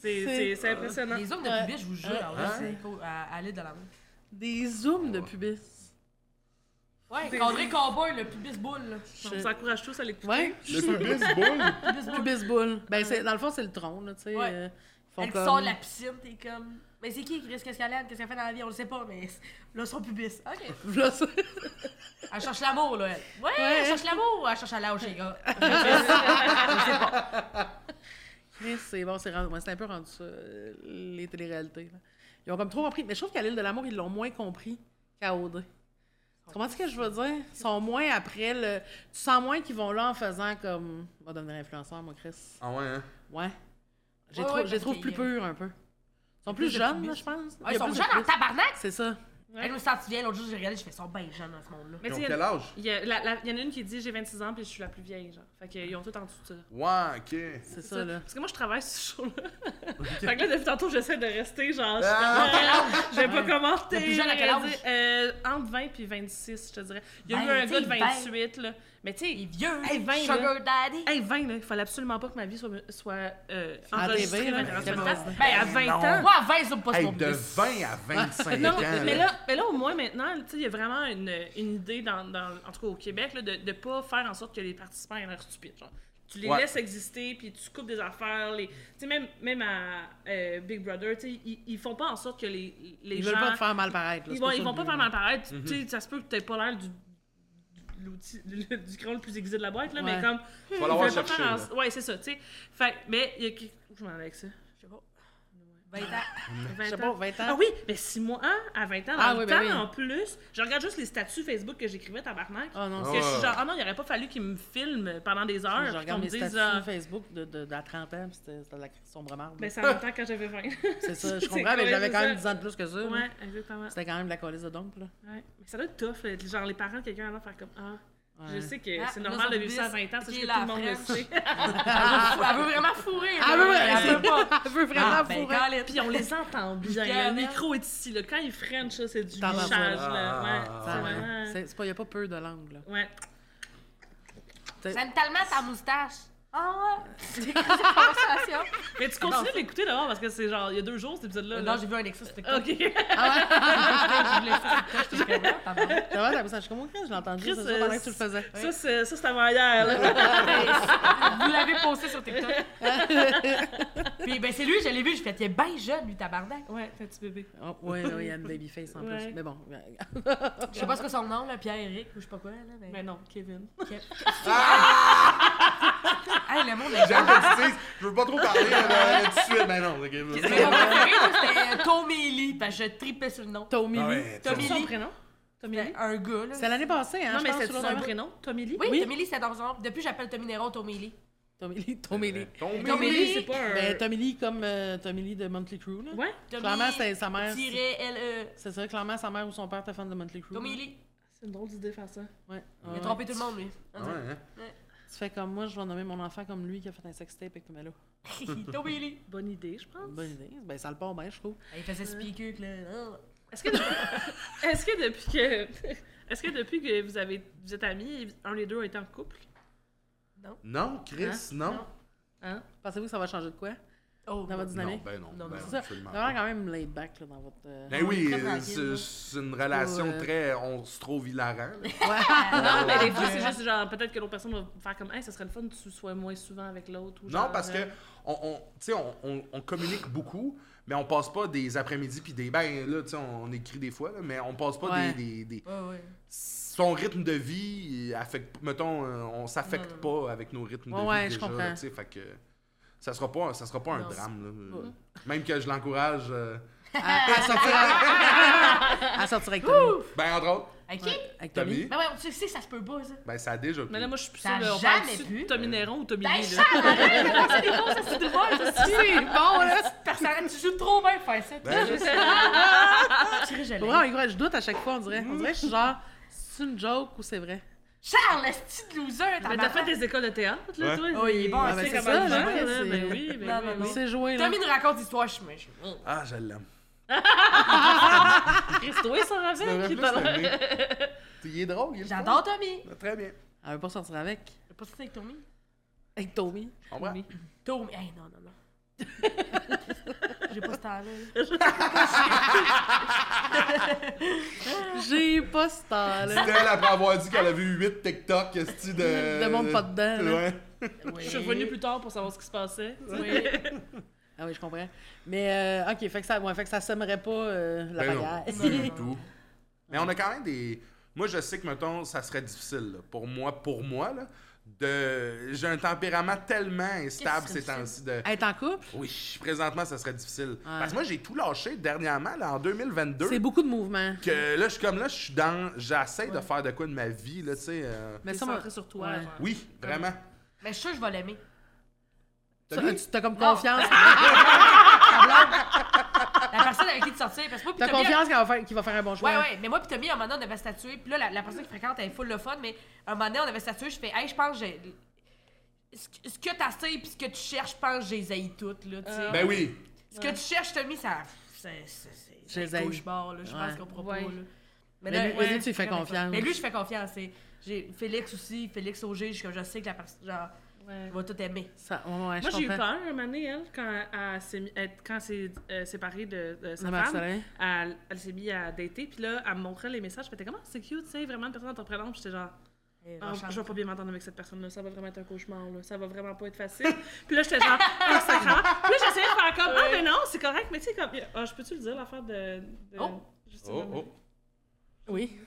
Speaker 2: C'est
Speaker 1: C'est-
Speaker 2: c'est- c'est impressionnant.
Speaker 3: Les zooms de
Speaker 1: Ouais.
Speaker 3: pubis, je vous jure,
Speaker 1: Ouais.
Speaker 3: alors là, c'est cool, à, à l'île de l'amour.
Speaker 1: Des zooms de pubis.
Speaker 3: Ouais, André Cowboy, le pubis boule, là.
Speaker 2: On s'encourage tous à l'écouter.
Speaker 1: Ouais,
Speaker 4: Le pubis boule?
Speaker 3: Pubis boule.
Speaker 1: pubis boule. Ben, c'est- dans le fond, c'est le tronc, là, tu sais.
Speaker 3: Ouais.
Speaker 1: euh, ils font
Speaker 3: Elle qui
Speaker 1: comme-
Speaker 3: sort de la piscine, t'es comme. Mais c'est qui qui risque qu'est-ce qu'elle aime, qu'est-ce qu'elle fait dans la vie, on le sait pas, mais là, son pubis. Ok.
Speaker 1: Voilà, ça.
Speaker 3: Elle cherche l'amour, là, elle. Ouais,
Speaker 1: Ouais.
Speaker 3: elle cherche l'amour, ou elle cherche à lâcher, les gars.
Speaker 1: Chris, c'est bon, c'est rendu- ouais, c'est un peu rendu ça, euh, les téléréalités. là. Ils ont comme trop compris. Mais je trouve qu'à l'île de l'amour, ils l'ont moins compris qu'à Audrey. Comment est-ce que je veux dire? Ils sont moins après le. Tu sens moins qu'ils vont là en faisant comme. On va devenir influenceur, moi, Chris.
Speaker 4: Ah ouais, hein?
Speaker 1: Ouais. Je les
Speaker 3: Ouais,
Speaker 1: trou-
Speaker 3: ouais,
Speaker 1: je les
Speaker 3: parce
Speaker 1: trouve
Speaker 3: qu'il
Speaker 1: plus
Speaker 3: y a-
Speaker 1: purs un peu. Ils sont plus
Speaker 3: plus de
Speaker 1: jeunes,
Speaker 3: pubis.
Speaker 1: là, je pense. Il
Speaker 3: Ouais,
Speaker 1: y
Speaker 3: ils
Speaker 1: a
Speaker 3: sont
Speaker 1: plus de
Speaker 3: jeunes en
Speaker 1: pubis.
Speaker 3: tabarnak!
Speaker 1: C'est ça.
Speaker 3: Elle me sentit bien, l'autre jour, j'ai regardé, je fais, ils sont bien jeunes dans ce monde-là.
Speaker 2: Mais tu
Speaker 4: Ils ont
Speaker 2: sais, il y a-
Speaker 4: quel âge?
Speaker 2: il y a- la- la- il y en a une qui dit j'ai 26 ans puis je suis la plus vieille genre. Fait qu'ils ont tout en dessous de ça.
Speaker 4: Ouais, ok.
Speaker 1: C'est ça, là.
Speaker 2: Parce que moi je travaille sur ce show-là. fait que là depuis tantôt j'essaie de rester genre je
Speaker 4: Ah!
Speaker 2: je vais pas commenter.
Speaker 3: Le plus jeune à quel âge?
Speaker 2: Euh, entre 20 puis 26 je te dirais. Il y a
Speaker 3: Ben,
Speaker 2: eu un
Speaker 3: tu
Speaker 2: gars de
Speaker 3: sais,
Speaker 2: 28 là. Mais tu
Speaker 3: Il est
Speaker 2: sais
Speaker 3: vieux,
Speaker 2: Hey, vingt,
Speaker 3: Sugar Daddy.
Speaker 2: Hey, 20, là, il fallait absolument pas que ma vie soit, soit euh,
Speaker 1: À
Speaker 2: enregistrée
Speaker 1: TV, là,
Speaker 2: dans
Speaker 1: c'est
Speaker 2: le
Speaker 1: bon.
Speaker 2: podcast.
Speaker 3: Ben,
Speaker 2: Ben, à 20
Speaker 4: non.
Speaker 2: ans.
Speaker 3: Moi, à 20, ils ont pas
Speaker 4: Hey,
Speaker 3: son
Speaker 4: de
Speaker 3: pubis.
Speaker 4: 20 à 25
Speaker 2: Non,
Speaker 4: ans.
Speaker 2: mais là, mais là, au moins maintenant, tu sais, il y a vraiment une, une idée, dans, dans, en tout cas au Québec, là, de ne pas faire en sorte que les participants aient l'air stupides. genre. Tu les
Speaker 4: Ouais.
Speaker 2: laisses exister, puis tu coupes des affaires. Les... Tu sais, même, même à euh, Big Brother, tu sais, ils, ils font pas en sorte que les, les
Speaker 1: Ils
Speaker 2: gens...
Speaker 1: veulent pas te faire mal paraître. là,
Speaker 2: Ils
Speaker 1: c'est
Speaker 2: vont,
Speaker 1: ça
Speaker 2: ils
Speaker 1: le
Speaker 2: vont pas
Speaker 1: but,
Speaker 2: faire
Speaker 1: là. Mm-hmm.
Speaker 2: mal paraître. Tu- Tu sais, ça se peut que t'aies pas l'air du de l'outil- le- du cran le plus aiguisé de la boîte là mais
Speaker 1: Ouais.
Speaker 2: comme
Speaker 4: vas
Speaker 2: ils
Speaker 4: l'avoir
Speaker 2: veulent pas
Speaker 4: cherché,
Speaker 2: faire en-
Speaker 4: là.
Speaker 2: ouais c'est ça tu sais fait mais il y a qui je m'en vais avec ça
Speaker 3: Je sais pas. 20 ans.
Speaker 2: 20
Speaker 1: Je sais
Speaker 2: ans.
Speaker 1: pas, 20 ans.
Speaker 2: Ah oui, mais 6 mois à 20 ans, dans
Speaker 1: Ah
Speaker 2: le
Speaker 1: oui,
Speaker 2: temps
Speaker 1: ben oui.
Speaker 2: en plus, je regarde juste les statuts Facebook que j'écrivais, tabarnak.
Speaker 1: Ah non,
Speaker 2: parce que je suis genre, ah non, il aurait pas fallu qu'ils me filment pendant des heures.
Speaker 1: Je
Speaker 2: puis qu'on
Speaker 1: regarde
Speaker 2: me
Speaker 1: mes
Speaker 2: dise,
Speaker 1: statuts
Speaker 2: ah,
Speaker 1: Facebook de, de, d'à 30 ans, puis c'était c'était de la sombre marde.
Speaker 2: ben ça en même temps quand j'avais 20.
Speaker 1: C'est ça, je
Speaker 2: c'est
Speaker 1: comprends, mais
Speaker 2: quand
Speaker 1: j'avais
Speaker 2: même
Speaker 1: quand même
Speaker 2: ça.
Speaker 1: 10 ans de plus que ça. là.
Speaker 2: ouais, exactement.
Speaker 1: C'était quand même de la colise de dompe, là.
Speaker 2: Ouais. Mais ça doit être tough, là, genre les parents de quelqu'un avant faire comme, ah. Je
Speaker 1: Ouais.
Speaker 2: sais que
Speaker 3: Ah,
Speaker 2: c'est
Speaker 3: nous
Speaker 2: normal de
Speaker 3: autres
Speaker 2: vivre ça à 20 ans, c'est
Speaker 3: dix,
Speaker 2: ce que
Speaker 3: puis
Speaker 2: tout
Speaker 3: la
Speaker 2: le monde le
Speaker 3: French.
Speaker 2: sait.
Speaker 3: Elle veut- elle veut vraiment fourrer.
Speaker 1: Ah,
Speaker 3: là.
Speaker 1: ouais, ouais,
Speaker 3: Elle
Speaker 1: c'est-
Speaker 3: veut pas.
Speaker 1: elle veut vraiment
Speaker 3: Ah, ben,
Speaker 1: fourrer.
Speaker 3: quand elle est-
Speaker 2: Puis on les entend bien,
Speaker 3: Bien,
Speaker 2: là, le
Speaker 3: hein.
Speaker 2: micro est ici. Là. Quand ils French, ça, c'est du
Speaker 1: T'en vas
Speaker 2: bichage.
Speaker 1: voir.
Speaker 2: Là. Ouais,
Speaker 4: Ah,
Speaker 1: Ça,
Speaker 2: c'est
Speaker 1: ouais.
Speaker 2: vraiment-
Speaker 1: C'est- c'est pas, y a pas peu de langue, là.
Speaker 2: Ouais.
Speaker 3: J'aime tellement ta moustache. Ah ouais. C'est quoi cette conversation?
Speaker 2: Mais
Speaker 3: Ah,
Speaker 2: tu continues de l'écouter dehors parce que c'est genre, il y a deux jours cet épisode-là.
Speaker 3: Non,
Speaker 2: là.
Speaker 3: j'ai vu un extrait sur TikTok.
Speaker 2: Ok.
Speaker 3: Je voulais ça sur TikTok, j'étais comme, Ah, pardon.
Speaker 1: T'as vraiment la moustache comme moi, Chris, je l'ai entendu
Speaker 2: Chris,
Speaker 1: c'est ça,
Speaker 2: euh,
Speaker 1: pendant que tu le faisais.
Speaker 2: Ça, c'est, ça, c'est avant hier. Là.
Speaker 3: Vous l'avez posté sur TikTok. Puis ben c'est lui, je l'ai vu, je fais, t'es bien jeune lui tabarnak.
Speaker 2: ouais, t'as petit bébé.
Speaker 1: Oh, ouais, là, il y a une babyface en
Speaker 2: Ouais.
Speaker 1: plus. Mais bon, euh,
Speaker 3: Je sais pas ce que son nom là, Pierre-Éric ou je sais pas quoi là. Mais...
Speaker 2: Mais Ben non, Kevin.
Speaker 3: Hey, le monde est
Speaker 4: J'aime que tu dises, je veux pas trop parler euh, tout de suite. Ben non, ok.
Speaker 3: Mais mon préféré, moi, c'était euh, Tommy Lee, parce que je tripais sur le nom.
Speaker 1: Tommy
Speaker 4: Ah
Speaker 1: Lee.
Speaker 4: ouais,
Speaker 2: Tommy
Speaker 4: Tommy
Speaker 2: Lee. son
Speaker 3: Lee.
Speaker 2: prénom? Tommy Lee?
Speaker 3: C'était un gars, là.
Speaker 1: C'est l'année passée, hein?
Speaker 2: Ben, Non,
Speaker 1: je
Speaker 2: mais
Speaker 1: pense,
Speaker 2: c'est
Speaker 1: ou l'autre
Speaker 2: un
Speaker 1: avant.
Speaker 2: prénom? Tommy Lee?
Speaker 3: Oui,
Speaker 1: Oui.
Speaker 3: Tommy Lee, c'était dans un nom. Depuis, j'appelle Tommy Nero Tommy Lee.
Speaker 1: Tommy Lee. Tommy Lee.
Speaker 4: Tommy
Speaker 3: Tommy
Speaker 4: Lee.
Speaker 3: Lee.
Speaker 2: c'est pas un...
Speaker 1: Ben, Tommy Lee comme euh, Tommy Lee de Monthly Crew, là.
Speaker 2: Ouais?
Speaker 3: Tommy
Speaker 1: Clairement, c'est sa mère. c'est-
Speaker 3: Tiret L-E.
Speaker 1: C'est ça, clairement, sa mère ou son père était fan de Monthly Crew.
Speaker 3: E. Tommy
Speaker 1: là.
Speaker 3: Lee.
Speaker 2: C'est une drôle d'idée faire ça.
Speaker 1: Ouais.
Speaker 3: Il
Speaker 1: ouais.
Speaker 3: a trompé tout le monde, lui.
Speaker 4: Ah ouais, hein?
Speaker 1: Tu fais comme moi, je vais nommer mon enfant comme lui qui a fait un sextape ben avec Pamela.
Speaker 3: Tommy Lee.
Speaker 2: Bonne idée, je pense.
Speaker 1: Bonne idée. Ben, ça le part bien, je trouve.
Speaker 3: Ah, Il faisait speaker, que là.
Speaker 2: Est-ce que, Est-ce que depuis que... Est-ce que depuis que vous, avez... vous êtes amis, un des deux a été en couple?
Speaker 4: Non, Chris,
Speaker 2: Hein?
Speaker 4: non.
Speaker 2: Hein?
Speaker 1: Pensez-vous que ça va changer de quoi
Speaker 3: Oh,
Speaker 1: dans votre
Speaker 4: Non,
Speaker 1: dynamique?
Speaker 4: ben non.
Speaker 3: Non,
Speaker 4: ben
Speaker 3: mais
Speaker 1: C'est
Speaker 4: non,
Speaker 1: ça.
Speaker 4: absolument
Speaker 1: D'avoir
Speaker 4: pas.
Speaker 1: quand même laid back là, dans votre. euh,
Speaker 4: Ben oui,
Speaker 3: Très
Speaker 4: euh,
Speaker 3: tranquille, là.
Speaker 4: c'est c'est une relation
Speaker 1: Ouais.
Speaker 4: très. On se trouve hilarant. là. Euh,
Speaker 2: Non, mais Ah, ben, des fois, c'est juste genre, peut-être que l'autre personne va faire comme, hey, ça serait le fun que tu sois moins souvent avec l'autre. ou
Speaker 4: Non,
Speaker 2: genre,
Speaker 4: parce que
Speaker 2: euh,
Speaker 4: on, on- tu sais, on, on- on communique beaucoup, mais on passe pas des après-midi puis des ben là, tu sais, on, on écrit des fois, là, mais on passe pas
Speaker 1: Ouais.
Speaker 4: des, des- des-
Speaker 3: Ouais, ouais.
Speaker 4: Son rythme de vie affecte, mettons, euh, on s'affecte pas avec nos rythmes de
Speaker 1: Ouais, ouais,
Speaker 4: vie
Speaker 1: je
Speaker 4: déjà,
Speaker 1: comprends.
Speaker 4: là, tu sais, fait que ça sera pas, ça sera pas un
Speaker 3: Non.
Speaker 4: drame. là.
Speaker 1: Ouais.
Speaker 4: Même que je l'encourage. euh,
Speaker 1: à, à sortir, à- à sortir avec Tommy.
Speaker 4: Ben, entre autres,
Speaker 3: OK?
Speaker 1: Avec Tommy.
Speaker 4: Tommy,
Speaker 3: Mais ouais, tu sais, ça se peut pas, ça.
Speaker 4: ben, ça a déjà plu.
Speaker 2: Mais là, moi, je suis plus
Speaker 3: Ça a
Speaker 2: sûre. là, On
Speaker 3: jamais
Speaker 2: parle-tu
Speaker 3: pu.
Speaker 2: de Tommy Néron ou Tommy
Speaker 3: Ben,
Speaker 2: Lee, là?
Speaker 3: Charles, arrête de penser des choses, ça c'est drôle, ça c'est bon, là. Personne, tu joues trop bien faire ça. Ah,
Speaker 4: Ben, je-
Speaker 3: Tu rigoles, je l'ai.
Speaker 1: Ouais, ouais, je doute à chaque fois, on dirait. On dirait que je suis genre, c'est une joke ou c'est vrai?
Speaker 3: Charles, est-ce de loser,
Speaker 2: Mais t'as
Speaker 3: tabarnak?
Speaker 2: fait des écoles de théâtre, là,
Speaker 4: Ouais.
Speaker 2: toi?
Speaker 3: Oh, il est bon,
Speaker 2: Tu
Speaker 3: ah, ben,
Speaker 2: sais
Speaker 3: c'est
Speaker 2: comment
Speaker 1: ça,
Speaker 2: le
Speaker 1: là,
Speaker 2: faire, là.
Speaker 1: c'est-
Speaker 2: Ben oui, ben
Speaker 3: Non,
Speaker 2: oui,
Speaker 3: non,
Speaker 1: On
Speaker 2: oui.
Speaker 1: s'est joué, là.
Speaker 3: Tommy nous raconte l'histoire, je suis méchant.
Speaker 4: Ah, je l'aime.
Speaker 2: Christo, il s'en
Speaker 4: Je l'aurais
Speaker 2: revient, qui
Speaker 4: plus
Speaker 2: t'en
Speaker 4: aimé. Tu- Il est drôle, il est le
Speaker 3: J'adore Tommy.
Speaker 4: fun. Très bien.
Speaker 1: Elle veut pas sortir avec.
Speaker 3: T'as pas sorti avec Tommy?
Speaker 1: Avec Tommy.
Speaker 4: On voit.
Speaker 3: Tommy. Hey, non, non, non. J'ai pas ce temps-là. Ben,
Speaker 1: J'ai pas ce temps-là.
Speaker 4: C'était elle après avoir dit qu'elle a vu 8 TikTok, esti de.
Speaker 1: De monde pas dedans, là.
Speaker 4: Ouais.
Speaker 2: Je suis revenue plus tard pour savoir ce qui se passait.
Speaker 3: Oui.
Speaker 1: Ah oui, je comprends. Mais, euh, OK, fait que ça, ouais, fait que ça sèmerait pas euh, la
Speaker 4: Ben non,
Speaker 1: bagarre.
Speaker 4: pas du tout. Mais on a quand même des. Moi, je sais que, mettons, ça serait difficile, là, pour moi, pour moi, là, de... J'ai un tempérament tellement instable
Speaker 3: Qu'est-ce
Speaker 4: ces
Speaker 3: que c'est Ah.
Speaker 4: temps-ci de...
Speaker 1: Être en couple,
Speaker 4: Oui, présentement, ça serait difficile. Parce que moi, j'ai tout lâché dernièrement, là, en
Speaker 1: c'est
Speaker 4: 2022,
Speaker 1: beaucoup de mouvements.
Speaker 4: que là, je suis comme là, je suis dans... J'essaie de faire de quoi de ma vie, là, tu sais... euh,
Speaker 1: Mais
Speaker 2: T'es
Speaker 1: moi-
Speaker 2: centré sur toi.
Speaker 1: Ouais.
Speaker 2: genre.
Speaker 4: Oui, vraiment.
Speaker 3: Mais je suis sûr que je vais l'aimer.
Speaker 1: Ça,
Speaker 4: Tommy?
Speaker 1: tu as comme
Speaker 3: Non.
Speaker 1: confiance.
Speaker 3: La personne avec qui tu sortais, parce que moi, pis
Speaker 1: T'as
Speaker 3: Tommy.
Speaker 1: confiance qu'elle va faire- qu'il va faire un bon choix.
Speaker 3: Ouais, ouais, mais moi, pis Tommy, à un moment donné, on avait statué, pis là, la, la personne qui fréquente, elle est full le fun, mais à un moment donné, on avait statué, je fais, hey, je pense que j'ai. Ce que- ce que t'essayes pis ce que tu cherches, je pense que j'ai haï toutes, là, tu sais.
Speaker 4: Ben oui.
Speaker 3: Ce que tu cherches, Tommy, ça. c'est- c'est- c'est-
Speaker 1: Je les
Speaker 3: C'est un
Speaker 1: haïs.
Speaker 3: cauchemar, là. Je pense
Speaker 1: Ouais.
Speaker 3: qu'on pourra pas,
Speaker 2: Ouais.
Speaker 3: là.
Speaker 1: Mais
Speaker 3: là,
Speaker 1: lui- lui, tu lui fais
Speaker 3: vraiment
Speaker 1: confiance.
Speaker 3: Mais lui, je fais confiance. c'est- J'ai Félix aussi, Félix Auger, je, je sais que la personne, genre,
Speaker 2: Ouais.
Speaker 3: elle va tout aimer.
Speaker 1: Ça, ouais, ouais,
Speaker 2: Moi,
Speaker 1: je
Speaker 2: j'ai eu
Speaker 1: comprends.
Speaker 2: peur, un moment donné, elle, quand elle s'est mis- elle- quand elle s'est euh, séparée de, de sa
Speaker 1: De Marcelin.
Speaker 2: femme. Elle, elle s'est mise à dater, puis là, elle me montrait les messages. J'étais comme, Ah, c'est cute, tu sais, vraiment une personne entreprenante. Puis J'étais genre,
Speaker 3: Et
Speaker 2: Ah,
Speaker 3: enchante.
Speaker 2: je vais pas bien m'entendre avec cette personne-là, ça va vraiment être un cauchemar, là. ça va vraiment pas être facile. puis là, j'étais genre, ah, sacrément. Puis là, j'essayais de faire comme, ah, mais non, c'est correct, mais tu sais, comme, ah, je peux-tu le dire, l'affaire de. de-
Speaker 3: Oh.
Speaker 2: Justine
Speaker 4: Oh,
Speaker 2: d'Amérique?
Speaker 4: oh.
Speaker 1: Oui.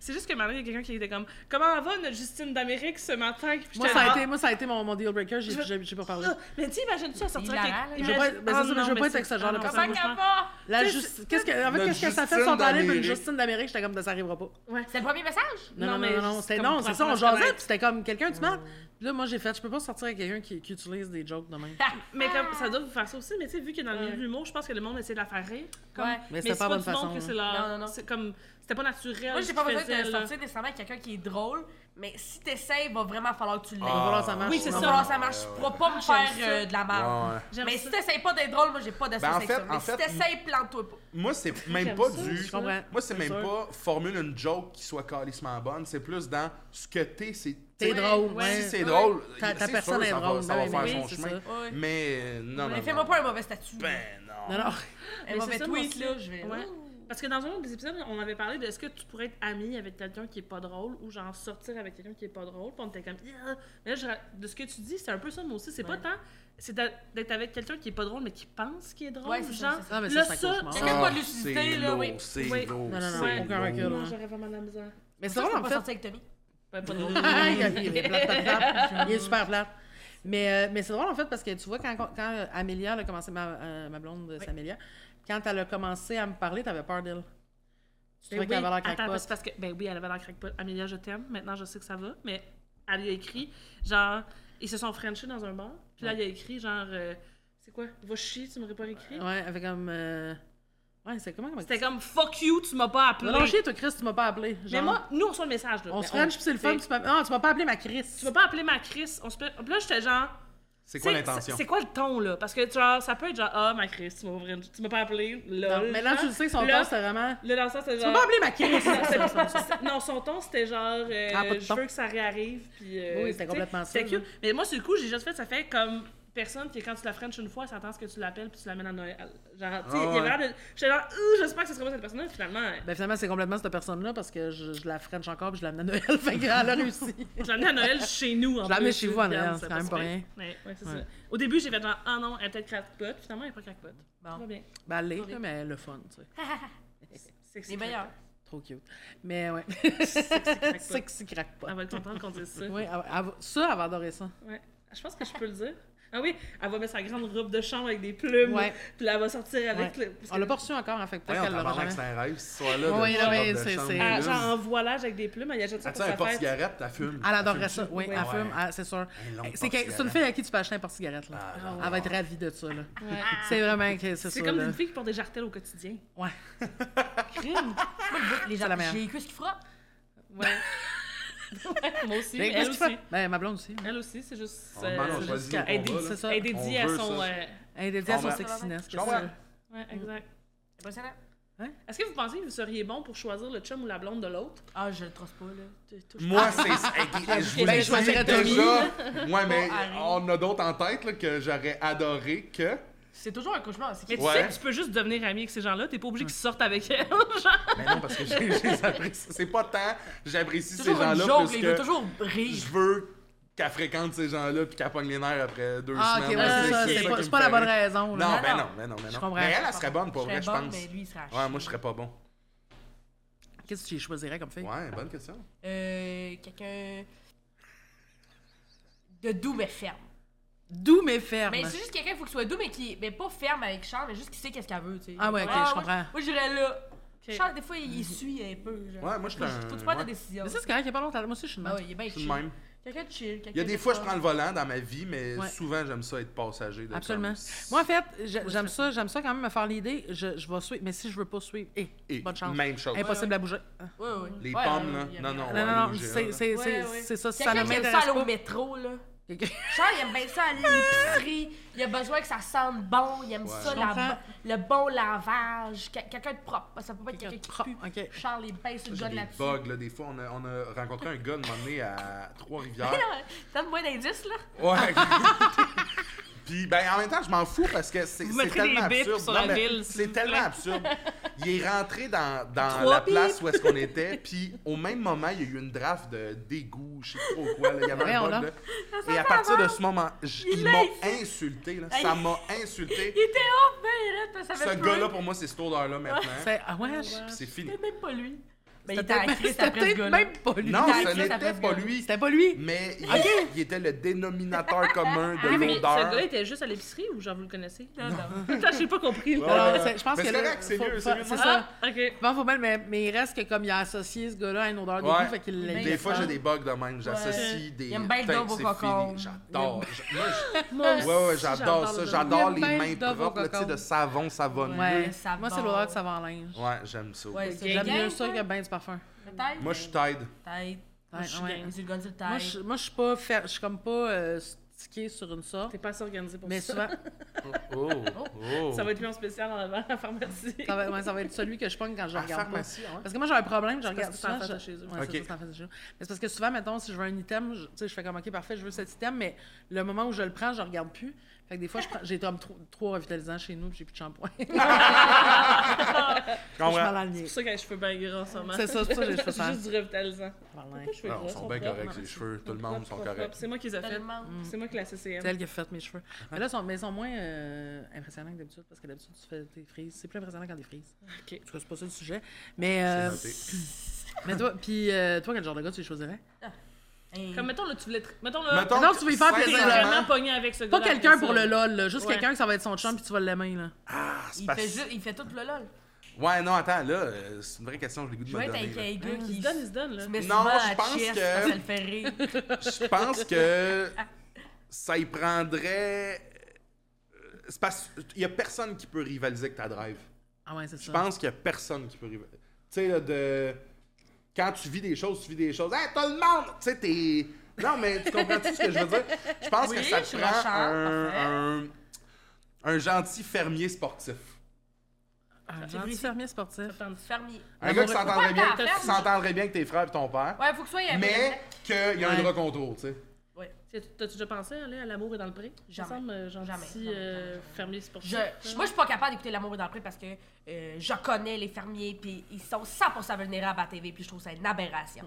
Speaker 2: C'est juste que maintenant, il y a quelqu'un qui était comme, comment va notre Justine d'Amérique ce matin? Puis
Speaker 1: Moi
Speaker 2: j'étais
Speaker 1: ça, a
Speaker 2: genre,
Speaker 1: été, moi, ça a été mon, mon deal breaker. J'ai
Speaker 2: Je-
Speaker 1: j'ai- j'ai pas parlé.
Speaker 2: Ah, mais tu imagines-tu à sortir
Speaker 3: Hilarant,
Speaker 2: avec-
Speaker 3: là.
Speaker 1: Je veux pas- ben, c'est
Speaker 2: Ah,
Speaker 1: ça, mais
Speaker 2: non,
Speaker 1: je veux pas
Speaker 2: mais
Speaker 1: être avec ce genre de
Speaker 2: ah, non,
Speaker 1: personne.
Speaker 3: Comment
Speaker 2: ça,
Speaker 3: qu'elle
Speaker 2: franchement.
Speaker 3: va?
Speaker 1: La
Speaker 2: tu sais,
Speaker 1: juste, qu'est-ce que, en fait,
Speaker 4: notre
Speaker 1: qu'est-ce que ça fait
Speaker 4: Justine
Speaker 1: son d'aller une
Speaker 4: d'Amérique.
Speaker 1: Justine d'Amérique? J'étais comme, ben, ça arrivera pas.
Speaker 2: Ouais.
Speaker 3: C'est le premier message?
Speaker 1: Non,
Speaker 2: Non,
Speaker 1: non, non,
Speaker 2: mais
Speaker 1: non, non.
Speaker 2: c'est
Speaker 1: C'était
Speaker 2: comme
Speaker 1: non,
Speaker 2: pour
Speaker 1: c'est ça, on
Speaker 2: apprendre à se
Speaker 1: jasait,
Speaker 2: connaître.
Speaker 1: puis c'était comme, quelqu'un, tu m'as. Là, moi, j'ai fait, je peux pas sortir avec quelqu'un qui, qui utilise des jokes de même.
Speaker 2: Mais comme, ça doit vous faire ça aussi, mais tu sais, vu que dans le milieu de l'humour, je pense que le monde essaie de la faire rire. Comme,
Speaker 3: Ouais.
Speaker 1: Mais c'était pas
Speaker 2: c'est
Speaker 1: bonne
Speaker 2: du monde
Speaker 1: façon,
Speaker 2: que
Speaker 1: hein.
Speaker 2: c'est leur-
Speaker 3: Non, non, non.
Speaker 2: C'est comme, c'était pas naturel.
Speaker 3: Moi,
Speaker 2: ce
Speaker 3: j'ai pas
Speaker 2: qu'ils
Speaker 3: besoin de
Speaker 2: faisaient, là.
Speaker 3: sortir nécessairement avec quelqu'un qui est drôle, mais si t'essayes, il va vraiment falloir que tu l'aies.
Speaker 1: Il va falloir que ça marche.
Speaker 2: Ah. Oui, c'est
Speaker 3: Il
Speaker 1: Non,
Speaker 3: va
Speaker 2: ça. Ah,
Speaker 1: non.
Speaker 3: falloir que ça marche. Tu pourras pas me faire euh, de la merde.
Speaker 4: Ouais, ouais.
Speaker 2: J'aime
Speaker 3: Mais
Speaker 2: ça.
Speaker 3: si t'essayes pas d'être drôle, moi, j'ai pas
Speaker 4: Ben, en
Speaker 3: d'association avec
Speaker 4: fait-
Speaker 3: ça.
Speaker 4: en
Speaker 3: Mais
Speaker 4: fait,
Speaker 3: si t'essayes, plante-toi pas.
Speaker 4: Moi, c'est même
Speaker 2: J'aime
Speaker 4: pas
Speaker 2: ça,
Speaker 4: du.
Speaker 1: Je comprends.
Speaker 4: Moi, c'est même
Speaker 1: sûr.
Speaker 4: pas formule une joke qui soit calissement bonne. C'est plus dans ce que t'es, c'est.
Speaker 1: T'es
Speaker 4: t'sais,
Speaker 1: drôle,
Speaker 2: ouais.
Speaker 1: ouais.
Speaker 4: Si c'est drôle,
Speaker 1: Ta- ta
Speaker 4: c'est sûr,
Speaker 1: personne est
Speaker 4: ça va-
Speaker 1: drôle.
Speaker 4: ça va
Speaker 1: Ben
Speaker 4: faire
Speaker 1: oui,
Speaker 4: son
Speaker 1: c'est
Speaker 4: chemin.
Speaker 1: ça.
Speaker 3: Ouais.
Speaker 4: Mais euh, non, non.
Speaker 3: Mais fais-moi
Speaker 4: non.
Speaker 3: pas un mauvais statut.
Speaker 4: Ben non.
Speaker 1: Non, non.
Speaker 3: Un
Speaker 2: Mais
Speaker 3: mauvais
Speaker 2: c'est ça, moi
Speaker 3: tweet,
Speaker 2: aussi.
Speaker 3: là, je vais.
Speaker 2: Ouais. Parce que dans un autre des épisodes, on avait parlé de est-ce que tu pourrais être ami avec quelqu'un qui est pas drôle ou genre sortir avec quelqu'un qui est pas drôle. Puis on était comme, Yeah! mais là, je ra- de ce que tu dis, c'est un peu ça, moi aussi. C'est pas tant, c'est d'a- d'être avec quelqu'un qui est pas drôle, mais qui pense qu'il est drôle.
Speaker 3: Ouais, c'est ça,
Speaker 2: genre,
Speaker 3: c'est
Speaker 1: ça. Ah, mais ça,
Speaker 2: là,
Speaker 1: c'est un
Speaker 2: ça,
Speaker 1: cauchemar.
Speaker 3: Quelqu'un qui a pas de
Speaker 4: Ah,
Speaker 3: lucidité,
Speaker 4: c'est
Speaker 3: là,
Speaker 4: lourd,
Speaker 3: oui.
Speaker 4: C'est
Speaker 2: Oui.
Speaker 4: lourd,
Speaker 1: Non, non, non,
Speaker 4: c'est
Speaker 1: aucun recul,
Speaker 4: lourd.
Speaker 1: hein.
Speaker 2: non, j'aurais vraiment de la misère. Ben
Speaker 1: Mais c'est
Speaker 3: Ça, je
Speaker 1: drôle,
Speaker 3: peux
Speaker 1: en
Speaker 3: pas
Speaker 1: fait.
Speaker 3: sortir avec Tommy.
Speaker 2: Ouais, pas drôle.
Speaker 1: Ah, il est- il est plate, plate, plate. Il est super plate. Mais, euh, mais c'est drôle, en fait, parce que tu vois, quand, quand euh, Amélia elle a commencé, ma, euh, ma blonde, c'est Amélia, quand elle a commencé à me parler, t'avais peur d'elle. Tu
Speaker 2: Ben
Speaker 1: trouvais qu'elle avait
Speaker 2: oui,
Speaker 1: l'air
Speaker 2: attends, parce,
Speaker 1: crackpot.
Speaker 2: parce que, ben oui, elle avait l'air crackpot. Amélia, je t'aime. Maintenant, je sais que ça va. Mais elle y a écrit, genre, ils se sont frenchés dans un bar. Puis là, il y a écrit, genre, euh, c'est quoi? Va chier, tu m'aurais pas écrit?
Speaker 1: Ouais, avec comme. euh, Ouais, c'est comment? comment-
Speaker 2: C'était comme, fuck you, tu m'as pas appelé.
Speaker 1: Va donc chier, toi, Chris, tu m'as pas appelé.
Speaker 2: mais
Speaker 1: Genre,
Speaker 2: moi, nous, on reçoit le message. Là.
Speaker 1: on
Speaker 2: Ben,
Speaker 1: se french, puis c'est le fun.
Speaker 2: tu
Speaker 1: Tu m'as... Non, tu m'as pas appelé ma Chris.
Speaker 2: sais, Tu m'as pas appelé ma Chris. On se fait- Puis là, j'étais genre.
Speaker 4: C'est quoi
Speaker 2: tu sais,
Speaker 4: l'intention?
Speaker 2: c'est- C'est quoi le ton, là? Parce que, genre, ça peut être genre, ah, ma Chris, tu m'as pas frenché- tu m'as pas appelé.
Speaker 1: Non,
Speaker 2: Lol.
Speaker 1: mais là, tu sais que son
Speaker 2: Là,
Speaker 1: temps, c'est vraiment.
Speaker 2: Là, dans le sens, c'est
Speaker 1: Tu m'as
Speaker 2: genre.
Speaker 1: pas appelé ma Chris.
Speaker 2: Non, c'est- non, son ton, c'était genre, euh,
Speaker 1: Ah, pas de
Speaker 2: je
Speaker 1: ton.
Speaker 2: veux que ça réarrive, puis... euh,
Speaker 1: Oui, c'était
Speaker 2: tu sais,
Speaker 1: complètement
Speaker 2: c'était
Speaker 1: ça,
Speaker 2: cute. Mais moi, sur le coup, j'ai juste fait, ça fait comme personne qui, quand tu la frenches une fois, elle s'attend à ce que tu l'appelles, puis tu l'amènes à Noël. Genre, tu sais,
Speaker 4: Ah
Speaker 2: il y
Speaker 4: ouais.
Speaker 2: avait l'air de... J'étais genre, Ouh, j'espère que ce sera pas cette personne-là, finalement, euh,
Speaker 1: Ben finalement, c'est complètement cette personne-là parce que je, je la french encore puis je l'amène à Noël. fait qu'elle a réussi.
Speaker 2: je l'amène à Noël chez nous, en
Speaker 1: Je l'amène
Speaker 2: plus,
Speaker 1: chez vous à Noël,
Speaker 2: regarde,
Speaker 1: c'est quand même
Speaker 2: si
Speaker 1: pas
Speaker 2: pire.
Speaker 1: rien.
Speaker 2: Ouais, ouais, c'est
Speaker 1: Ouais.
Speaker 2: ça. Au début, j'ai fait genre, ah non, elle est peut-être crackpot, finalement, elle est pas crackpot.
Speaker 3: Bon.
Speaker 2: Tout va bien.
Speaker 1: Ben, elle l'est, là, mais elle a le fun, tu sais.
Speaker 2: C'est que
Speaker 3: Les meilleurs.
Speaker 1: Trop cute. Mais ouais. Sexy crackpot.
Speaker 2: Elle va être contente qu'on dise ça.
Speaker 1: Oui, elle va- elle va- ça, elle va adorer ça.
Speaker 2: Ouais. Je pense que je peux le dire. Ah oui, elle va mettre sa grande robe de chambre avec des plumes.
Speaker 1: Ouais.
Speaker 2: Puis là, elle va sortir avec
Speaker 1: Ouais.
Speaker 2: le. parce
Speaker 1: On
Speaker 2: que-
Speaker 1: l'a pas reçu encore, en fait. Peut-être
Speaker 4: Voyons,
Speaker 1: qu'elle l'aura
Speaker 4: tabarnak,
Speaker 1: jamais.
Speaker 4: c'est un rêve, ce soir-là.
Speaker 1: Oui,
Speaker 4: de
Speaker 1: oui,
Speaker 4: robe de
Speaker 1: c'est-
Speaker 4: chambre.
Speaker 1: c'est-
Speaker 2: Ah,
Speaker 1: Ah,
Speaker 2: genre en voilage avec des plumes, elle achète ça
Speaker 4: As-tu
Speaker 2: pour
Speaker 4: un
Speaker 2: sa fête.
Speaker 4: porte-cigarette, t'as fume?
Speaker 1: Elle
Speaker 4: T'as
Speaker 1: adorerait
Speaker 4: fume
Speaker 1: ça, oui,
Speaker 2: Ouais.
Speaker 1: elle fume,
Speaker 4: Ah ouais.
Speaker 1: elle- c'est sûr.
Speaker 4: longue
Speaker 1: C'est que- c'est une
Speaker 4: porte-cigarette.
Speaker 1: fille à qui tu peux acheter un porte-cigarette, là.
Speaker 4: Ah,
Speaker 1: Elle va être ravie de ça, là. C'est vraiment que c'est ça,
Speaker 2: C'est comme
Speaker 1: là.
Speaker 2: une fille qui porte des jartelles au quotidien.
Speaker 1: Ouais.
Speaker 2: Crime.
Speaker 3: Les
Speaker 1: C'est la meilleure.
Speaker 3: J'ai les cuisses qui frottent.
Speaker 2: Ouais. Ouais, Moi aussi,
Speaker 1: Mais
Speaker 2: mais elle
Speaker 1: qu'est-ce que tu
Speaker 2: aussi.
Speaker 1: fais? Ben, ma blonde aussi.
Speaker 2: Elle aussi, c'est juste.
Speaker 4: On demande
Speaker 2: euh,
Speaker 4: aux
Speaker 1: c'est
Speaker 4: choisis
Speaker 1: jusqu'à-
Speaker 4: nos
Speaker 2: elle est
Speaker 4: combats,
Speaker 2: dédi-
Speaker 4: là.
Speaker 2: c'est ça, elle est
Speaker 4: On
Speaker 2: dédiée à
Speaker 4: veut
Speaker 2: son.
Speaker 4: ça.
Speaker 2: euh,
Speaker 1: Elle est dédiée à son
Speaker 4: Je
Speaker 1: sexiness.
Speaker 4: Je
Speaker 1: qu'est-ce que
Speaker 4: comprends.
Speaker 1: tu veux?
Speaker 2: Ouais, exact.
Speaker 3: Impressionnant.
Speaker 2: Est-ce que vous pensez que vous seriez bon pour choisir le chum ou la blonde de l'autre?
Speaker 3: Ah, je le trosse pas, là. Tu- touche
Speaker 4: Moi, c'est. Hey, Je vous
Speaker 1: Ben,
Speaker 4: l'ai
Speaker 1: je choisirais
Speaker 4: dit déjà. Ouais,
Speaker 3: Bon,
Speaker 4: mais
Speaker 3: Oh, Harry.
Speaker 4: on a d'autres en tête là, que j'aurais adoré que.
Speaker 3: pas. C'est toujours un cauchemar. C'est
Speaker 2: Mais tu
Speaker 4: Ouais.
Speaker 2: sais que tu peux juste devenir ami avec ces gens-là, t'es pas obligé qu'ils sortent avec elle.
Speaker 4: Mais non, parce que j'ai- j'ai apprécié- C'est pas tant j'apprécie ces
Speaker 3: toujours une
Speaker 4: gens-là
Speaker 3: joke,
Speaker 4: plus
Speaker 3: il veut
Speaker 4: que
Speaker 3: toujours
Speaker 4: je
Speaker 3: rire.
Speaker 4: veux qu'elle fréquente ces gens-là puis qu'elle pogne les nerfs après deux
Speaker 1: Ah, ok,
Speaker 4: semaines.
Speaker 1: ouais,
Speaker 2: c'est
Speaker 1: c'est ça.
Speaker 2: ça
Speaker 1: C'est
Speaker 2: qui
Speaker 1: pas,
Speaker 4: me
Speaker 1: c'est pas la
Speaker 4: fait
Speaker 1: bonne
Speaker 4: rire.
Speaker 1: raison, là.
Speaker 4: Non,
Speaker 3: Non,
Speaker 4: mais
Speaker 3: non.
Speaker 4: non, mais non, mais non.
Speaker 1: comprends.
Speaker 4: Mais elle, elle serait bonne pour
Speaker 3: Je serais
Speaker 4: vrai, je
Speaker 3: bonne,
Speaker 4: pense.
Speaker 3: mais lui, il serait à
Speaker 4: Ouais, moi,
Speaker 3: chier.
Speaker 4: je serais pas bon.
Speaker 1: Qu'est-ce que tu choisirais comme fille?
Speaker 4: Ouais, bonne question.
Speaker 3: Euh, quelqu'un de doux mais ferme.
Speaker 1: D'où mes fermes.
Speaker 3: Mais c'est juste quelqu'un, il faut qu'il soit doux mais qui mais pas ferme avec Charles, mais juste qui sait qu'est-ce qu'elle veut, tu sais.
Speaker 1: Ah ouais, ok, je
Speaker 3: moi,
Speaker 1: comprends. Mhm.
Speaker 3: Moi j'irais là.
Speaker 2: Ok.
Speaker 3: Charles des fois il, il suit un peu genre.
Speaker 4: Ouais, moi, je suis un-
Speaker 3: Faut que tu prennes ta
Speaker 4: ouais.
Speaker 3: décision.
Speaker 1: Mais ça, c'est correct, il y a pas longtemps. Moi aussi, je suis de
Speaker 3: Ah
Speaker 1: même.
Speaker 3: ouais, il est bien
Speaker 4: Tout de
Speaker 3: chill.
Speaker 4: même.
Speaker 3: Quelqu'un de chill,
Speaker 4: Il y a des fois, je prends le volant dans ma vie, mais
Speaker 1: Ouais.
Speaker 4: souvent, j'aime ça être passager. de
Speaker 1: Absolument.
Speaker 4: comme-
Speaker 1: Moi, en fait, j'a- j'aime ça, j'aime ça quand même me faire l'idée. Je, je vais suivre, mais si je veux pas suivre, eh,
Speaker 4: Et
Speaker 1: bonne chance.
Speaker 4: Même chose.
Speaker 1: Impossible à bouger. Ah.
Speaker 3: Ouais, ouais.
Speaker 4: Les
Speaker 3: Ouais,
Speaker 4: pommes,
Speaker 3: ouais,
Speaker 4: là.
Speaker 3: il y a
Speaker 4: Non,
Speaker 3: rien.
Speaker 4: non,
Speaker 1: Non, non, non,
Speaker 4: ouais,
Speaker 1: c'est c'est-
Speaker 3: Ouais,
Speaker 1: c'est-
Speaker 3: ouais.
Speaker 1: c'est ça, si ça ne
Speaker 3: Quelqu'un qui aime ça
Speaker 1: m'intéresse
Speaker 3: aller au
Speaker 1: pas.
Speaker 3: métro là.
Speaker 1: Quelqu'un-
Speaker 3: Charles, il aime bien ça aller à l'épicerie. Il a besoin que ça sente bon. Il aime
Speaker 4: Ouais.
Speaker 3: ça,
Speaker 1: Je
Speaker 3: la-
Speaker 1: comprends.
Speaker 3: le bon lavage. Que- quelqu'un de propre. Ça peut pas être
Speaker 1: Quelqu'un
Speaker 3: quelqu'un
Speaker 1: de
Speaker 3: qui
Speaker 1: propre,
Speaker 3: pue.
Speaker 1: ok.
Speaker 3: Charles, il baisse le
Speaker 4: J'ai
Speaker 3: gars
Speaker 4: des
Speaker 3: là-dessus.
Speaker 4: bugs, là, des fois. On a, on a rencontré un gars de m'emmener à Trois-Rivières.
Speaker 3: Donne-moi d'indices, là.
Speaker 4: Ouais. Puis, ben, en même temps, je m'en fous parce que c'est
Speaker 2: Vous
Speaker 4: c'est
Speaker 2: mettrez des
Speaker 4: tellement
Speaker 2: bips
Speaker 4: absurde.
Speaker 2: sur
Speaker 4: Non,
Speaker 2: la
Speaker 4: mais
Speaker 2: ville, s'il
Speaker 4: C'est
Speaker 2: vous plaît.
Speaker 4: tellement absurde. Il est rentré dans, dans
Speaker 2: Trois
Speaker 4: la place où est-ce qu'on était, puis au même moment, il y a eu une draft de dégoût, je sais pas trop quoi. là. Il y avait un
Speaker 1: Voyons
Speaker 4: bug.
Speaker 1: donc.
Speaker 4: là. Et à partir de ce moment, j-
Speaker 3: Il
Speaker 4: ils
Speaker 3: l'a
Speaker 4: m'ont
Speaker 3: insulté.
Speaker 4: insulté. là.
Speaker 3: Hey.
Speaker 4: Ça m'a insulté.
Speaker 3: Il était off, ben, là, parce que ça
Speaker 4: Ce
Speaker 3: avait
Speaker 4: gars-là, pour moi, c'est cette odeur-là maintenant.
Speaker 1: C'est- Ah ouais, je-
Speaker 4: Puis C'est fini.
Speaker 3: C'était même pas lui. Ben, il
Speaker 1: c'était
Speaker 3: était en
Speaker 1: peut-être
Speaker 3: crise
Speaker 1: c'était
Speaker 3: après ce
Speaker 1: peut-être
Speaker 3: gars-là.
Speaker 1: même pas lui.
Speaker 4: Non,
Speaker 3: Il était
Speaker 4: ce
Speaker 3: insulté
Speaker 4: n'était
Speaker 3: après ce
Speaker 4: pas
Speaker 3: gars-là.
Speaker 4: lui.
Speaker 1: C'était pas lui.
Speaker 4: Mais il, il était le dénominateur commun de
Speaker 2: Mais ce gars
Speaker 4: l'odeur.
Speaker 2: était juste à l'épicerie ou genre vous le connaissez?
Speaker 3: Non, non.
Speaker 2: Putain, j'ai pas compris.
Speaker 4: Ouais.
Speaker 1: Alors, c'est- je pense
Speaker 4: Mais
Speaker 1: que
Speaker 4: c'est
Speaker 1: là,
Speaker 4: correct, c'est
Speaker 1: faut-
Speaker 4: mieux,
Speaker 1: faut-
Speaker 4: c'est mieux.
Speaker 1: C'est ça.
Speaker 2: Ah, ok.
Speaker 1: Bon, faut mal, mais, mais il reste que comme il a associé ce gars-là à une odeur de
Speaker 4: Ouais.
Speaker 1: goût, fait qu'il hein. l'a-
Speaker 4: Des
Speaker 1: il
Speaker 4: fois,
Speaker 1: l'a-
Speaker 4: j'ai des bugs de même. J'associe
Speaker 2: Ouais.
Speaker 4: des.
Speaker 3: Il aime bien le
Speaker 4: Fait que
Speaker 3: double
Speaker 4: c'est
Speaker 3: cocon.
Speaker 4: fini. J'adore. Je- moi, je-
Speaker 2: Moi aussi,
Speaker 4: Ouais, ouais, j'adore ça.
Speaker 2: le-
Speaker 4: J'adore
Speaker 1: Il aime
Speaker 4: les
Speaker 1: bien
Speaker 4: mains
Speaker 1: le double
Speaker 4: propres, là, tu sais,
Speaker 1: cocon.
Speaker 4: de savon, savonneux. Ouais,
Speaker 1: Ouais.
Speaker 3: Le savon.
Speaker 1: Moi, c'est l'odeur de savon à linge.
Speaker 4: j'aime ça.
Speaker 3: Ouais, c'est
Speaker 1: J'aime
Speaker 3: gang,
Speaker 1: mieux ça
Speaker 3: hein?
Speaker 1: que ben du parfum.
Speaker 3: Peut-être.
Speaker 4: Moi, je suis Tide.
Speaker 3: Peut-être.
Speaker 1: Ouais,
Speaker 3: Je suis
Speaker 1: ouais.
Speaker 3: gang. J'ai le gars sur le
Speaker 1: Moi,
Speaker 3: tête.
Speaker 1: je moi, je suis pas fer- je suis comme pas euh, stickée sur une sorte,
Speaker 2: T'es pas assez organisé pour
Speaker 1: mais
Speaker 2: ça.
Speaker 1: souvent
Speaker 4: Oh, oh.
Speaker 2: Ça va être mis en spécial en avant à la pharmacie.
Speaker 1: ça va, ouais, ça va être celui que je pogne quand je
Speaker 4: À
Speaker 1: regarde pas.
Speaker 4: pharmacie, hein. ouais.
Speaker 1: Parce que moi j'ai un problème, je regarde
Speaker 2: parce que c'est en
Speaker 1: souvent,
Speaker 2: face
Speaker 1: je-
Speaker 2: de chez eux.
Speaker 1: Ouais,
Speaker 4: Ok.
Speaker 1: c'est ça, c'est en face de chez eux. Mais c'est parce que souvent mettons si je veux un item, je, tu sais, je fais comme OK parfait, je veux cet item mais le moment où je le prends, je regarde plus. Fait que des fois je prends- j'ai comme trop, trop revitalisant chez nous, puis j'ai plus de shampoing. je suis
Speaker 4: Comprends.
Speaker 1: mal alignée.
Speaker 2: C'est pour ça que j'ai les cheveux bien gras en ce moment.
Speaker 1: C'est ça, c'est pour ça que j'ai
Speaker 2: J'ai
Speaker 1: fait ça.
Speaker 2: juste du revitalisant.
Speaker 1: Parlin.
Speaker 2: Pourquoi je fais
Speaker 4: Non,
Speaker 2: gras?
Speaker 4: ils sont bien
Speaker 2: propres,
Speaker 4: corrects,
Speaker 2: non,
Speaker 4: les cheveux. Tout le
Speaker 2: propres,
Speaker 4: monde sont
Speaker 2: propres,
Speaker 4: corrects.
Speaker 2: C'est moi qui les ai
Speaker 3: Tout le
Speaker 2: fait.
Speaker 3: monde.
Speaker 2: C'est moi qui la CCM.
Speaker 1: C'est elle qui a fait mes cheveux.
Speaker 4: Ah.
Speaker 1: Mais là, ils sont, mais ils sont moins euh, impressionnants que d'habitude, parce que d'habitude, tu fais des frises. C'est plus impressionnant quand des frises.
Speaker 2: Ok.
Speaker 1: En tout cas, c'est pas ça le sujet. Mais, euh,
Speaker 4: Noté.
Speaker 1: mais toi, puis euh, toi, quel genre de gars tu choisirais?
Speaker 3: Hey.
Speaker 2: Comme mettons là, tu voulais. tr- Mettons là.
Speaker 4: Mettons
Speaker 1: Mettons
Speaker 4: que
Speaker 1: que tu veux y faire
Speaker 2: T'es
Speaker 1: plaisir,
Speaker 4: sincèrement,
Speaker 1: là.
Speaker 2: vraiment pogné avec ce gars
Speaker 1: Pas quelqu'un pour le LOL, là. Juste
Speaker 2: Ouais.
Speaker 1: quelqu'un que ça va être son chum, puis tu vas l'aimer, là.
Speaker 4: c'est
Speaker 3: Il
Speaker 4: parce-
Speaker 3: fait juste- Il fait tout le lol.
Speaker 4: Ouais, non, attends, là, euh, c'est une vraie question, je l'ai goût de
Speaker 3: Je
Speaker 4: me
Speaker 3: vais être
Speaker 4: donner,
Speaker 3: avec
Speaker 4: là.
Speaker 3: un gars
Speaker 2: Il
Speaker 3: qui
Speaker 2: se donne, il se donne, là.
Speaker 3: se met
Speaker 4: Non,
Speaker 3: souvent à
Speaker 4: je pense
Speaker 3: chest
Speaker 4: que-
Speaker 3: parce que ça le fait rire.
Speaker 4: Je pense que ça y prendrait. euh, C'est parce qu'il y a personne qui peut rivaliser avec ta drive.
Speaker 1: Ah ouais, c'est ça.
Speaker 4: Je pense qu'il y a personne qui peut rivaliser. Tu sais, là, de. Quand tu vis des choses, tu vis des choses. Hey, tout le monde! Tu sais, t'es. Non, mais tu comprends-tu ce que je veux dire? Je pense
Speaker 3: Oui,
Speaker 4: que ça
Speaker 3: je suis
Speaker 4: te prend
Speaker 3: Richard,
Speaker 4: un,
Speaker 3: parfait.
Speaker 4: un- un gentil fermier sportif. Ah,
Speaker 1: Un
Speaker 2: J'ai pris-
Speaker 1: gentil fermier sportif.
Speaker 3: Fermier.
Speaker 4: Un gars qui
Speaker 1: L'amoureux-
Speaker 4: s'entendrait bien,
Speaker 3: Pourquoi t'as
Speaker 4: qui s'entendrait bien avec tes frères et ton père,
Speaker 3: Ouais, faut que soit il y ait un
Speaker 4: mais qu'il y a
Speaker 1: Ouais.
Speaker 4: un droit contrôle, tu sais.
Speaker 3: Ouais.
Speaker 2: Tu- T'as-tu déjà pensé aller à l'amour et dans le pré?
Speaker 3: Jamais.
Speaker 2: Ensemble, euh, gentil,
Speaker 3: Jamais. Jamais,
Speaker 2: euh,
Speaker 3: jamais, jamais.
Speaker 2: fermier sportif.
Speaker 3: Je, je- moi, je suis pas capable d'écouter L'amour est dans le pré parce que euh, je connais les fermiers, puis ils sont 100% vulnérables à la TV, puis je trouve ça une aberration.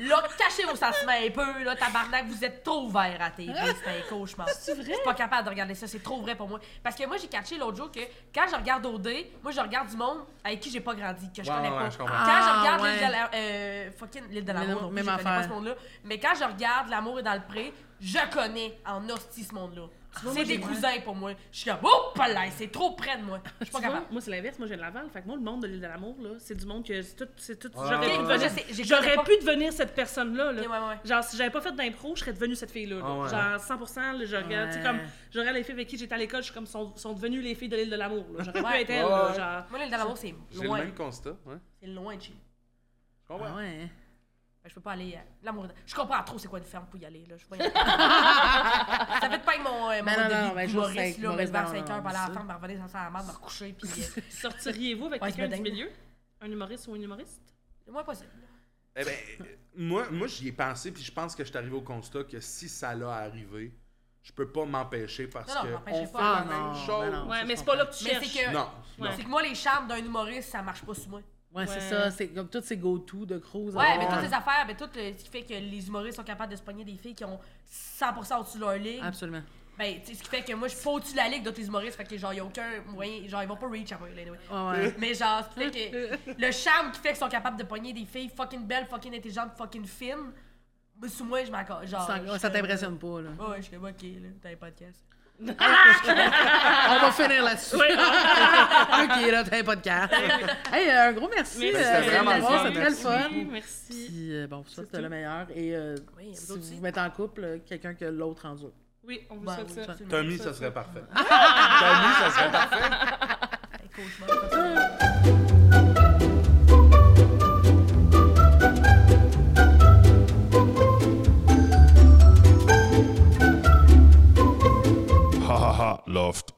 Speaker 3: Là, cachez vos sentiments un peu, là, tabarnak, vous êtes trop ouvert à la TV, c'est un cauchemar. C'est vrai? Je suis pas capable de regarder ça, c'est trop vrai pour moi. Parce que moi, j'ai catché l'autre jour que quand je regarde OD, moi, je regarde du monde avec qui j'ai pas grandi, que je
Speaker 4: Ouais,
Speaker 3: connais
Speaker 4: ouais,
Speaker 3: pas.
Speaker 4: ouais, je comprends.
Speaker 3: quand
Speaker 1: Ah,
Speaker 3: je regarde
Speaker 1: ouais.
Speaker 3: l'île de la... euh, fucking l'île de
Speaker 1: Même-
Speaker 3: l'amour, je
Speaker 1: même
Speaker 3: connais pas
Speaker 1: affaire.
Speaker 3: ce monde-là. Mais quand je regarde L'amour est dans le pré, je connais en hostie ce monde-là.
Speaker 2: Tu vois, moi,
Speaker 3: C'est
Speaker 2: j'ai-
Speaker 3: des cousins pour moi. Je suis comme, oh, pas là, c'est trop près de moi. Je suis pas
Speaker 2: Tu vois,
Speaker 3: capable.
Speaker 2: moi, c'est l'inverse. Moi, j'ai de Laval. Fait que moi, le monde de l'île de l'amour, là, c'est du monde que c'est tout. c'est tout-
Speaker 4: Ah.
Speaker 2: J'aurais pu,
Speaker 4: Ok,
Speaker 3: moi, je
Speaker 2: devenir,
Speaker 3: sais, j'écoutais
Speaker 2: j'aurais
Speaker 3: pas.
Speaker 2: pu devenir cette personne-là. là.
Speaker 3: Ok, ouais, ouais.
Speaker 2: Genre, si j'avais pas fait d'impro, je serais devenue cette fille-là. là.
Speaker 4: Ah ouais.
Speaker 2: Genre, 100 là, je regarde, tu sais,
Speaker 1: Ouais.
Speaker 2: comme J'aurais les filles avec qui j'étais à l'école, je suis comme, sont, sont devenues les filles de l'île de l'amour. là. J'aurais pu
Speaker 3: Ouais.
Speaker 2: être elles.
Speaker 4: Ouais,
Speaker 2: là,
Speaker 4: ouais.
Speaker 2: genre.
Speaker 3: Moi, l'île de l'amour, c'est
Speaker 4: J'ai le
Speaker 3: loin.
Speaker 4: même constat. Ouais.
Speaker 3: C'est loin de chez nous.
Speaker 4: Je comprends.
Speaker 1: Ah ouais.
Speaker 3: Fait que Je peux pas aller. euh, l'amour de- Je comprends trop c'est quoi une ferme pour y aller. Là. Je peux pas y aller. ça fait pas avec mon, euh,
Speaker 1: Ben non,
Speaker 3: mon mode
Speaker 1: non,
Speaker 3: de vie
Speaker 1: ben, juste avec
Speaker 3: humoriste, là,
Speaker 1: Maurice
Speaker 3: rester
Speaker 1: Bernard,
Speaker 3: à 5 heures,
Speaker 1: on
Speaker 3: par la
Speaker 1: sait.
Speaker 3: ferme, me revenir sans la marde, me recoucher, puis. euh,
Speaker 2: Sortiriez-vous avec
Speaker 3: Ouais,
Speaker 2: quelqu'un
Speaker 3: c'est
Speaker 2: du
Speaker 3: dingue.
Speaker 2: milieu Un humoriste ou une humoriste
Speaker 1: Ah,
Speaker 3: le moins possible.
Speaker 4: Eh ben, euh, moi, moi j'y ai pensé, puis je pense que je suis arrivé au constat que si ça l'a arrivé, je peux pas m'empêcher parce
Speaker 3: Non, non,
Speaker 4: que
Speaker 3: m'empêchez
Speaker 4: on
Speaker 3: pas.
Speaker 4: fait la
Speaker 1: Ah,
Speaker 4: même
Speaker 1: non,
Speaker 4: chose.
Speaker 1: ben non.
Speaker 2: Ouais,
Speaker 1: ça,
Speaker 2: mais
Speaker 1: je
Speaker 2: c'est pas là
Speaker 1: comprends.
Speaker 2: que tu
Speaker 3: Mais
Speaker 2: cherches.
Speaker 3: c'est que.
Speaker 4: Non,
Speaker 2: Ouais.
Speaker 4: non.
Speaker 3: C'est que moi, les charmes d'un humoriste, ça marche pas sous moi.
Speaker 1: Ouais, c'est
Speaker 2: Ouais.
Speaker 1: ça. C'est comme toutes ces go-to de cruise.
Speaker 3: Ouais, mais
Speaker 1: Ah,
Speaker 3: toutes les affaires, ben, tout le- ce qui fait que les humoristes sont capables de se pogner des filles qui ont 100% au-dessus de leur ligue.
Speaker 1: Absolument.
Speaker 3: Ben, tu sais, ce qui fait que moi, je suis pas au-dessus de la ligue d'autres humoristes, fait que genre, y a aucun moyen, genre, ils vont pas reach à moi, là, anyway.
Speaker 1: Ah ouais.
Speaker 3: Mais genre, ce qui fait que le charme qui fait qu'ils sont capables de pogner des filles fucking belles, fucking intelligentes, fucking fines, ben, sous moi, je m'accorde. Genre,
Speaker 1: Ça-
Speaker 3: je-
Speaker 1: ça t'impressionne pas, là.
Speaker 3: Ouais, ouais, je suis comme, ok, là, t'as un podcast.
Speaker 1: On va finir là-dessus. ok, là, t'as un podcast. hey, un gros merci.
Speaker 2: Merci.
Speaker 1: euh,
Speaker 4: C'était vraiment
Speaker 1: Laurent,
Speaker 4: le fun,
Speaker 1: C'était très le fun.
Speaker 2: Merci, Merci.
Speaker 1: Puis, euh, bon, ça, c'était le meilleur. Et euh,
Speaker 3: Oui, vous
Speaker 1: si vous
Speaker 3: aussi.
Speaker 1: vous mettez en couple, euh, quelqu'un que l'autre endure.
Speaker 2: Oui, on vous
Speaker 3: Ben,
Speaker 2: souhaite
Speaker 3: oui,
Speaker 2: ça.
Speaker 3: absolument.
Speaker 4: Tommy, ça serait parfait. Tommy, ça serait parfait.
Speaker 3: Un cauchemar, comme ça.
Speaker 5: Hahaha, Loft.